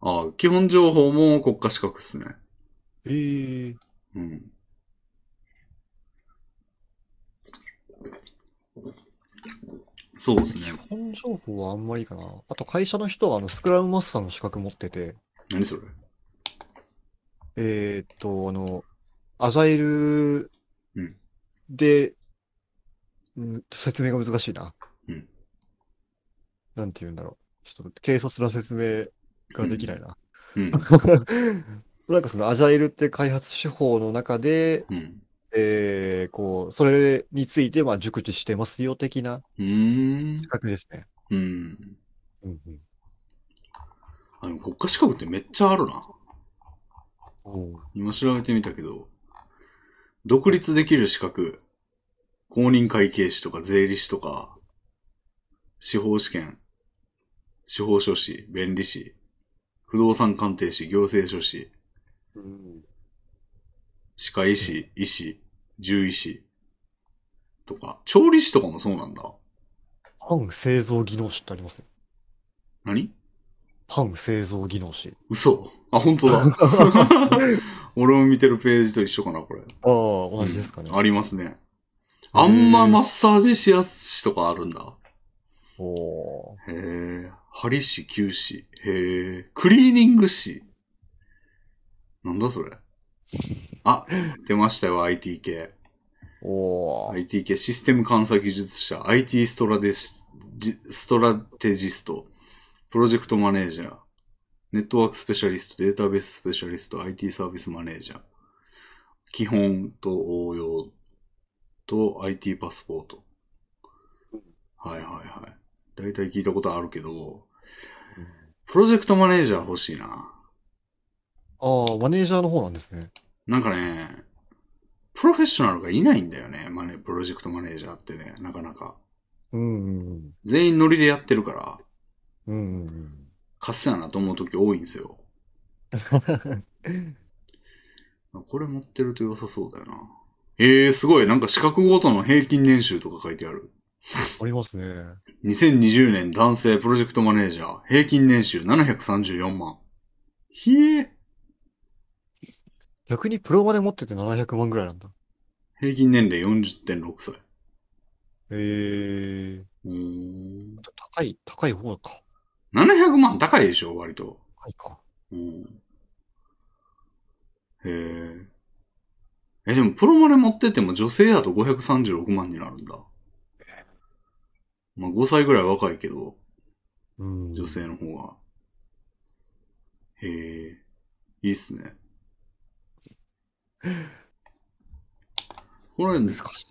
ああ、基本情報も国家資格っすね。ええうん。そうですね。基本情報はあんまりいいかな。あと会社の人はあのスクラムマスターの資格持ってて、何それえーっと、あの、アジャイルうんで、うん、説明が難しいな。うんなんて言うんだろう。ちょっと軽率な説明ができないな。うん。 *laughs* なんかそのアジャイルって開発手法の中で、うん。えー、こう、それについてまあ熟知してますよ的なうーん資。格ですね。うん。うんうん。あの、国家資格ってめっちゃあるな。おう今調べてみたけど、独立できる資格、公認会計士とか税理士とか、司法試験、司法書士、弁理士、不動産鑑定士、行政書士、うん歯科医師、医師、獣医師、とか、調理師とかもそうなんだ。パン製造技能士ってありますよ。何パン製造技能士。嘘あ、本当だ。俺も見てるページと一緒かな、これ。ああ、同じですかね。ありますね。あんまマッサージしやすしとかあるんだ。おーへえ、針師、灸師、へえ、クリーニング師。なんだそれ。あ、出ましたよ、IT 系。おー IT 系、システム監査技術者、IT ストラデスジストラテジスト、プロジェクトマネージャー、ネットワークスペシャリスト、データベーススペシャリスト、IT サービスマネージャー、基本と応用と IT パスポート。はいはいはい。だいたい聞いたことあるけど、プロジェクトマネージャー欲しいな。ああ、マネージャーの方なんですね。なんかね、プロフェッショナルがいないんだよね、マネ、プロジェクトマネージャーってね、なかなか。うんうん全員ノリでやってるから、うん。うんうんうん。カスやなと思う時多いんですよ。これ持ってると良さそうだよな。えー、すごい。なんか資格ごとの平均年収とか書いてある。ありますね。 2020年男性プロジェクトマネージャー、平均年収734万。ひえ、逆にプロまで持ってて700万ぐらいなんだ。平均年齢40.6歳。えー、うーん。高い、高い方か。 700万高いでしょ、割と。高いか。うん。へえ。え、でもプロマネ持ってても女性だと536万になるんだ。まあ5歳ぐらい若いけど、うん。女性の方が。へえ、いいっすね。これ、難し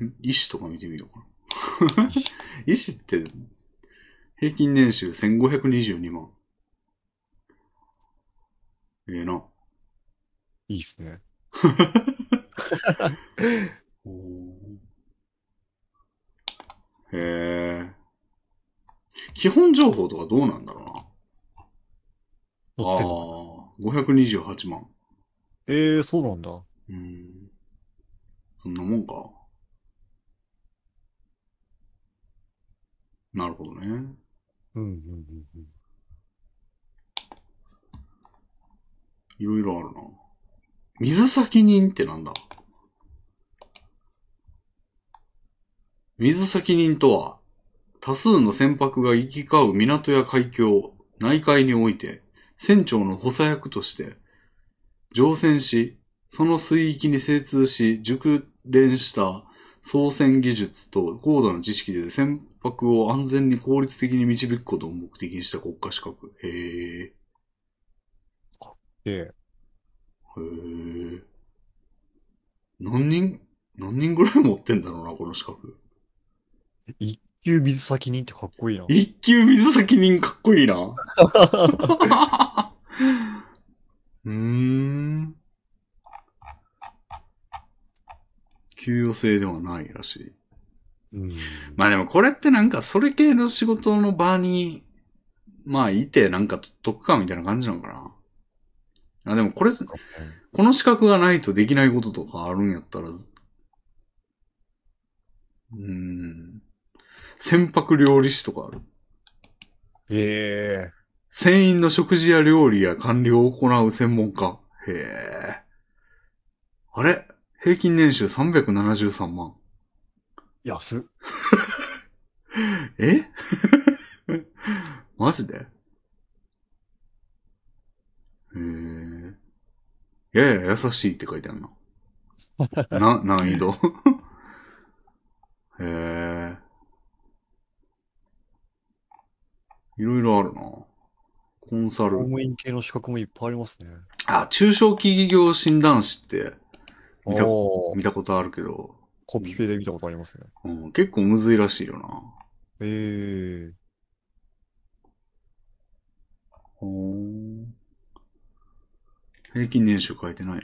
い医師とか見てみようかな。医師って、平均年収1522万。ええな。いいっすね。へえ。基本情報とかどうなんだろうな。乗あっあてんのー、528万。ええー、そうなんだ。うん。そんなもんか。なるほどね。うん、うん、うんうん。いろいろあるな。水先人ってなんだ水先人とは、多数の船舶が行き交う港や海峡、内海において、船長の補佐役として、乗船し、その水域に精通し、熟練した操船技術と高度な知識で船舶を安全に効率的に導くことを目的にした国家資格。へえ。で、へえ。何人、何人ぐらい持ってんだろうな、この資格。一級水先人ってかっこいいな。一級水先人かっこいいな。うーん。給与制ではないらしい。うん。まあでもこれってなんかそれ系の仕事の場に、まあいてなんか得かみたいな感じなのかな。あ、でもこれ、かっこいいこの資格がないとできないこととかあるんやったら、ずうーん。船舶料理士とかある。ええ船員の食事や料理や管理を行う専門家。へえ。あれ平均年収373万。安っ。え *laughs* マジでへえ。やや優しいって書いてあ *laughs* るな。な、難易度。 *laughs* へえ。いろいろあるな。コンサ公ル。務員系の資格もいっぱいありますね。あ、中小企業診断士ってあ見たあー、見たことあるけど、コピペで見たことありますね。うん、結構むずいらしいよな。ええほー平均年収書いてないな。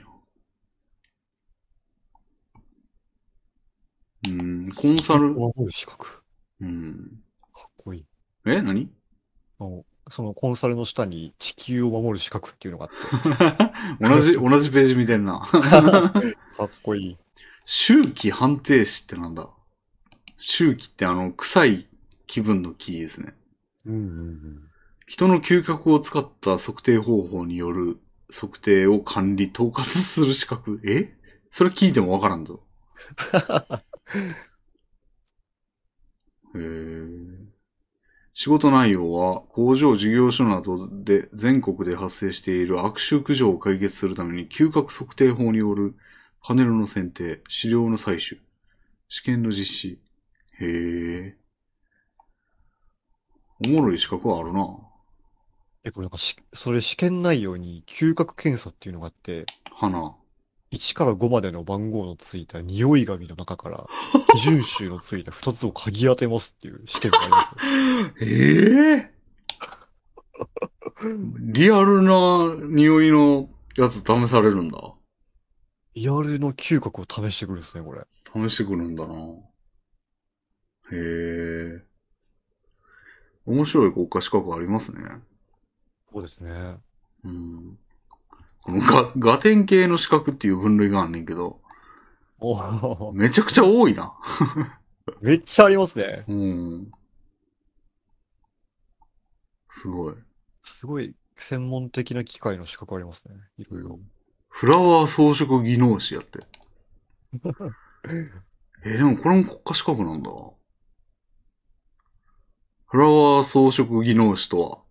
うん、コンサルこ、の方の資格。かうん。っこいい。え何あの、そのコンサルの下に地球を守る資格っていうのがあっ同じ、同じページ見てんな。て、かっこいい。周期判定士ってなんだ周期ってあの、臭い気分の木ですね。うんうんうん。人の嗅覚を使った測定方法による測定を管理、統括する資格。えそれ聞いてもわからんぞ。へー仕事内容は工場、事業所などで全国で発生している悪臭苦情を解決するために嗅覚測定法によるパネルの選定、資料の採取、試験の実施。へえ。おもろい資格はあるな。え、これなんかし、それ試験内容に嗅覚検査っていうのがあって、花。 1から5までの番号のついた匂い紙の中から、基準集のついた2つを嗅ぎ当てますっていう試験がありますね。ええ *laughs* リアルな匂いのやつ試されるんだ。リアルの嗅覚を試してくるんですね、これ。試してくるんだな。へえ。面白い国家資格ありますね。そうですね。うん。このガ、ガテン系の資格っていう分類があんねんけど、お *laughs* ーめちゃくちゃ多いな。めっちゃありますね。うん。すごい。すごい専門的な機械の資格ありますね。いろいろ。フラワー装飾技能士や *laughs* って。え、でもこれも国家資格なんだ。フラワー装飾技能士とは、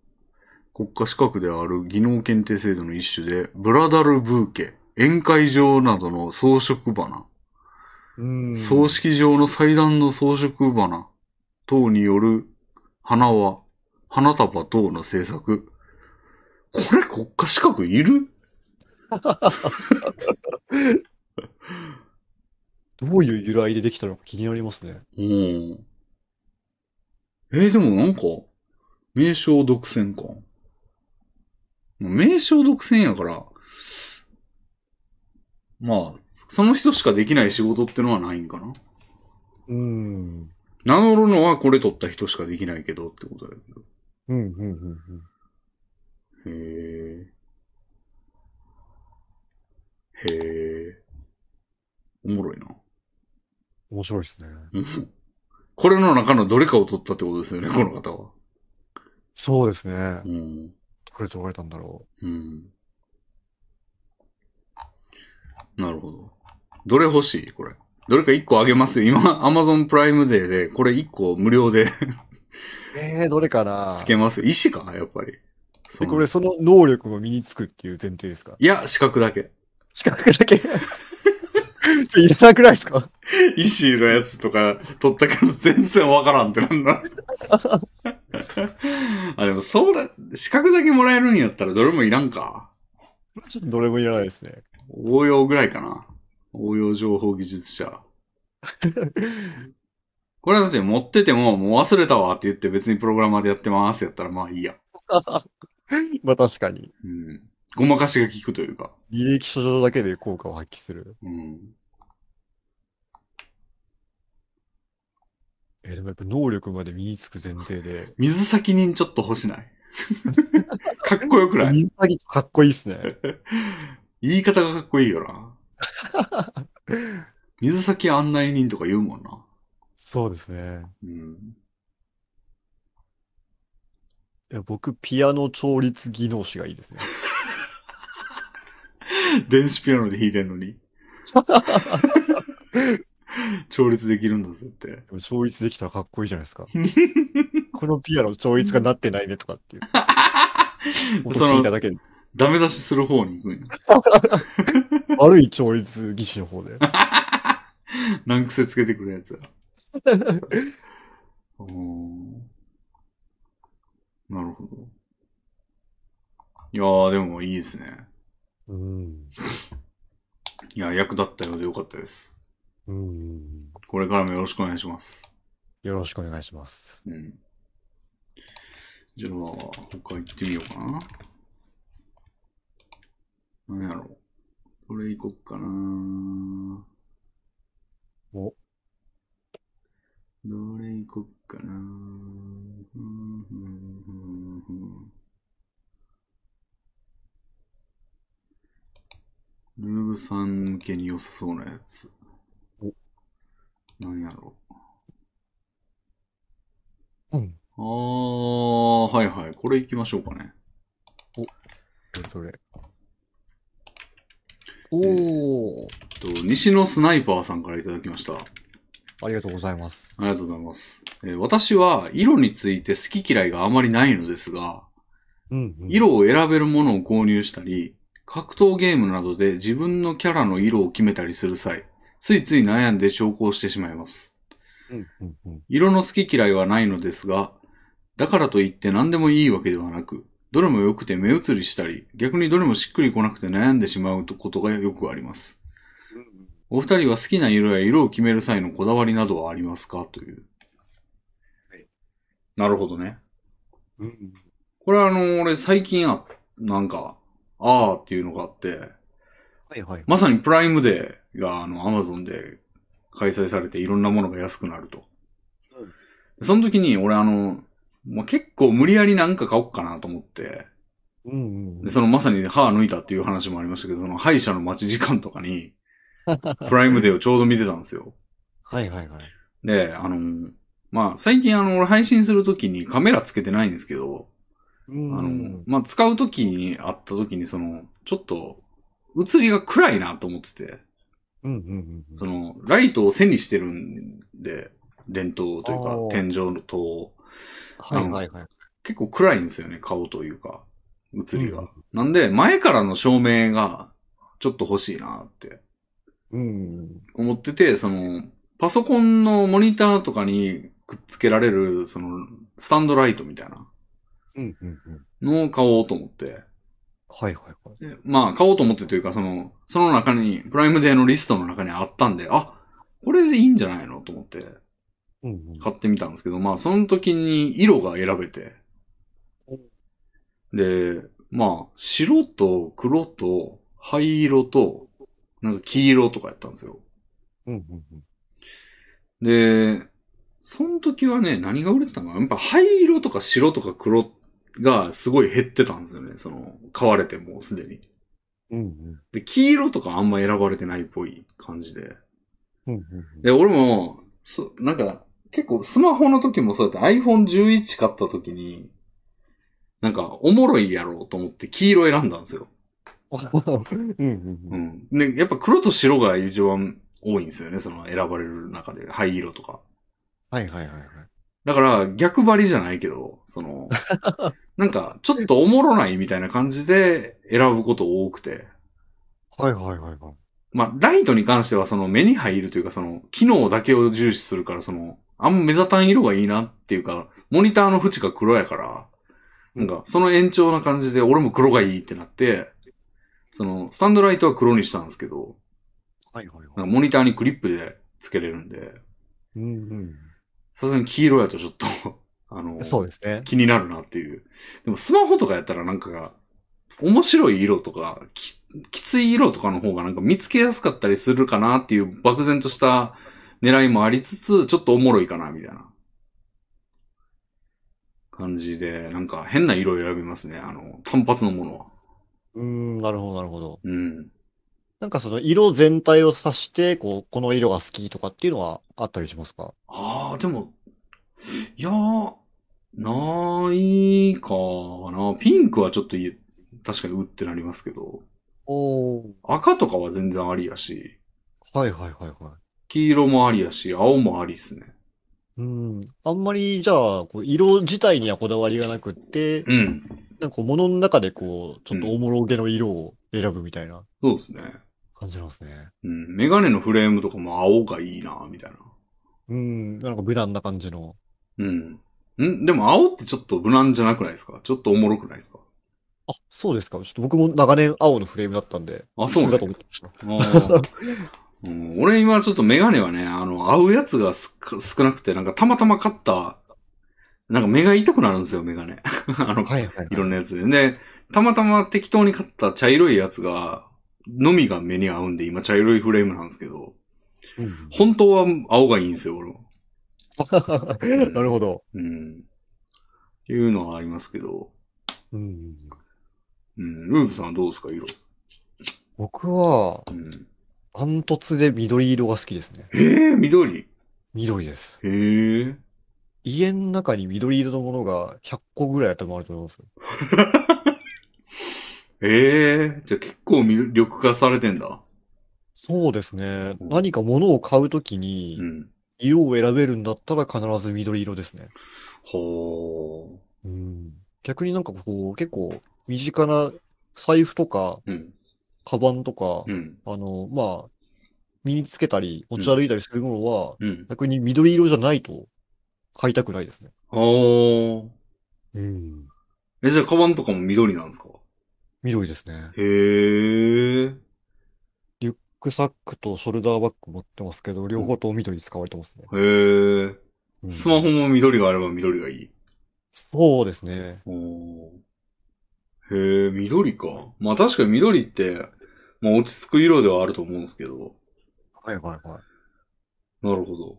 国家資格である技能検定制度の一種で、ブラダルブーケ、宴会場などの装飾花、うん。葬式場の祭壇の装飾花等による花輪、花束等の政策。これ国家資格いるどういう由来でできたのか気になりますね。うん。えーでもなんか、名称独占か。名称独占やから、まあ、その人しかできない仕事ってのはないんかな。うん。名乗るのはこれ取った人しかできないけどってことだけど。うん、うん、うんうん。へえ。へえ。おもろいな。面白いですね。うんこれの中のどれかを取ったってことですよね、この方は。そうですね。うん。どれ取られたんだろうん。なるほど。どれ欲しいこれ。どれか1個あげますよ。今、Amazon プライムデーで、これ1個無料でう。えー、どれかなつけますよ。石かやっぱり。そでのこれ、その能力も身につくっていう前提ですかいや、資格だけ。資格だけいらなくないですか石のやつとか取ったけど全然わからんってなん *laughs* だ。あ、でもそうだ、資格だけもらえるんやったらどれもいらんか。ちょっとどれもいらないですね。応用ぐらいかな。応用情報技術者。これはだって持ってても、もう忘れたわって言って別にプログラマーでやってますやったらまあいいや。まあ確かに。うん。ごまかしが効くというか。履歴書上だけで効果を発揮する。うん。えーでもやっぱ能力まで身につく前提で。水先人ちょっと欲しない *laughs* かっこよくない水先かっこいいです *laughs* ね。言い方がかっこいいよな。水先案内人とか言うもんな。そうですね。うん。いや僕、ピアノ調律技能士がいいですね。電子ピアノで弾いてんのに。調律できるんだぜって。でも調律できたらかっこいいじゃないですか。このピアノ調律がなってないねとかっていう。音聞いただけで。ダメ出しする方に行くんや。 *laughs* 悪い調律技師の方で。難癖つけてくるやつや。うーんなるほど。いやー、でもいいですね。うん。いや、役立ったようでよかったです。うん。これからもよろしくお願いします。よろしくお願いします。うん。じゃあ、他行ってみようかな。なんやろう。これ行こっかな。おどれ行こっかな。ふんふんふんふんルーブさん向けに良さそうなやつお。なんやろうん。ああ、はいはい。これ行きましょうかね。どれそれ。おー、えっと、西野スナイパーさんからいただきました。あありがとうございます。りがとうございます。えー私は色について好き嫌いがあまりないのですが、うん、うん。色を選べるものを購入したり、格闘ゲームなどで自分のキャラの色を決めたりする際、ついつい悩んで調校してしまいます。うん、うん、うん。色の好き嫌いはないのですが、だからといって何でもいいわけではなく、どれも良くて目移りしたり、逆にどれもしっくりこなくて悩んでしまうことがよくあります。お二人は好きな色や色を決める際のこだわりなどはありますかという。はいなるほどね。うん、これあの、俺最近あ、なんか、あーっていうのがあって、はい、はい。まさにプライムデーがあの、アマゾンで開催されていろんなものが安くなると。うんその時に俺あの、まあ、結構無理やりなんか買おっかなと思って、うん、うんうでん。そのまさに歯抜いたっていう話もありましたけど、その歯医者の待ち時間とか *laughs* に、プライムデーをちょうど見てたんですよ。はい、はい、はい。で、あのまあ、最近あの、俺配信するときにカメラつけてないんですけど、うんあの、まあ、使うときに、あったときに、その、ちょっと、映りが暗いなと思ってて、うんうんうん。その、ライトを背にしてるんで、電灯というあかー、天井の灯をはいはいはい。結構暗いんですよね、顔というか、映りうんが。なんで、前からの照明が、ちょっと欲しいなってうん。思ってて、その、パソコンのモニターとかにくっつけられる、その、スタンドライトみたいなうんうんうん。のを買おうと思って、はいはいはい。でまあ、買おうと思ってというか、その、その中に、プライムデーのリストの中にあったんで、あ、これでいいんじゃないのと思って、うんうん。買ってみたんですけど、まあ、その時に色が選べてお。で、まあ、白と黒と灰色と、なんか黄色とかやったんですよ。うんうんうん。で、その時はね、何が売れてたのかなやっぱ灰色とか白とか黒がすごい減ってたんですよね。その、買われてもうすでに。うんうん。で、黄色とかあんま選ばれてないっぽい感じで。うんうんうん。で、俺も、そ、なんか、結構スマホの時もそうやって iPhone11 買った時に、なんか、おもろいやろうと思って黄色選んだんですよ。うんうんう。うんん。で、やっぱ黒と白が一番多いんですよね。その選ばれる中で。灰色とか。はいはいはいはい。だから、逆張りじゃないけど、その、なんか、ちょっとおもろないみたいな感じで選ぶこと多くて。はいはいはいはい。まあ、ライトに関しては、その目に入るというか、その、機能だけを重視するから、その、あんま目立たん色がいいなっていうか、モニターの縁が黒やから、なんか、その延長な感じで、俺も黒がいいってなって、その、スタンドライトは黒にしたんですけど、はいはいは。ないんかモニターにクリップで付けれるんで、うんさすがに黄色やとちょっと、 *laughs* あうのん。、そうですね。気になるなっていう。でもスマホとかやったらなんか、面白い色とか、ききつい色とかの方がなんか見つけやすかったりするかなっていう漠然とした狙いもありつつ、ちょっとおもろいかなみたいな感じで、なんか変な色選びますね。あの、単発のものは。うん、なるほどなるほど。うん。なんかその色全体を指して、こう、この色が好きとかっていうのはあったりしますかああ、でも、いやー、ないかな。ピンクはちょっとい確かにうってなりますけど、おお。赤とかは全然ありやし、はいはいはいはい。黄色もありやし、青もありっすね。うん。あんまり、じゃあ、こう色自体にはこだわりがなくって、うん。なんかこう物の中でこう、ちょっとおもろげの色を選ぶみたいなそうですね。感じなんですね。うん。メガネのフレームとかも青がいいな、みたいな。うん。なんか無難な感じの。うん。んでも青ってちょっと無難じゃなくないですかちょっとおもろくないですかあ、そうですか。ちょっと僕も長年青のフレームだったんで、あそう普ね通だと思ってました。あー *laughs* うん、俺今ちょっとメガネはね、あの、合うやつがす少なくて、なんかたまたま買った、なんか目が痛くなるんですよ、メガネ。 *laughs* あの、はいはいいろんなやつで。で、たまたま適当に買った茶色いやつが、のみが目に合うんで、今茶色いフレームなんですけど、うん本当は青がいいんですよ、俺は。 *laughs* うん。なるほど。うん。っていうのはありますけど。うん。うん。ルーブさんはどうですか、色。僕は、うん。ダントツで緑色が好きですね。ええー、緑。緑です。ええー。家の中に緑色のものが100個ぐらい多分あると思います。ええー。じゃあ結構魅力化されてんだ。そうですね。うん何か物を買うときにう、ん。色を選べるんだったら必ず緑色ですね。ほうん。逆になんかこう、結構身近な財布とか、ー。うん。カバンとかう、ん。あの、まあ、身につけたり、持ち歩いたりするものは、うん。逆に緑色じゃないと買いたくないですね。ほー。うん。え、じゃあ、カバンとかも緑なんですか緑ですね。へー。リュックサックとショルダーバッグ持ってますけど、両方とも緑使われてますね。へー。うんスマホも緑があれば緑がいい。そうですね。おーへえ、緑か。まあ確かに緑って、まあ落ち着く色ではあると思うんですけど。はいはいはい。なるほど。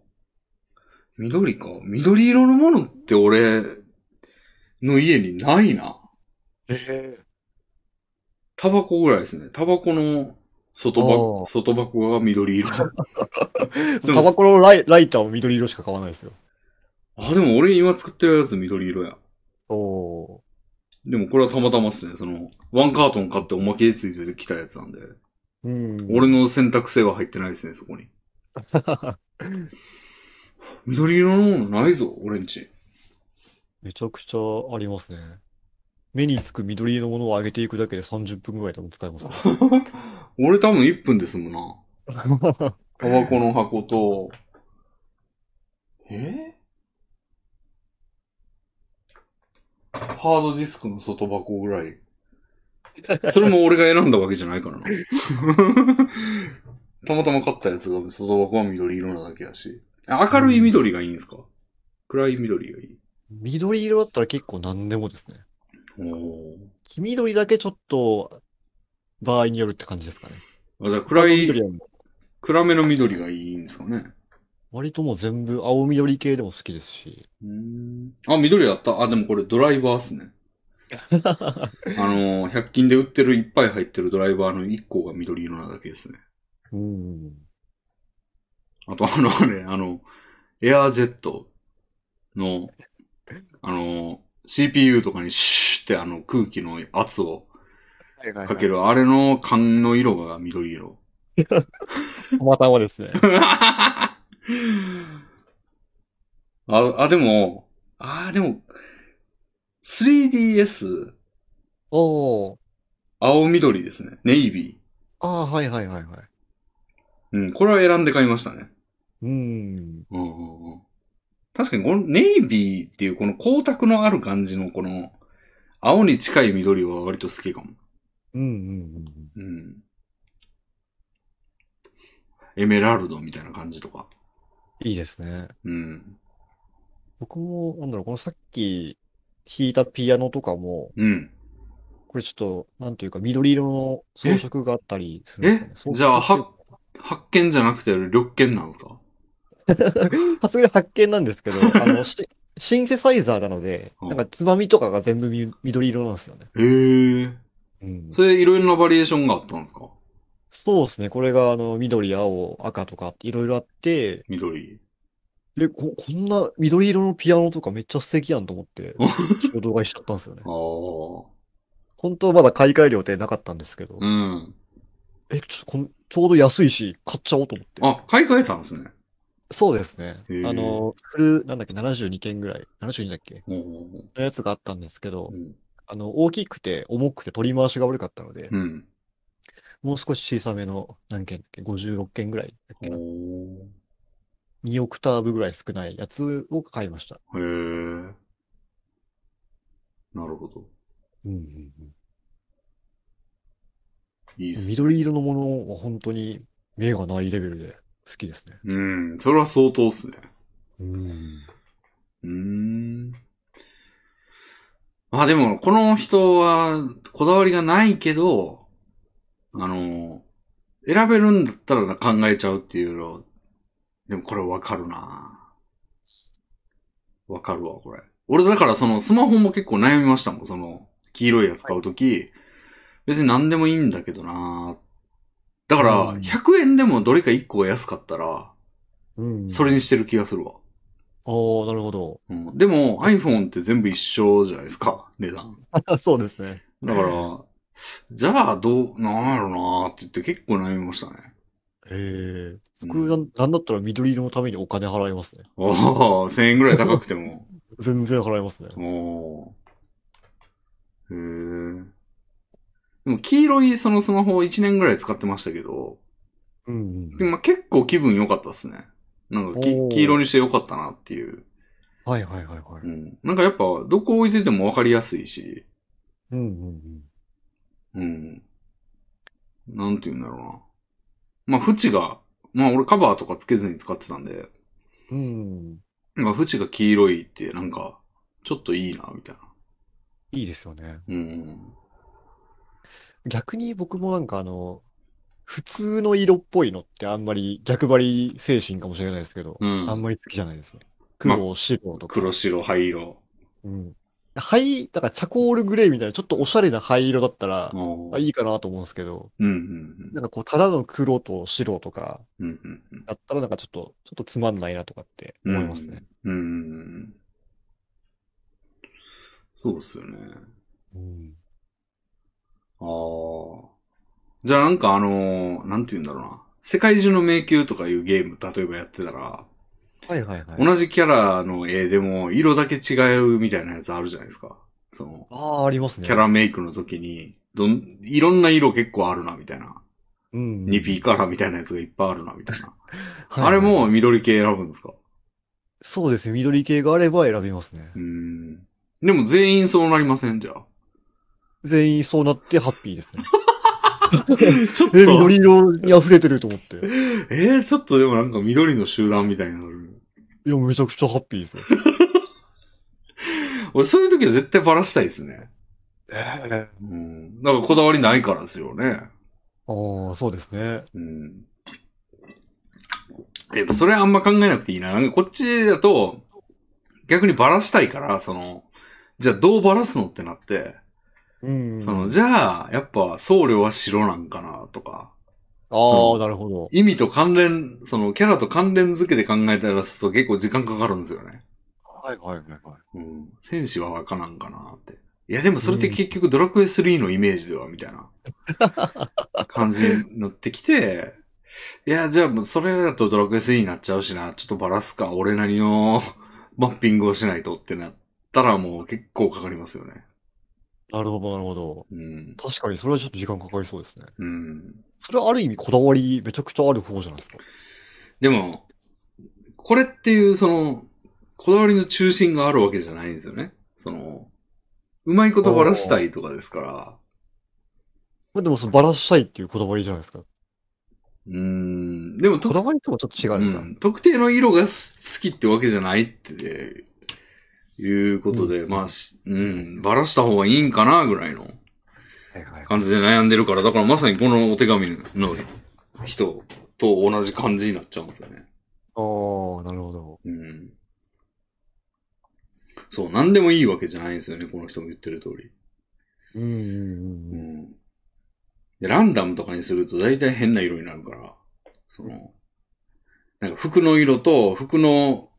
緑か。緑色のものって俺の家にないな。ええタバコぐらいですね。タバコの外あ箱、ー外箱が緑色。 *laughs* でもタバコのライ、ライターも緑色しか買わないですよ。あ、でも俺今作ってるやつ緑色や。おー。でもこれはたまたまっすね。その、ワンカートン買っておまけでついてきたやつなんで、うん。俺の選択性は入ってないですね、そこ *laughs* に。緑色のものないぞ、俺んち。 *laughs* めちゃくちゃありますね。目につく緑のものを上げていくだけで30分ぐらい多分使えますね。 *laughs* 俺多分1分ですもんな。タバコの箱と、えハードディスクの外箱ぐらい。それも俺が選んだわけじゃないからな。たまたま買ったやつが外箱は緑色なだけだし。あ明るい緑がいいんですか、暗い緑がいい。緑色だったら結構何でもですね。お黄緑だけちょっと、場合によるって感じですかね。ーあじゃあ暗あの緑い、はもう暗めの緑がいいんですかね。割ともう全部青緑系でも好きですし。うーんあ、緑だった。あ、でもこれドライバーっ *laughs* すね。あのー、100均で売ってるいっぱい入ってるドライバーの1個が緑色なだけですね。うん。あとあの、あれ、あの、エアージェットの、あのー、CPU とかにシューってあの空気の圧をはいはいかける、あれの缶の色が緑色。 *laughs* たまたまですね。あ、あ、でも、あー、でも、3DS、おー。青緑ですね。ネイビー。ああ、はいはいはいはい。うん、これは選んで買いましたね。うん。うんうんうん確かにこのネイビーっていうこの光沢のある感じのこの青に近い緑は割と好きかも。うんうんうんうん。エメラルドみたいな感じとか。うん。いいですね。うん。僕も、なんだろう、このさっき弾いたピアノとかも、うん。これちょっと、なんていうか、緑色の装飾があったりするんですよえね。装じゃあ、飾っては、発見じゃなくて緑見なんですか発言発見なんですけど、あ *laughs* の、シシンセサイザーなので、うんなんかつまみとかが全部み緑色なんですよね。へえ。うん。それいろいろなバリエーションがあったんですかそうですね。これが、あの、緑、青、赤とか、いろいろあって、緑。で、こ、こんな緑色のピアノとかめっちゃ素敵やんと *laughs* 思って、衝動買いしちゃったんですよねあ。あ。本当はまだ買い替え料ってなかったんですけど、うん。え、ちょ、こんちょうど安いし、買っちゃおうと思って。あ、買い替えたんですね。そうですね。へーあの、フル、なんだっけ、72件ぐらい、72だっけうんうんのやつがあったんですけどう、ん。あの、大きくて重くて取り回しが悪かったので、うん。もう少し小さめの何件だっけ ?56 件ぐらいだっけなお ?2 オクターブぐらい少ないやつを買いました。ーへえ。なるほど。うんうんうんいいっす。緑色のものは本当に目がないレベルで好きですね。うん。それは相当っすね。うん。うーん。あ、でも、この人は、こだわりがないけど、あの、選べるんだったら考えちゃうっていうの、でもこれわかるなわかるわ、これ。俺だからそのスマホも結構悩みましたもん、その、黄色いやつ買うとき、別に何でもいいんだけどなだから、うん100円でもどれか1個が安かったら、うん。それ。れにしてる気がするわ。ああ、なるほ *laughs* ど。うん、でも iPhone って全部一緒じゃないですか、値段。そうですね。だから、じゃあどう、なんやろなーって言って結構悩みましたね。へえ。僕なん、なんだったら緑色のためにお金払いますね。ああ、1000円ぐらい高くても。 *laughs* 全然払いますね。おーへえ。でも黄色いそのスマホを1年ぐらい使ってましたけど、うんうんでもまあ結構気分良かったっすね。なんかきおー黄色にして良かったなっていう。。はいはいはいはいうん。なんかやっぱどこ置いてても分かりやすいし。うんうんうん。うん。なんて言うんだろうな。まあ、縁が、まあ俺カバーとかつけずに使ってたんで、うん。まあ、縁が黄色いってなんか、ちょっといいな、みたいな。いいですよね。うん。逆に僕もなんかあの、普通の色っぽいのってあんまり逆張り精神かもしれないですけど、うん。あんまり好きじゃないですね。まあ黒、白とか。黒白灰色。うん。灰、だからチャコールグレーみたいなちょっとおしゃれな灰色だったらあ、ーあいいかなと思うんですけど、うんうんなんかこう、ただの黒と白とかうん。うんうんうん。だったらなんかちょっと、ちょっとつまんないなとかって思いますね。うん。うん。そうっすよね。うんああ。じゃあなんかあのーなんて言うんだろうな。世界中の迷宮とかいうゲーム、例えばやってたら、はいはいはい。同じキャラの絵でも色だけ違うみたいなやつあるじゃないですか。その、ああ、ありますね。キャラメイクの時に、どん、いろんな色結構あるな、みたいな。うん。 2P カラーみたいなやつがいっぱいあるな、みたいな。はいはいあれも緑系選ぶんですかそうですね。緑系があれば選びますねう。ーん。でも全員そうなりません、じゃ *laughs* あ。全員そうなってハッピーで *laughs* すね。ちょっと、え、緑色に溢れてると思って。えー、ちょっとでもなんか緑の集団みたいになる。いや、めちゃくちゃハッピ *laughs* ーですね。俺そういう時は絶対バラしたいですね。あうん。だからこだわりないからですよね。あ、そうですね。うん。やっぱそれはあんま考えなくていいな。なんかこっちだと、逆にバラしたいから、その、じゃあどうバラすのってなって、うん。その、じゃあ、やっぱ僧侶は白なんかなとか、ああ、なるほど。意味と関連、そのキャラと関連付けで考えたらすと結構時間かかるんですよね。はいはいはいはい。うん。戦士は赤なんかなって。いやでもそれって結局ドラクエ3のイメージでは、みたいな感じになってきて、いや、じゃあもうそれだとドラクエ3になっちゃうしな、ちょっとバラすか、俺なりのマッピングをしないとってなったらもう結構かかりますよね。なるほど、なるほど。うん。確かに、それはちょっと時間かかりそうですね。うん。それはある意味こだわりめちゃくちゃある方じゃないですか。でも、これっていう、その、こだわりの中心があるわけじゃないんですよね。その、うまいことばらしたいとかですから、まあでも、そのバラしたいっていうこだわりじゃないですか。うーん、でも、ことだわりとはちょっと違ううんだ。ん、特定の色がす好きってわけじゃないって、いうことで、うんまあし、うん、ばらした方がいいんかな、ぐらいのはいはい。感じで悩んでるから、だからまさにこのお手紙の人と同じ感じになっちゃうんですよね。ああ、なるほど。うん。そう、何でもいいわけじゃないんですよね、この人も言ってる通り。うんうんううん。ん。で、ランダムとかにすると大体変な色になるから、その、なんか服の色と、服の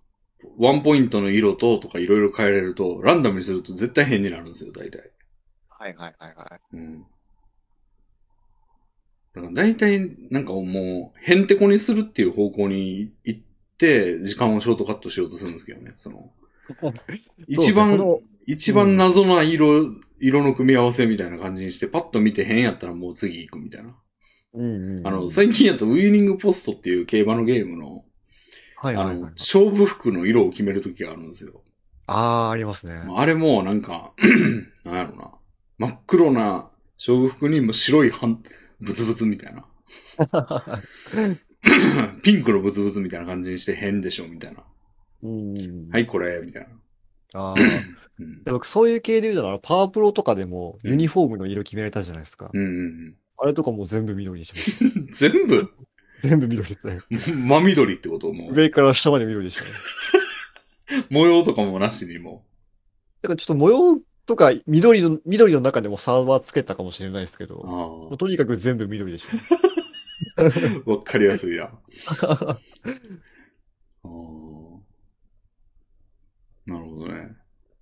ワンポイントの色ととかいろいろ変えれると、ランダムにすると絶対変になるんですよ、大体。はいはいはい *laughs* はい。うん。だから大体、なんかもう、へんてこにするっていう方向に行って、時間をショートカットしようとするんですけどね、その、一番、そう一番謎な色、色の組み合わせみたいな感じにして、パッと見て変やったらもう次行くみたいな。うんうん。あの、最近やとウィーニングポストっていう競馬のゲームの、はいあはいはのい、。勝負服の色を決めるときがあるんですよ。ああ、ありますね。まああれもなんか、 *clears throat* なんやろな。真っ黒な勝負服にもう白い半、ブツブツみたいな。 *clears throat* ピンクのブツブツみたいな感じにして変でしょみたいな。うんうん。はい、これ、みたいな。ああ。うんで。僕、そういう系で言うなら、パワープロとかでもユニフォームの色決められたじゃないですか。うんうんあれとかもう全部緑にしま *laughs* しうん、全部、た。全部緑ですね。真緑ってこともう、上から下まで緑でしたね。模様とかもなしにもだからちょっと模様とか緑の、緑の中でも差はつけたかもしれないですけど、う、もあうとにかく全部緑でしたね。あ、 *laughs* わかりやすいな。あーなるほどね。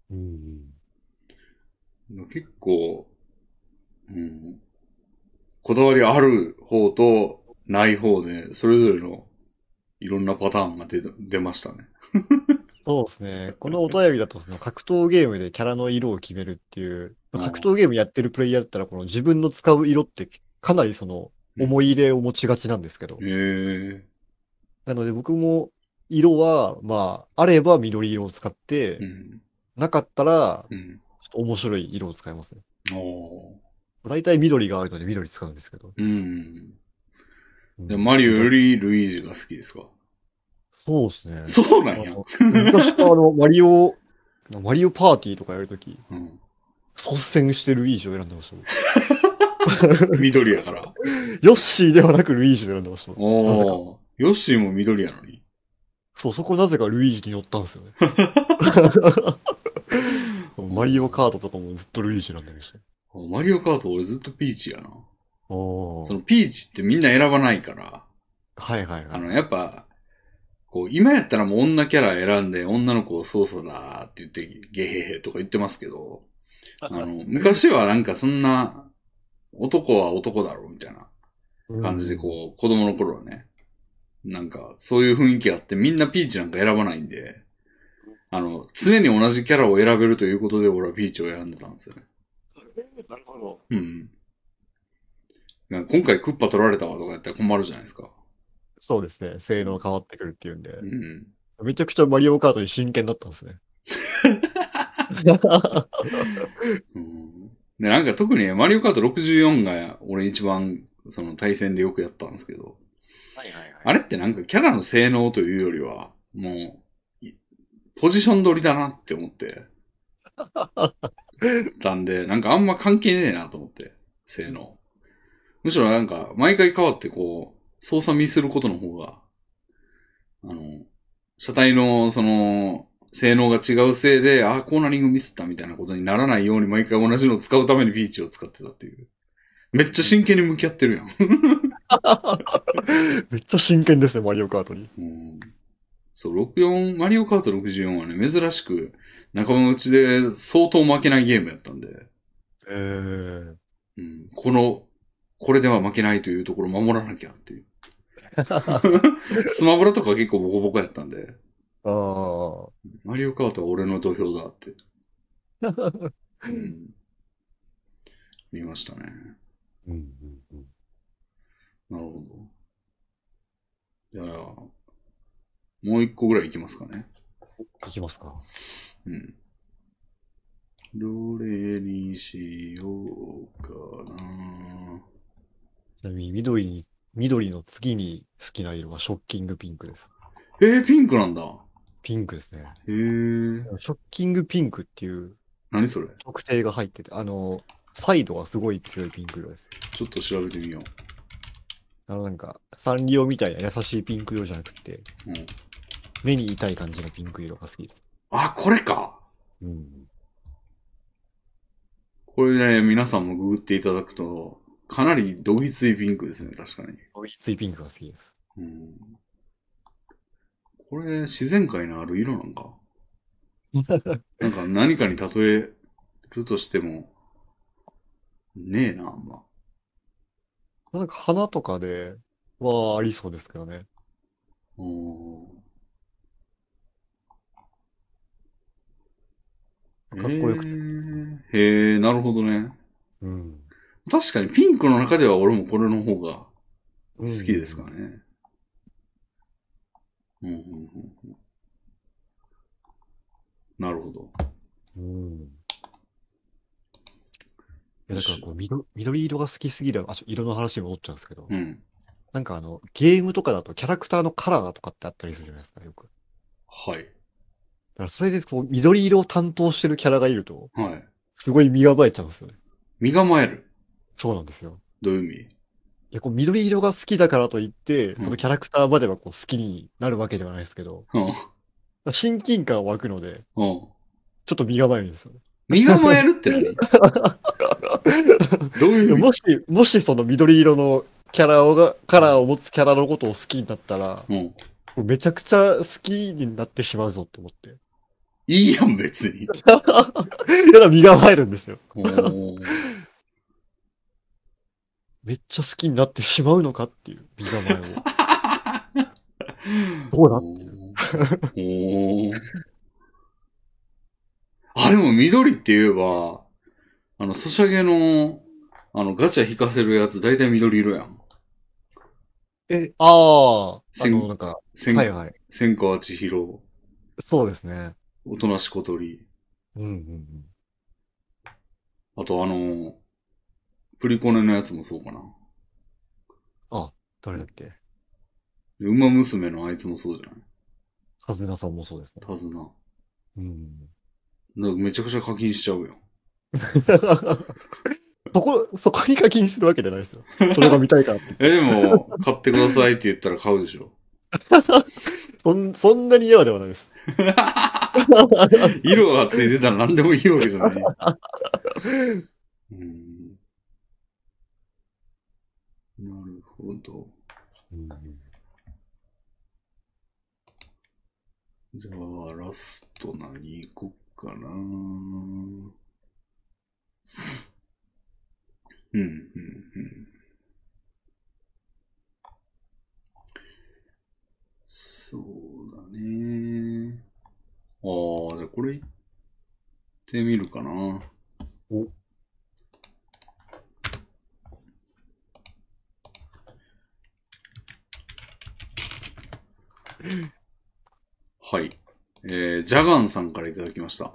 うん。結構、うん、こだわりある方とない方で、それぞれのいろんなパターンが出た出ましたね。そうですね。このお便りだと、その格闘ゲームでキャラの色を決めるっていう、うん格闘ゲームやってるプレイヤーだったら、この自分の使う色ってかなりその思い入れを持ちがちなんですけどへえ。ー。なので僕も色は、まあ、あれば緑色を使って、うん。なかったら、うん。ちょっと面白い色を使いますね。おー大体緑があるので緑使うんですけど。うん。うんでマリオよりルイージが好きですかそうですね。そうなあんや。の昔からあの、マリオ、マリオパーティーとかやるとき、うん。率先してルイージを選んでましたね。緑や *laughs* から。ヨッシーではなくルイージを選んでましたね。なぜかおーヨッシーも緑やのに。そう、そこなぜかルイージに乗ったんですよね。 *laughs* マリオカードとかもずっとルイージ選んでましたね。あマリオカート俺ずっとピーチやな。おそーのピーチってみんな選ばないから。はいはいはあい。の、やっぱ、こう、今やったらもう女キャラ選んで、女の子を操作だーって言って、ゲヘヘとか言ってますけど、あの、昔はなんかそんな、男は男だろ、みたいな感じで、こう、子供の頃はね、なんか、そういう雰囲気があって、みんなピーチなんか選ばないんで、あの、常に同じキャラを選べるということで、俺はピーチを選んでたんですよね。なるほど。うん。なんか今回クッパ取られたわとかやったら困るじゃないですか。そうですね。性能変わってくるっていうんでう。ん。めちゃくちゃマリオカートに真剣だったんですね。うん、で、なんか特にマリオカート64が俺一番、その対戦でよくやったんですけど、はいはいはい。あれってなんかキャラの性能というよりは、もう、いポジション取りだなって *laughs* 思って。たんで、なんかあんま関係ねえなと思って、性能。むしろなんか、毎回変わってこう、操作ミスることの方が、あの、車体のその、性能が違うせいで、あーコーナリングミスったみたいなことにならないように毎回同じのを使うためにビーチを使ってたっていう。めっちゃ真剣に向き合ってるやん。 *laughs* めっちゃ真剣ですね、マリオカートに。うんそう、64、マリオカート64はね、珍しく、仲間内で相当負けないゲームやったんで、え *laughs* ー、うん、この、これでは負けないというところを守らなきゃっていう。 *laughs* スマブラとか結構ボコボコやったんで、あマリオカートは俺の土俵だって。うん、見ましたね。なるほど。じゃあ、もう一個ぐらいいきますかね。あ。いきますか。うん。どれにしようかな。ちなみに緑に、緑の次に好きな色はショッキングピンクです。えー、ピンクなんだ。ピンクですね。へえ。ショッキングピンクっていう何それ特定が入ってて、あの、サイドがすごい強いピンク色です。ちょっと調べてみよあのなんか、サンリオみたいな優しいピンク色じゃなくて、う。うん。目に痛い感じのピンク色が好きです。あ、これか。うん。これね、皆さんもググっていただくと、かなりどぎついピンクですね、確かに。きついピンクが好きです。うん。これ、自然界のある色なんか。なんか何かに例えるとしても、ねえな、あんま。なんか花とかではありそうですけどね。おかっこよくてえーへえ、なるほどね。うん。確かにピンクの中では俺もこれの方が好きですかね。うんうんうんうんなるほど。うん。いや、だからこう、緑緑色が好きすぎる、あ、ちょ色の話に戻っちゃうんですけど、うん。なんかあの、ゲームとかだとキャラクターのカラーとかってあったりするじゃないですか、よく。だはい。からそれでこう、緑色を担当してるキャラがいると、はい。すごい身構えちゃうんですよね。身構える。そうなんですよ。どういう意味いや、こう、緑色が好きだからといって、んそのキャラクターまではこう、好きになるわけではないですけど、うん。親近感湧くので、うん。ちょっと身構えるんですよね。身構えるって何どういう意味もし、もしその緑色のキャラをが、カラーを持つキャラのことを好きになったら、うん。こうめちゃくちゃ好きになってしまうぞって思って。 *laughs* いいやん、別に。だから身構えるんですよ。おーめっちゃ好きになってしまうのかっていう身構えを。どうだっていう。おーあ、でも緑って言えば、あの、ソシャゲの、あの、ガチャ引かせるやつ、だいたい緑色やん。え、ああ、あせんの、なんか、千、はいはい。千川千尋、そうですね。おとなし小鳥。うんうんうん。あと、あの、プリコネのやつもそうかな。誰だっけで馬娘のあいつもそうじゃないカズナさんもそうですね。手綱。だかうん。らめちゃくちゃ課金しちゃうよ。 *laughs* そこ、そこに課金するわけじゃないですよ。それが見たいからって。 *laughs* え、でも、買ってくださいって言ったら買うでしょ。そんそんなに嫌ではないです。色がついてたら何でもいいわけじゃない。うん。なるほど。じゃあ、ラスト何行こっかな。うん、うん、うん。そうだね。ああ、じゃあこれ行ってみるかな。おはい。えー、ジャガンさんからいただきました。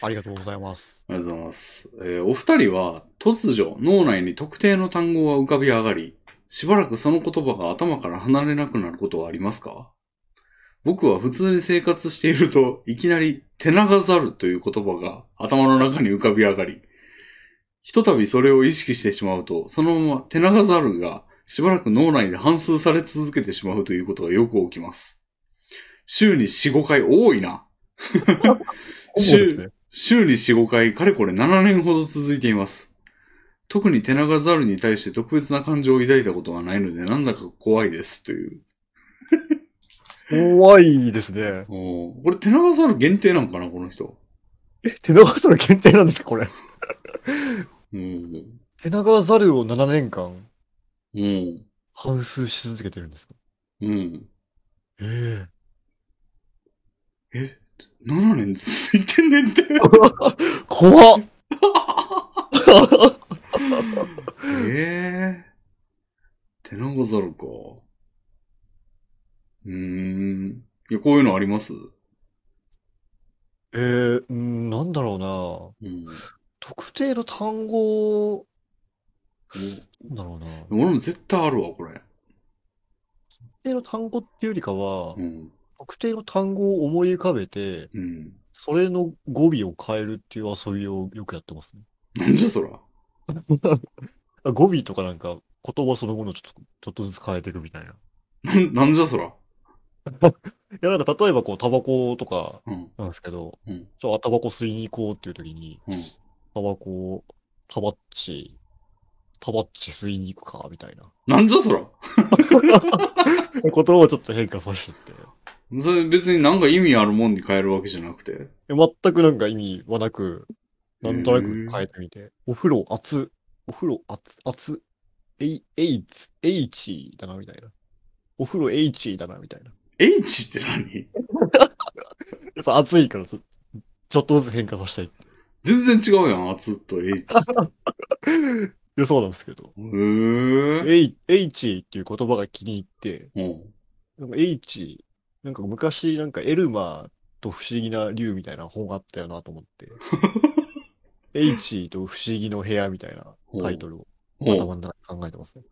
ありがとうございます。ありがとうございます。えーお二人は突如脳内に特定の単語が浮かび上がり、しばらくその言葉が頭から離れなくなることはありますか僕は普通に生活していると、いきなり手長ざるという言葉が頭の中に浮かび上がり、ひとたびそれを意識してしまうと、そのまま手長ざるがしばらく脳内で反数され続けてしまうということがよく起きます。週に4、5回多い *laughs* な。 *laughs* そうですね週に4、5回、かれこれ7年ほど続いています。特に手長ザルに対して特別な感情を抱いたことはないので、なんだか怖いです、という。怖いですね。おーこれ手長ザル限定なんかな、この人。え、手長猿限定なんですかこれ。うん。手長猿を7年間うん。反数し続けてるんですかうん。ええ7年続いてんねんって。怖っええ手長ザルか。うーん。いや、こういうのありますえー、うんなんだろうな。うん。特定の単語、なんだろうな。特俺も絶対あるわ、これ。定の単語っていうよりかはう、ん。特定の単語を思い浮かべて、うん。それの語尾を変えるっていう遊びをよくやってますね。なんじゃそら。 *laughs* あ語尾とかなんか、言葉その後のちょっと、ちょっとずつ変えていくみたいな。いなんなんじゃそら。や、なんか例えばこう、タバコとかうん。なんですけど、うんちょ、あタバコ吸いに行こうっていう時に、うんタバコを、タバッチ、タバッチ吸いに行くか、みたいな。 *laughs* なんじゃそら。言葉をちょっと変化させてって。それ別になんか意味あるもんに変えるわけじゃなくて。全くなんか意味はなく、なんとなへくー変えてみて、お風呂熱、お風呂熱、熱、えい、えいつ、えいちだな、みたいな。お風呂えいちだな、みたいな。 H って何やっぱ暑いからちょ、ちょっとずつ変化させたいって。全然違うやん、熱と H。 *laughs* いや、そうなんですけど。へー。えい、えいちっていう言葉が気に入って、うん。なんかえいち、なんか昔なんかエルマーと不思議な竜みたいな本あったよなと思って。えいちと不思議の部屋みたいなタイトルをほう頭の中で考えてますね。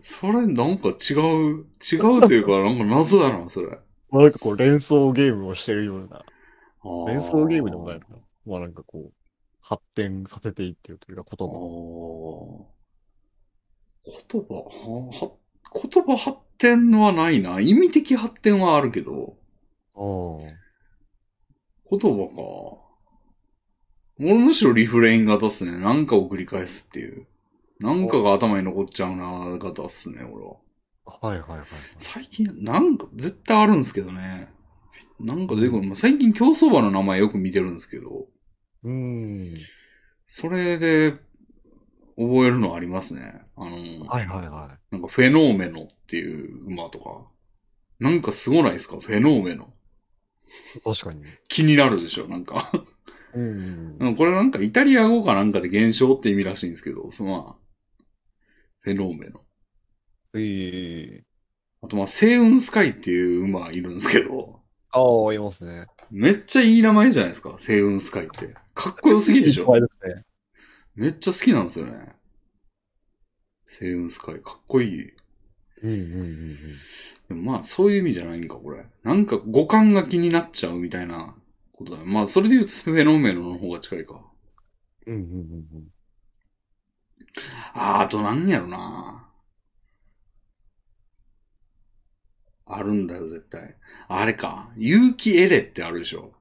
それなんか違う、違うというか、なんか謎やな、それ。まあなんかこう連想ゲームをしてるような、連連想ゲームでもないのかな。まあなんかこう、発展させていってるというかあ言葉。ー言葉、は、は、言葉発展はないな。意味的発展はあるけど。あ言葉か。俺むしろリフレイン型っすね。なんかを繰り返すっていう。なんかが頭に残っちゃうな型っすね、俺は。あ。はいはいはいはい。最近、なんか、絶対あるんですけどね。なんか出てくる。まあ最近競走馬の名前よく見てるんですけど、うーん。それで覚えるのありますね。あの、はいはいはなんかフェノーメノっていう馬とか。なんかすごないですかフェノーメノ。い。確かに。気になるでしょなんか。うん。うんこれなんかイタリア語かなんかで現象って意味らしいんですけど、まあ、フェノーメノ。ええあとまあ、星雲スカイっていう馬いるんですけど、ああ、いますね。めっちゃいい名前じゃないですか、星雲スカイって。かっこよすぎでしいっぱ *laughs* いょですね。めっちゃ好きなんですよね。星雲スカイ、かっこいい。うんうんうんうん。でもまあ、そういう意味じゃないんか、これ。なんか五感が気になっちゃうみたいなことだよ。まあ、それで言うとフェノーメノの方が近いか。うんうんうんうん。あーあとなんやろな。あるんだよ、絶対。あれか。有機エレってあるでしょ。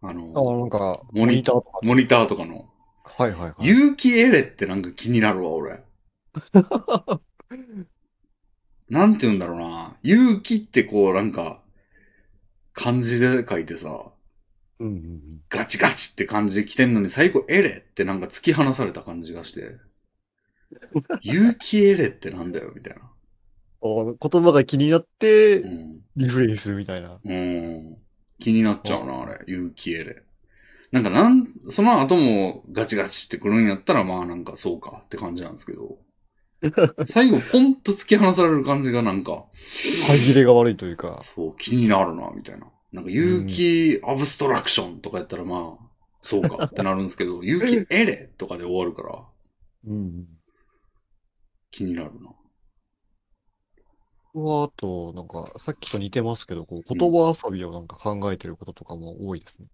あの、ああ、なんか、モニモニターとか。モニターとかの。はいはいはい。有機エレってなんか気になるわ、 *laughs* 俺。なんて言うんだろうな。有機ってこう、なんか、漢字で書いてさ、うんうんうん。ガチガチって感じで来てんのに、最後エレってなんか突き放された感じがして、勇気エレってなんだよ、みたいな。お言葉が気になってう、ん。リフレインするみたいな。うん。気になっちゃうな、あれ。勇気エレ。なんかなん、その後もガチガチってくるんやったら、まあなんかそうかって感じなんですけど。最後、ポンと突き放される感じがなんか、歯切れが悪いというか。そう、気になるな、みたいな。なんか、勇気アブストラクションとかやったら、まあ、そうかってなるんですけど、勇気エレとかで終わるから、うんうん。気になるな。僕はあと、なんか、さっきと似てますけど、こう、言葉遊びをなんか考えてることとかも多いですね。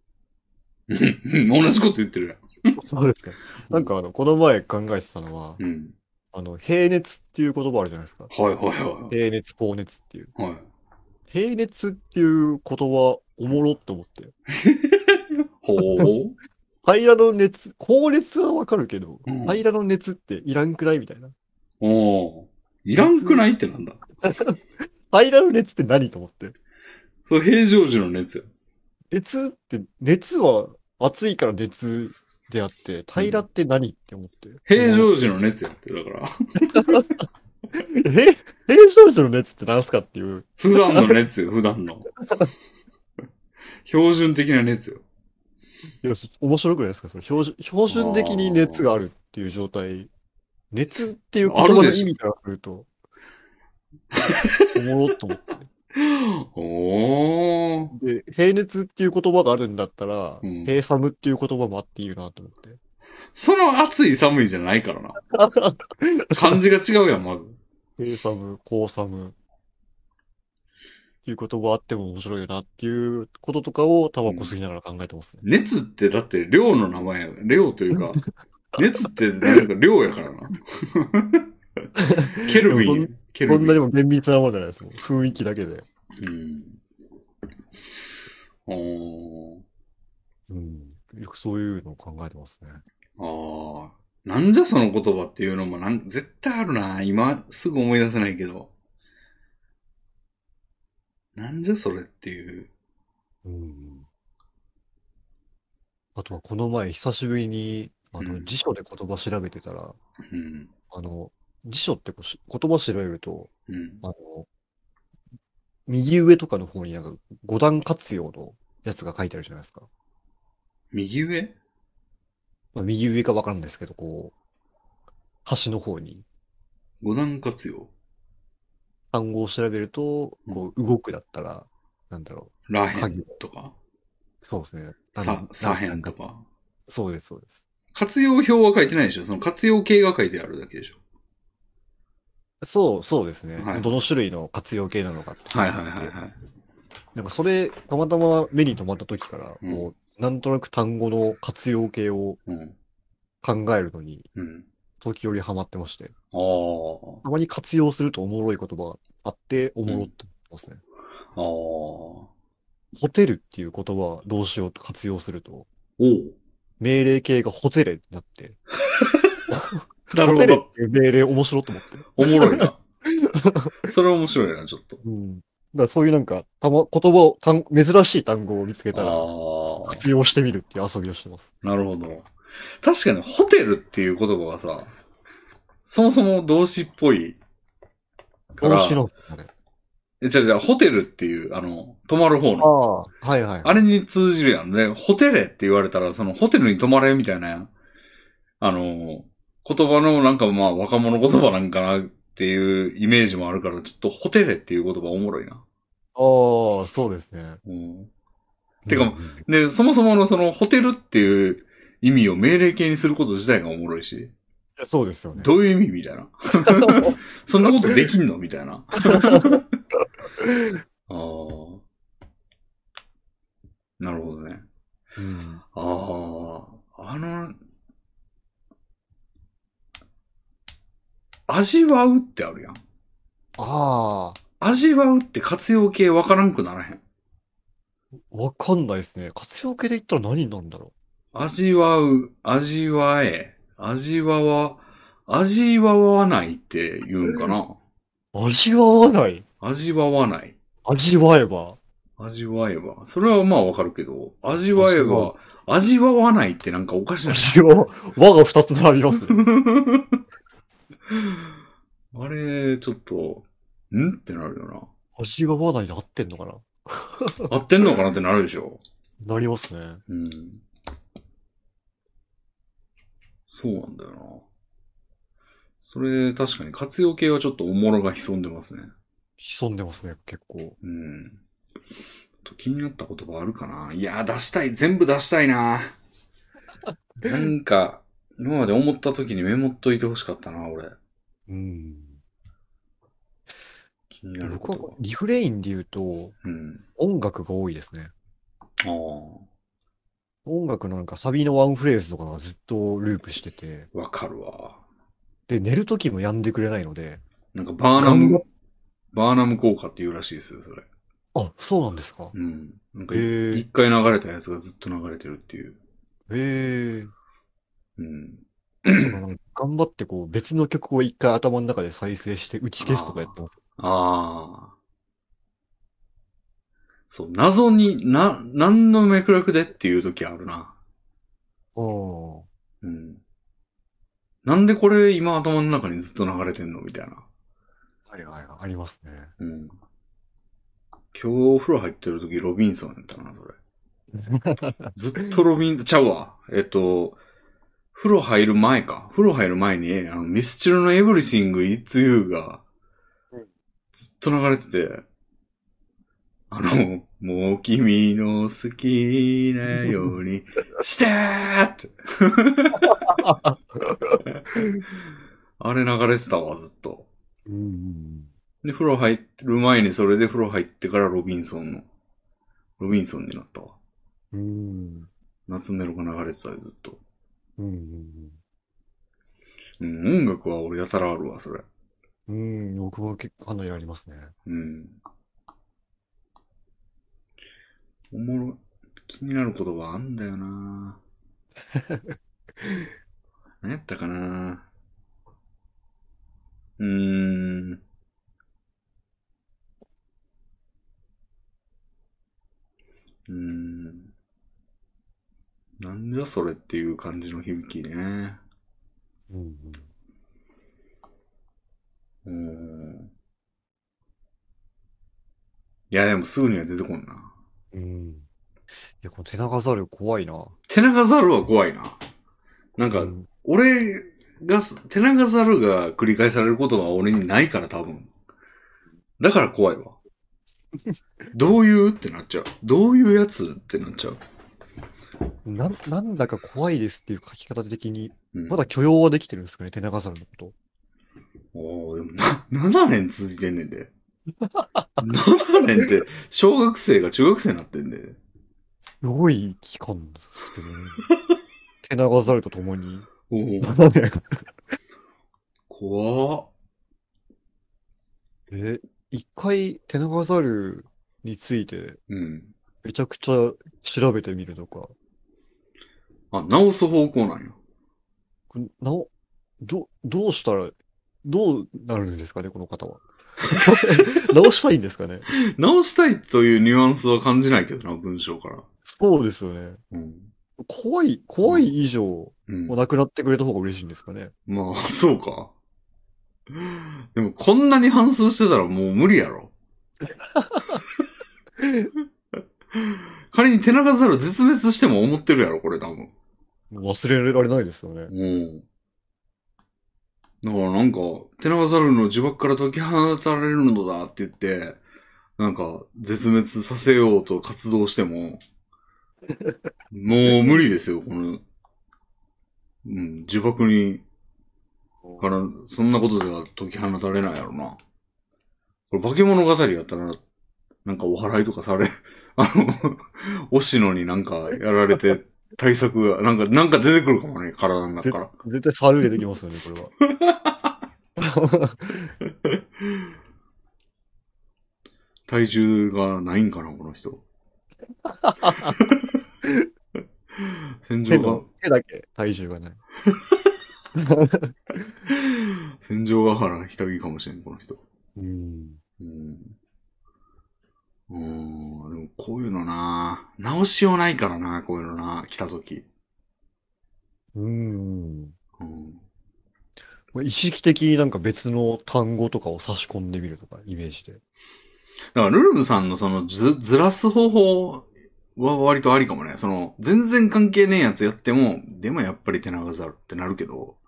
うん同じこと言ってるそうですね。なんかあの、この前考えてたのは、やん。うん。あの、平熱っていう言葉あるじゃないですか。はいは平熱、高熱っていう。いはい。はい。平熱っていう言葉、おもろって思って。ほう。平らの熱、高熱はわかるけど、うん平らの熱っていらんくらいみたいな。おーいらんくないってなんだ。平らの熱って何と思って。そう、平常時の熱や。熱って、熱は熱いから熱であって、平らって何って思って。平常時の熱やって、だから。え平常時の熱って何すかっていう。普段の熱よ、普段の。標準的な熱よ。いや、そ面白くないですかその標準標準的に熱があるっていう状態。熱っていう言葉の意味からす *laughs* ると、おもろっと思って。おー。で、平熱っていう言葉があるんだったら、うん平サムっていう言葉もあっていいなと思って。その暑い寒いじゃないからな。漢字が違うやん、まず。平サム、高サム。っていう言葉あっても面白いよなっていうこととかをタバコ吸いながら考えてますね。熱ってだって量の名前や。量というか、熱ってなんか量やからな。ケルビンや。ケルこビんン。なにも厳密なものじゃないですもん。雰囲気だけで。うん。おーうん。よくそういうのを考えてますね。あーなんじゃその言葉っていうのもなん絶対あるな。今すぐ思い出せないけど。なんじゃそれっていう。うん。あとはこの前久しぶりに、あうの、ん辞書で言葉調べてたら、うん。あの、辞書ってこうし言葉調べると、うん。あの、右上とかの方になんか五段活用のやつが書いてあるじゃないですか。右上まあ、右上かわかんないですけど、こう、端の方に五段活用。単語を調べると、こう、動くだったら、なんだろらへんとか。う。そうですね。あさの、左辺となんか。か。そうです、そうです。活用表は書いてないでしょその活用形が書いてあるだけでしょそう、そうですね。はいどの種類の活用形なのかって。はいはいはいはい。なんかそれ、たまたま目に留まった時から、うんこう、なんとなく単語の活用形をうん。考えるのに、うん。時折ハマってまして、あたまに活用するとおもろい言葉があって、おもろって思ってますね。あ。ああ。おホテルっていう言葉はどうしようと活用すると、う。命令形がホテレになって、なるホほテレっど。ていう命令面白いと思って。おもろいな。それ面白いな、ちょっと。うん。だからそういうなんか、たま、言葉を、単珍しい単語を見つけたら、あ活用してみるっていう遊びをしてます。あ。なるほど。確かに、ホテルっていう言葉はさ、そもそも動詞っぽいから。面白いですねあれ。え、じゃじゃホテルっていう、あの、泊まる方あの。あ、はいはい。あれに通じるやん。で、ホテレって言われたら、そのホテルに泊まれみたいな、あの、言葉のなんかまあ若者言葉なんかなっていうイメージもあるから、ちょっとホテレっていう言葉おもろいな。ああ、そうですね。うん。てかうんうんで、そもそものそのホテルっていう意味を命令形にすること自体がおもろいし、そうですよね。どういう意味みたいな。そんなことできんのみたいな。ああ。なるほどね。うんああ、あの、味わうってあるやん。あ味わうって活用形わからんくならへん。あ、わかんないですね。活用形で言ったら何になるんだろ味わう、味わえ、味わわ、味わわないって言うんかな。う。味わわない。味わわない。味わえば。味わえば。それはまあわかるけど、味わえば、味わわないってなんかおかしな一応、輪が二つ並びます *laughs* ね。あれ、ちょっと、んってなるよ味が輪内で合ってんのかなな。合ってんのかなってなるでしょ。なりますね。うん。そうなんだよな。それ、確かに活用系はちょっとおもろが潜んでますね。潜んでますね、結構。うん。あと気になった言葉あるかないや、出したい。全部出したい *laughs* な。なんか、今まで思った時にメモっといてほしかったな、俺。うん。気になる僕こはとが。リフレインで言うと、うん。音楽が多いですね。ああ、音楽のなんかサビのワンフレーズとかがずっとループしてて、わかるわ。で、寝るときもやんでくれないので、なんかバーナ頑張ムっ、バーナム効果っていうらしいですよ、それ。あ、そうなんですか。うん。なんかへい、え、一回流れたやつがずっと流れてるっていう。へえ、うん。だからなんか頑張ってこう別の曲を一回頭の中で再生して打ち消すとかやってます。ああ。そう、謎に、な、何の脈絡でっていう時あるな。ああ。うん。なんでこれ今頭の中にずっと流れてんのみたいな。はいはいはい、ありますね。うん。今日お風呂入ってる時ロビンソンやったな、それ。ずっとロビン、ちゃうわ。えっと、風呂入る前か。風呂入る前に、あの、ミスチルのエブリシング・イッツ・ユーがうん、ずっと流れてて、あの、もう君の好きなように、してーって。あれ流れてたわ、ずっと。うん。で、風呂入る前にそれで風呂入ってからロビンソンの、ロビンソンになったわ。うん。夏メロが流れてたでずっと。うん。うん、音楽は俺やたらあるわ、それ。うん。僕も結構かなりありますね。うん。おもろ、気になる言葉あんだよな何やったかなうーん。うーん。なんじゃそれっていう感じの響きね。うんうん。うーん。いや、でもすぐには出てこんな。うん。いや、この手長ザル怖いな。手長ザルは怖いな。なんかう、ん俺がす、手長ザルが繰り返されることは俺にないから多分。だから怖いわ。どういうってなっちゃう。どういうやつってなっちゃう。なん、なんだか怖いですっていう書き方的に、うん、まだ許容はできてるんですかね、手長ザルのこと。おーでもな、7年続いてんねんで。7年って、小学生が中学生になってんで。すごい期間で *laughs* すけどね。手長ザルと共に。おー怖っ。え、一回手長ザルについてうん。めちゃくちゃ調べてみるとか、あ、直す方向なんや。これなお、ど、どうしたら、どうなるんですかね、この *laughs* 方は。直したいんですかね。直したいというニュアンスは感じないけどな、文章から。そうですよね。うん。怖い、怖い以上、もうんう。なくなってくれた方が嬉しいんですかね。まあ、そうか。でも、こんなに反数してたらもう無理やろ。仮に手長ザル絶滅しても思ってるやろ、これ多分。もう忘れられないですよね。うん。だからなんか、手長ザルの呪縛から解き放たれるのだって言って、なんか、絶滅させようと活動しても、もう無理ですよ、この、うん、呪縛にから、そんなことでは解き放たれないやろな。これ、化け物語やったら、なんかお祓いとかされ、あの、押野になんかやられて、対策が、なんか、なんか出てくるかもね、体の中から。絶対猿出てきますよね、これは。体重がないんかな、この *laughs* 人。戦手場がの、、手だけ体重がない。戦場ヶ原ひたぎかもしれん、この人。うん。うん。うーん、でもこういうのな直しようないからなこういうのな来た時。うん。うん。まあ意識的になんか別の単語とかを差し込んでみるとか、イメージで。だから、ルルブさんのそのず、ずらす方法は割とありかもね。その、全然関係ねえやつやっても、でもやっぱり手長ざるってなるけど、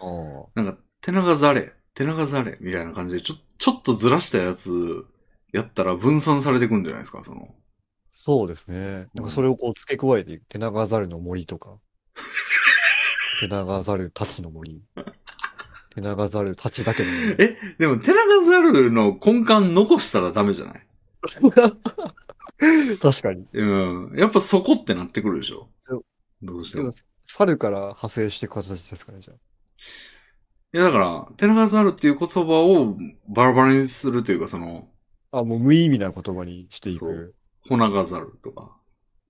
ああ。なんか、手長ざれ、手長ざれ、みたいな感じで、ちょ、ちょっとずらしたやつ、やったら分散されてくんじゃないですか、その。そうですね。なんかそれをこう付け加えていく。手長猿の森とか。手長猿たちの森。手長猿たちだけ *laughs* の森。えでも、手長ざるの根幹残したらダメじゃない確かに。うん。やっぱそこってなってくるでしょそう。どうしてでもも。猿から派生していく形ですかね、じゃあ。いや、だから、手長ざるっていう言葉をバラバラにするというか、その、あ、もう無意味な言葉にしていく。ほながざるとか、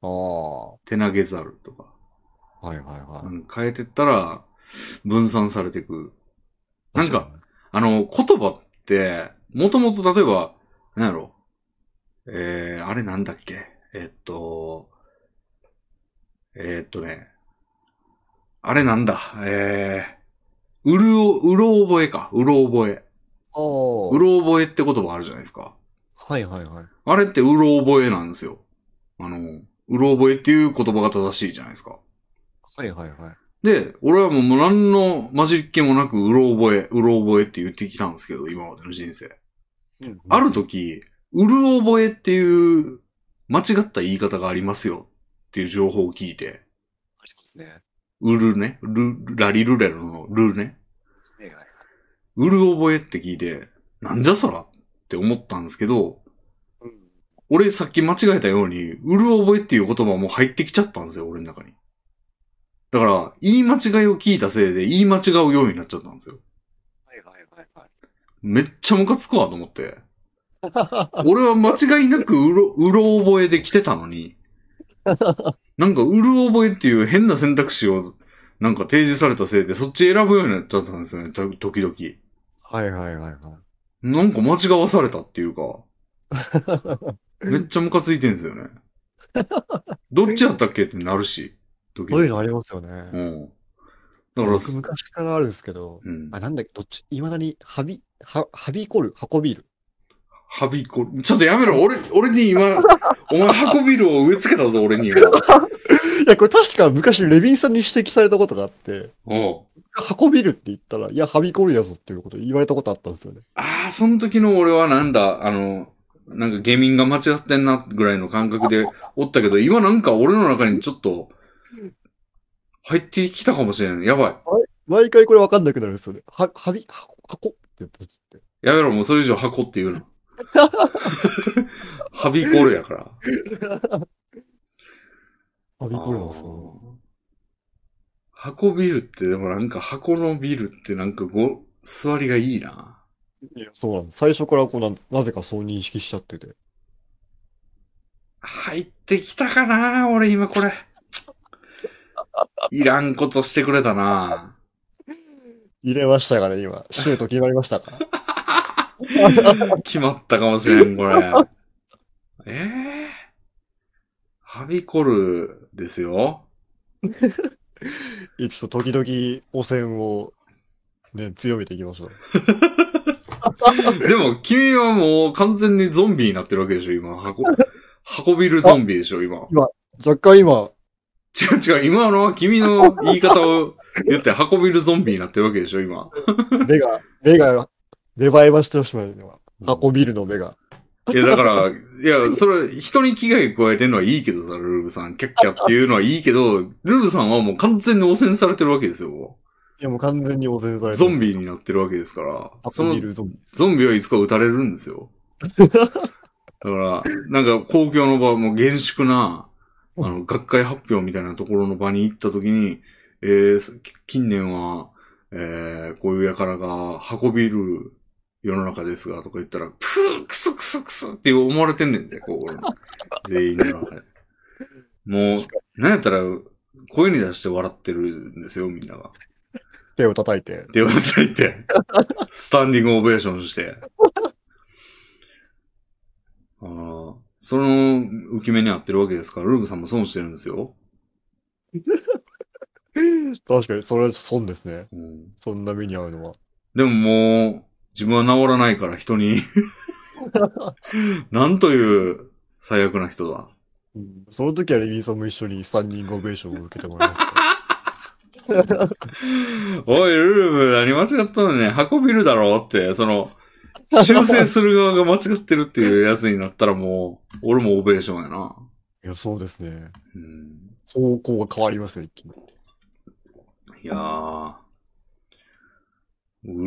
ああ。は手投げざるとか、いはいはうい。ん変えてったら分散されていく。なんか確に、あの、言葉って、もともと例えば、なんやろ、えー、あれなんだっけ、えっと、えっとね、あれなんだ、えー、うるお、うろ覚えか、うろ覚え。あうあ。ろ覚えって言葉あるじゃないですか。はいはいはい。あれってうろ覚えなんですよ。あの、うろ覚えっていう言葉が正しいじゃないですか。はいはいはい。で、俺はもう何の混じりっ気もなく、うろ覚え、うろ覚えって言ってきたんですけど、今までの人生。ある時、うる覚えっていう間違った言い方がありますよっていう情報を聞いて、ありますね。うるね、ル、ラリルレロのルね、はいはい。うる覚えって聞いて、なんじゃそらって思ったんですけど、うん。俺さっき間違えたように、うる覚えっていう言葉も入ってきちゃったんですよ、俺の中に。だから、言い間違いを聞いたせいで、言い間違うようになっちゃったんですよ。はいはいはいはい。めっちゃムカつくわと思って。俺は間違いなくうろ、うろ覚えで来てたのに。なんか、うる覚えっていう変な選択肢を、なんか提示されたせいで、そっち選ぶようになっちゃったんですよね、と時々。はいはいはいはい。なんか間違わされたっていうか、めっちゃムカついてんすよね。どっちやったっけってなるし、時そういう々。のありますよね。うん。だから、僕昔からあるんですけど、うん。あ、なんだっけ、どっち、いまだに、はび、は、はびこる、運びる。ハビコ、ちょっとやめろ、俺、俺に今、お前、箱ビルを植え付けたぞ、俺に今。いや、これ確か昔、レビンさんに指摘されたことがあって、おう運びるって言ったら、いや、はびこるやぞっていうこと言われたことあったんですよね。ああ、その時の俺はなんだ、あの、なんか下民が間違ってんなぐらいの感覚でおったけど、今なんか俺の中にちょっと、入ってきたかもしれない。やばい。毎回これわかんなくなるんですよね。は、はび、は、箱って言った時って。やめろ、もうそれ以上箱って言うの。はびこるやから。はびこるのそう。あー箱ビルって、でもなんか箱のビルってなんかご、座りがいいな。いや、そうなんです。最初からこうなん、なぜかそう認識しちゃってて。入ってきたかな俺今これ。いらんことしてくれたな入れましたから、ね、今。シュート決まりましたから。 *laughs* 決まったかもしれん、これ。ええはびこるですよ。いやちょっと時々、汚染を、ね、強めていきましょう。でも、君はもう完全にゾンビになってるわけでしょ、今。箱、運びるゾンビでしょ、今。若干今、違う違う、今のは君の言い方を言って、運びるゾンビになってるわけでしょ、今。目が、目が、芽生えましてましたね、今。箱ビルの目が。いや、だから、いや、それ、人に危害加えてるのはいいけどさ、ルーブさん。キャッキャっていうのはいい *laughs* けど、ルーブさんはもう完全に汚染されてるわけですよ。いや、もう完全に汚染されてゾンビになってるわけですから。そ箱のビルゾンビ。ゾンビはいつか撃たれるんですよ。だから、なんか公共の場、もう厳粛な、あの、学会発表みたいなところの場に行った時に、えー、き近年は、えー、こういう輩が運びる世の中ですが、とか言ったら、プー、クスクスクスって思われてんねんで、こう、俺の全員の中で。もう、なんやったら、声に出して笑ってるんですよ、みんなが。手を叩いて。手を叩いて、スタンディングオベーションして。あのその浮き目に合ってるわけですから、ルーブさんも損してるんですよ。確かに、それは損ですね。うん、そんな目に遭うのは。でももう、自分は治らないから人に、なんという最悪な人だ。うんその時はレビンさんも一緒に3人オベーションを受けてもらいますかおい、ルーブ、何間違ったのね、運びるだろうって、その、修正する側が間違ってるっていうやつになったらもう、俺もオベーションやな。いや、そうですね。うん方向が変わりますよ、一気に。いやー。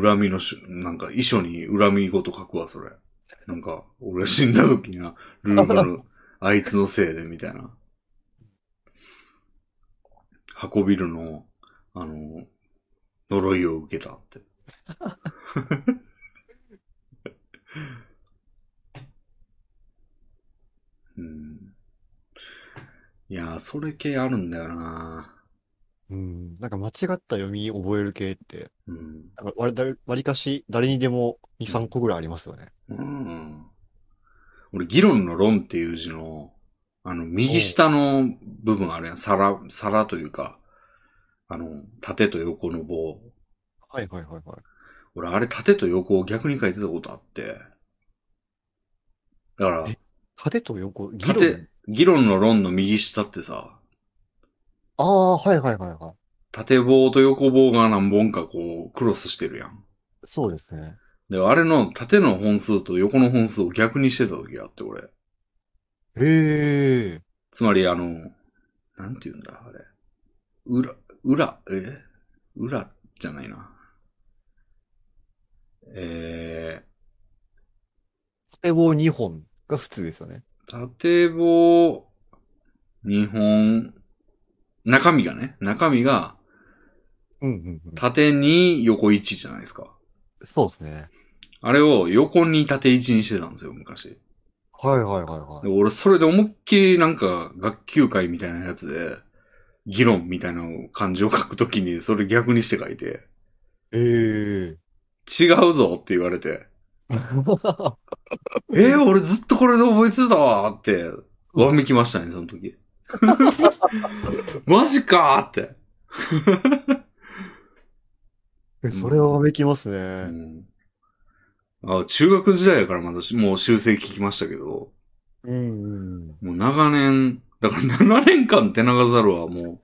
恨みのし、なんか遺書に恨み事書くわ、それ。なんか、俺死んだ時には、ルーブル、あいつのせいで、みたいな。運びるの、あの、呪いを受けたって。 *laughs* うん、いやー、それ系あるんだよなうん。なんか間違った読み覚える系って、うん。なんか割り割りかし誰にでも2、3個ぐらいありますよね。うん。俺、議論の論っていう字の、あの、右下の部分あるやん。皿、皿というか、あの、縦と横の棒。はいはいはいはい。俺、あれ縦と横を逆に書いてたことあって。だからえ、縦と横、議縦論。、議論の論の右下ってさ、ああ、はいはいはいはい。縦棒と横棒が何本かこう、クロスしてるやん。そうですね。で、あれの縦の本数と横の本数を逆にしてた時があって、俺。へえ。つまり、あの、なんて言うんだ、あれ。裏、裏、え裏じゃないな。え縦棒2本が普通ですよね。ー、縦棒、日本、中身がね、中身が、うんうんうん。縦に横1じゃないですか。そうですね。あれを横に縦1にしてたんですよ、昔。はいはいはいはでい。俺、それで思いっきりなんか、学級会みたいなやつで、議論みたいな漢字を書くときに、それ逆にして書いて、ええ。違うぞって言われて、 *laughs* えー、俺ずっとこれで覚えてたわーって、わめきましたね、その時。 *laughs* マジかーって、それはめきますうね。んあ。中学時代やからまだしもう修正聞きましたけど、うんうん。もう長年、だから7年 *laughs* 間手長ざるはも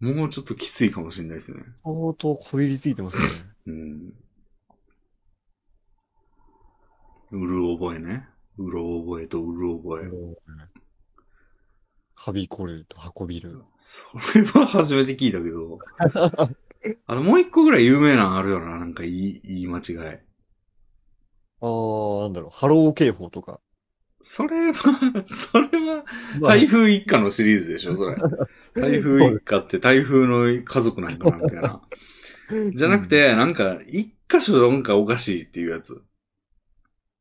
う、もうちょっときついかもしれないですね。相当こびりついてますね。うん。うる覚えね。うろ覚えとうる覚え。はびこると運びる。それは初めて聞いたけ *laughs* ど。あともう一個ぐらい有名なのあるよな、なんか言い、言い間違い。ああ、なんだろう、ハロー警報とか。それは、 *laughs* それは、まあ台風一過のシリーズでしょ、それ。台風一過って台風の家族なんかな、みたいな。じゃなく、て、なんか、一箇所なんかおかしいっていうやつ。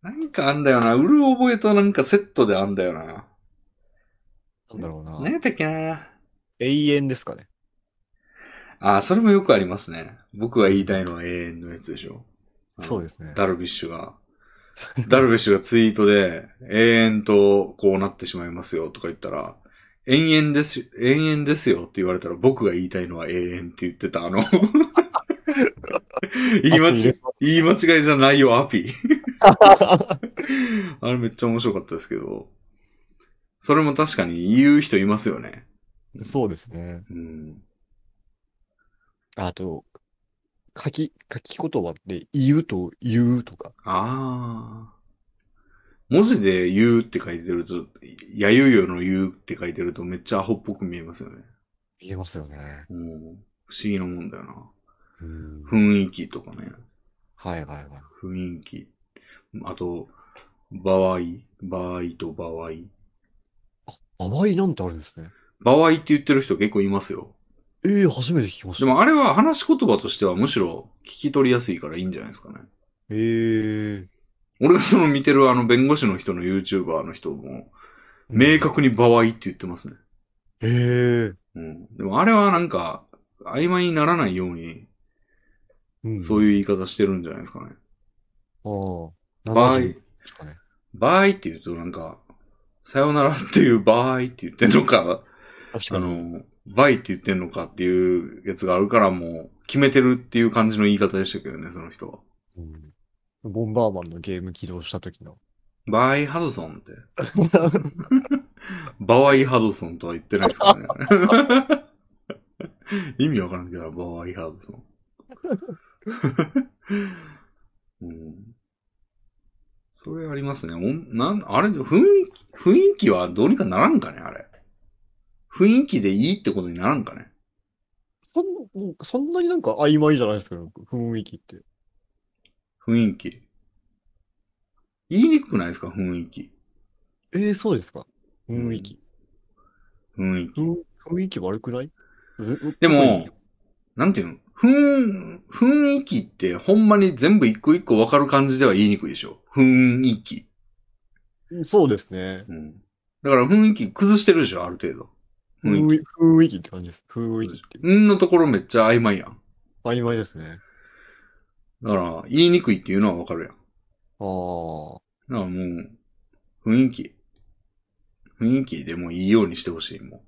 なんかあんだよな、うる覚えとなんかセットであんだよな。うんなんだろうな、何やったっけな。永遠ですかね。あ、それもよくありますね。僕が言いたいのは永遠のやつでしょ。そうすですね。ダルビッシュが、ダルビッシュがツイートで、永遠とこうなってしまいますよとか言ったら、永遠ですよ、永遠ですよって言われたら僕が言いたいのは永遠って言ってた、 *laughs* あの言い間熱い違でいす、言い間違いじゃないよ、アピ。あれめっちゃ面白かったですけど、それも確かに言う人いますよね。そうですね。うん。あと、書き、書き言葉って言うと言うとか。ああ。文字で言うって書いてると、やゆよの言うって書いてるとめっちゃアホっぽく見えますよね。言えますよね。うん。不思議なもんだよな。うん雰囲気とかね。はいはいはい。雰囲気。あと、場合。場合と場合。淡いなんてあるんですね。場合って言ってる人結構いますよ。ええ初めて聞きましでた。もあれは話し言葉としてはむしろ聞き取りやすいからいいんじゃないですかね。ええ俺がその見てるあの弁護士の人の YouTuber の人も、明確に場合って言ってますね。ええうん。でもあれはなんか、曖昧にならないように、うん、そういう。いう言い方してるんじゃないですかね。ああ、場合70ですかね。バイって言うとなんか、さよならっていうバイって言ってんの *laughs* か、確かあに。の、バイって言ってんのかっていうやつがあるからもう、決めてるっていう感じの言い方でしたけどね、その人は。うんボンバーマンのゲーム起動した時の。バイハドソンって。 *laughs* バワイハドソンとは言ってないですからね。 *laughs* 意味わからんけど、バワイハドソン。 *laughs* うん、それありますね。おんなんあれ、雰囲気、雰囲気はどうにかならんかね、あれ。雰囲気でいいってことにならんかね。そんそんなになんか曖昧じゃないですか、なんか雰囲気って。雰囲気。言いにくくないですか、雰囲気。ええそうですか。雰囲気。雰囲気。雰雰囲気悪くないずでも、なんていうの雰、雰囲気ってほんまに全部一個一個わかる感じでは言いにくいでしょ。雰囲気。そうですね。うん。だから雰囲気崩してるでしょ、ある程度。雰囲雰囲雰囲気って感じです。雰囲気って気。。んのところめっちゃ曖昧やん。曖昧ですね。だから、言いにくいっていうのはわかるやん。ああ。だからもう、雰囲気。雰囲気でもいいようにしてほしい、も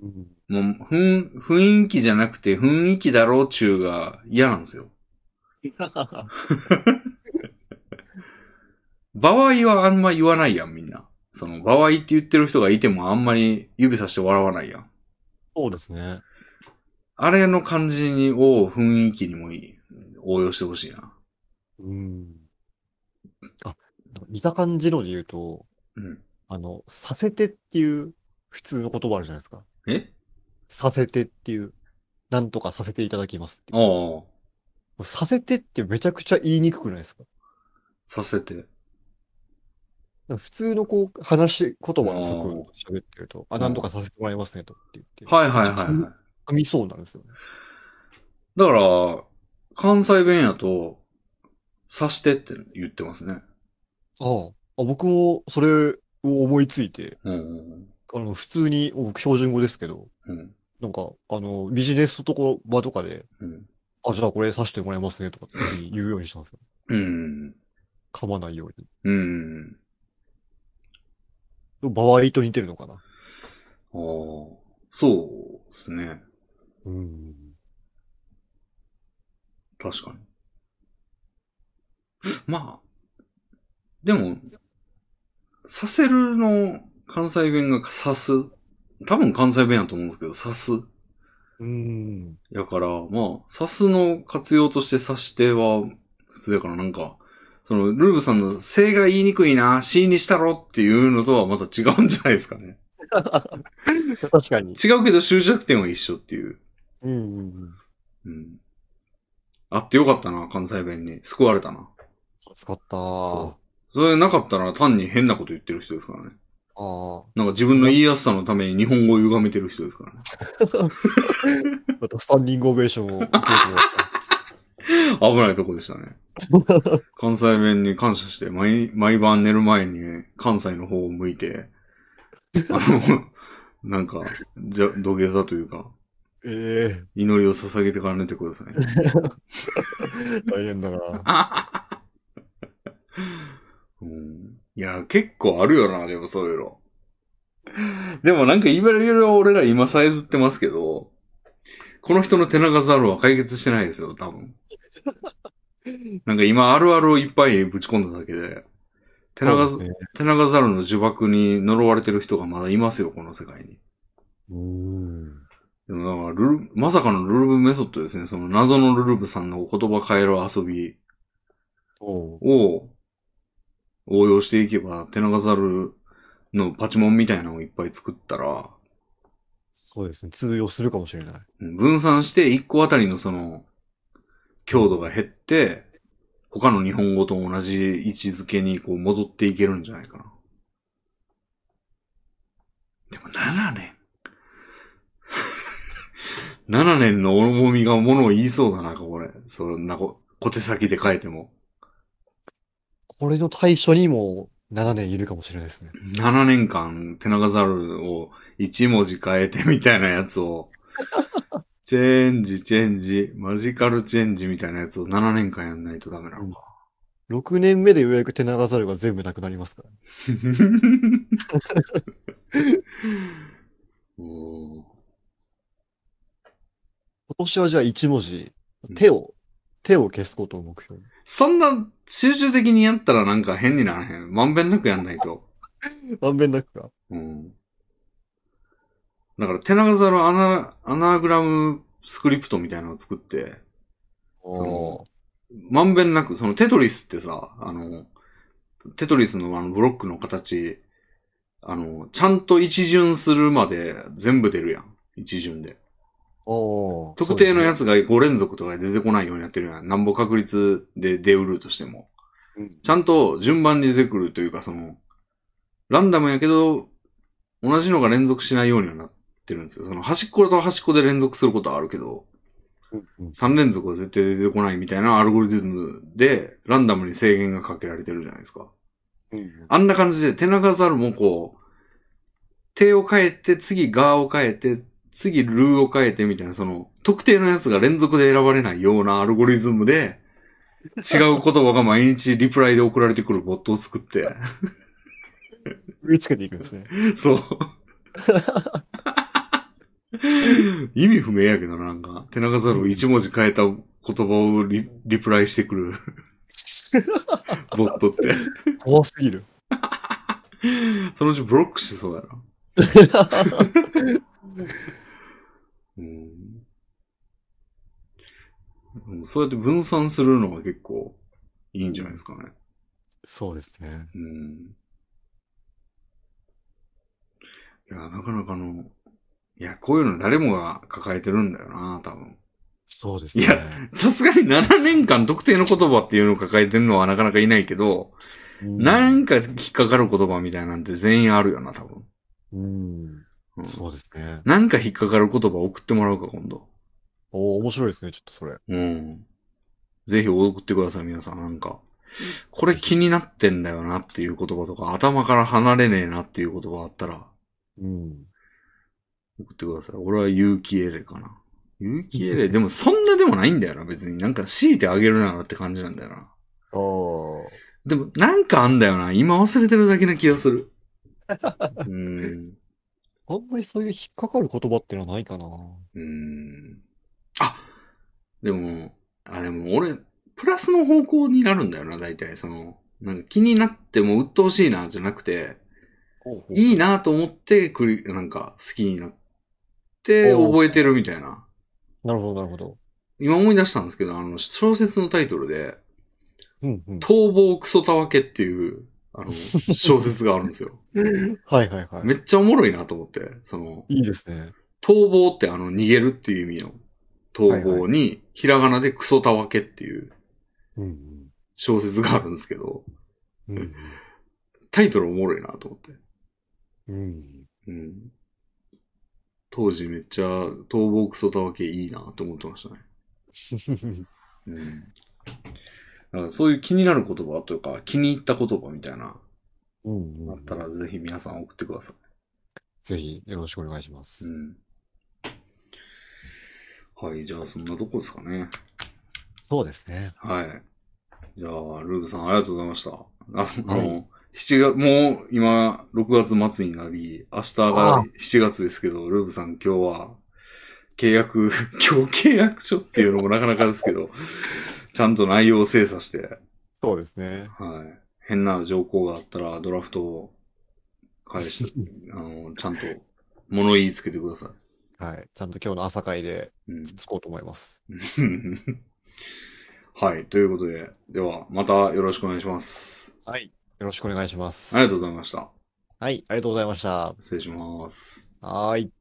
うんう。もう、ふん、雰囲気じゃなくて雰囲気だろう中が嫌なんですよ。場合はあんま言わないやん、みんな。その、場合って言ってる人がいてもあんまり指さして笑わないやん。そうですね。あれの感じを雰囲気にもいい応用してほしいな。うん。あ、似た感じので言うと、うん。あの、させてっていう普通の言葉あるじゃないですか。えさせてっていう、なんとかさせていただきますっていう。ああ、もうさせてってめちゃくちゃ言いにくくないですかさせて。なんか普通のこう、話し言葉の速度で喋ってると、あ、んなんとかさせてもらいますねとかって言って、はいはいはい、はい。噛みそうなんですよね。だから、関西弁やと、さしてって言ってますね。ああ、あ僕もそれを思いついて、うんうんあの、普通に、僕標準語ですけど、うん。うん。なんか、あの、ビジネスとこ場とかで、うん。あ、じゃあこれさせてもらいますねとかって言うようにしたんですよ。うん。噛まないように。うん。場合と似てるのかな。ああ、そうですね。うん。確かに。まあ、でも、させるの関西弁がさす。多分関西弁やと思うんですけど、さす。うん。やから、まあ、サスの活用として指しては、普通やからなんか、その、ルーブさんの、正が言いにくいな、C にしたろっていうのとはまた違うんじゃないですかね。確かに。違うけど終着点は一緒っていう。うんうんうん。うん。あってよかったな、関西弁に。救われたな。助かった。そあそれなかったら単に変なこと言ってる人ですからね。あ。なんか自分の言いやすさのために日本語を歪めてる人ですからね。またスタンディングオベーションを受けてもらっ危ないとこでしたね。関西弁に感謝して、毎、毎晩寝る前に関西の方を向いて、あの、なんか、じゃ、土下座というか、た。え祈りを捧げてから寝てください。え大変だな。うん、いや、結構あるよな、でもそういうの。でもなんかいろいろ俺ら今さえずってますけど、この人の手長ザルは解決してないですよ、多 *laughs* 分。なんか今あるあるをいっぱいぶち込んだだけで、手長そざうですね手長ザルの呪縛に呪われてる人がまだいますよ、この世界に。うん。でもなんかルル、まさかのルルブメソッドですね。その謎のルルブさんのお言葉変える遊びおうを応用していけば、手長ザルのパチモンみたいなのをいっぱい作ったら、そうですね。通用するかもしれない。うん分散して1個あたりのその、強度が減って、他の日本語と同じ位置づけにこう戻っていけるんじゃないかな。でも7年。7年の重みがものを言いそうだな、これ。そんなこ、小手先で書いても。これの対処にも7年いるかもしれないですね。 7年間、手長ザルを1文字変えてみたいなやつを、チェンジ、チェンジ、マジカルチェンジみたいなやつを7年間やんないとダメなのか。 6年目でようやく手長猿が全部なくなりますから。おー今年はじゃあ1文字、手を、手を消すことを目標に。そんな集中的にやったらなんか変にならへん。まんべんなくやんないと。まんべんなくか。うん。だから、手長猿アナ、アナグラムスクリプトみたいなのを作って、そのまんべんなく、そのテトリスってさ、あの、テトリスのあのブロックの形、あの、ちゃんと一巡するまで全部出るやん。一巡で。おー特定のや。そうですねつが5連続とかで出てこないようになってるやん。なんぼ確率で出うるとしても。うんちゃんと順番に出てくるというか、その、ランダムやけど、同じのが連続しないようにはなってるんですよ。その端っこと端っこで連続することはあるけど、うん3連続は絶対出てこないみたいなアルゴリズムで、ランダムに制限がかけられてるじゃないですか。うんあんな感じで、手長猿もこう、手を変えて、次ガーを変えて、次ルーを変えてみたいな、その、特定のやつが連続で選ばれないようなアルゴリズムで、違う言葉が毎日リプライで送られてくるボットを作って、 *laughs* 植え付けていくんですね。そう。意味不明やけどな、なんか。手長猿を一文字変えた言葉をリリプライしてくるボットって。怖すぎる。 *laughs* そのうちブロックしそうやな。 *laughs* うん。でもそうやって分散するのは結構いいんじゃないですかね。そうですね。うん。いや、なかなかの、いや、こういうの誰もが抱えてるんだよな、多分。そうですね。いやさすがに7年間特定の言葉っていうのを抱えてるのはなかなかいないけど、うんなんか引っかかる言葉みたいなんて全員あるよな、多分。うん。うんそうですね。なんか引っかかる言葉送ってもらうか、今度。おお面白いですね、ちょっとそれ。うん。ぜひ送ってください、皆さん。なんか、これ気になってんだよなっていう言葉とか、頭から離れねえなっていう言葉あったら、うん。送ってください。俺は有機エレかな。有機エレ、でもそんなでもないんだよな、別に。なんか強いてあげるならって感じなんだよな。ああ。でも、なんかあんだよな。今忘れてるだけな気がす *laughs* る。うん。あんまりそういう引っかかる言葉ってのはないかな。うん。あでも、あ、でも俺、プラスの方向になるんだよな、大体。その、なんか気になっても鬱陶しいな、じゃなくて、いいなと思って、くり、なんか好きになって、おう覚えてるみたいな。なるほど、なるほど。今思い出したんですけど、あの、小説のタイトルで、うんうん。逃亡クソたわけっていう、あの、小説があるんですよ。はいはいはめっちゃおもろいなと思って、その、い。いいですね。逃亡ってあの、逃げるっていう意味の逃亡に、ひらがなでクソたわけっていううん小説があるんですけど、うん。うんタイトルおもろいなと思って。うん。うん。当時めっちゃ逃亡クソたわけいいなと思ってましたね。うん。だからそういう気になる言葉というか、気に入った言葉みたいな、 *laughs* うんあったらぜひ皆さん送ってくださぜひよろしくお願いしまい。すう。ん。はい、じゃあそんなとこですかね。そうですね。はい。じゃあ、ルーブさん、ありがとうございました。ああはの、7月、もう今、6月末になり、明日あが7月ですけど、ルーブさん、今日は、契約、 *laughs* 今日契約書っていうのもなかなかですけど、 *laughs* ちゃんと内容を精査して、そうですね。はい。変な条項があったら、ドラフトを返 *laughs* して、あの、ちゃんと物言いつけてくださはい。ちゃんと今日の朝会でい。うんつつこうと思います。 *laughs* はい。ということで、では、またよろしくお願いします。はい。よろしくお願いします。ありがとうございました。はい。ありがとうございました。失礼します。はーい。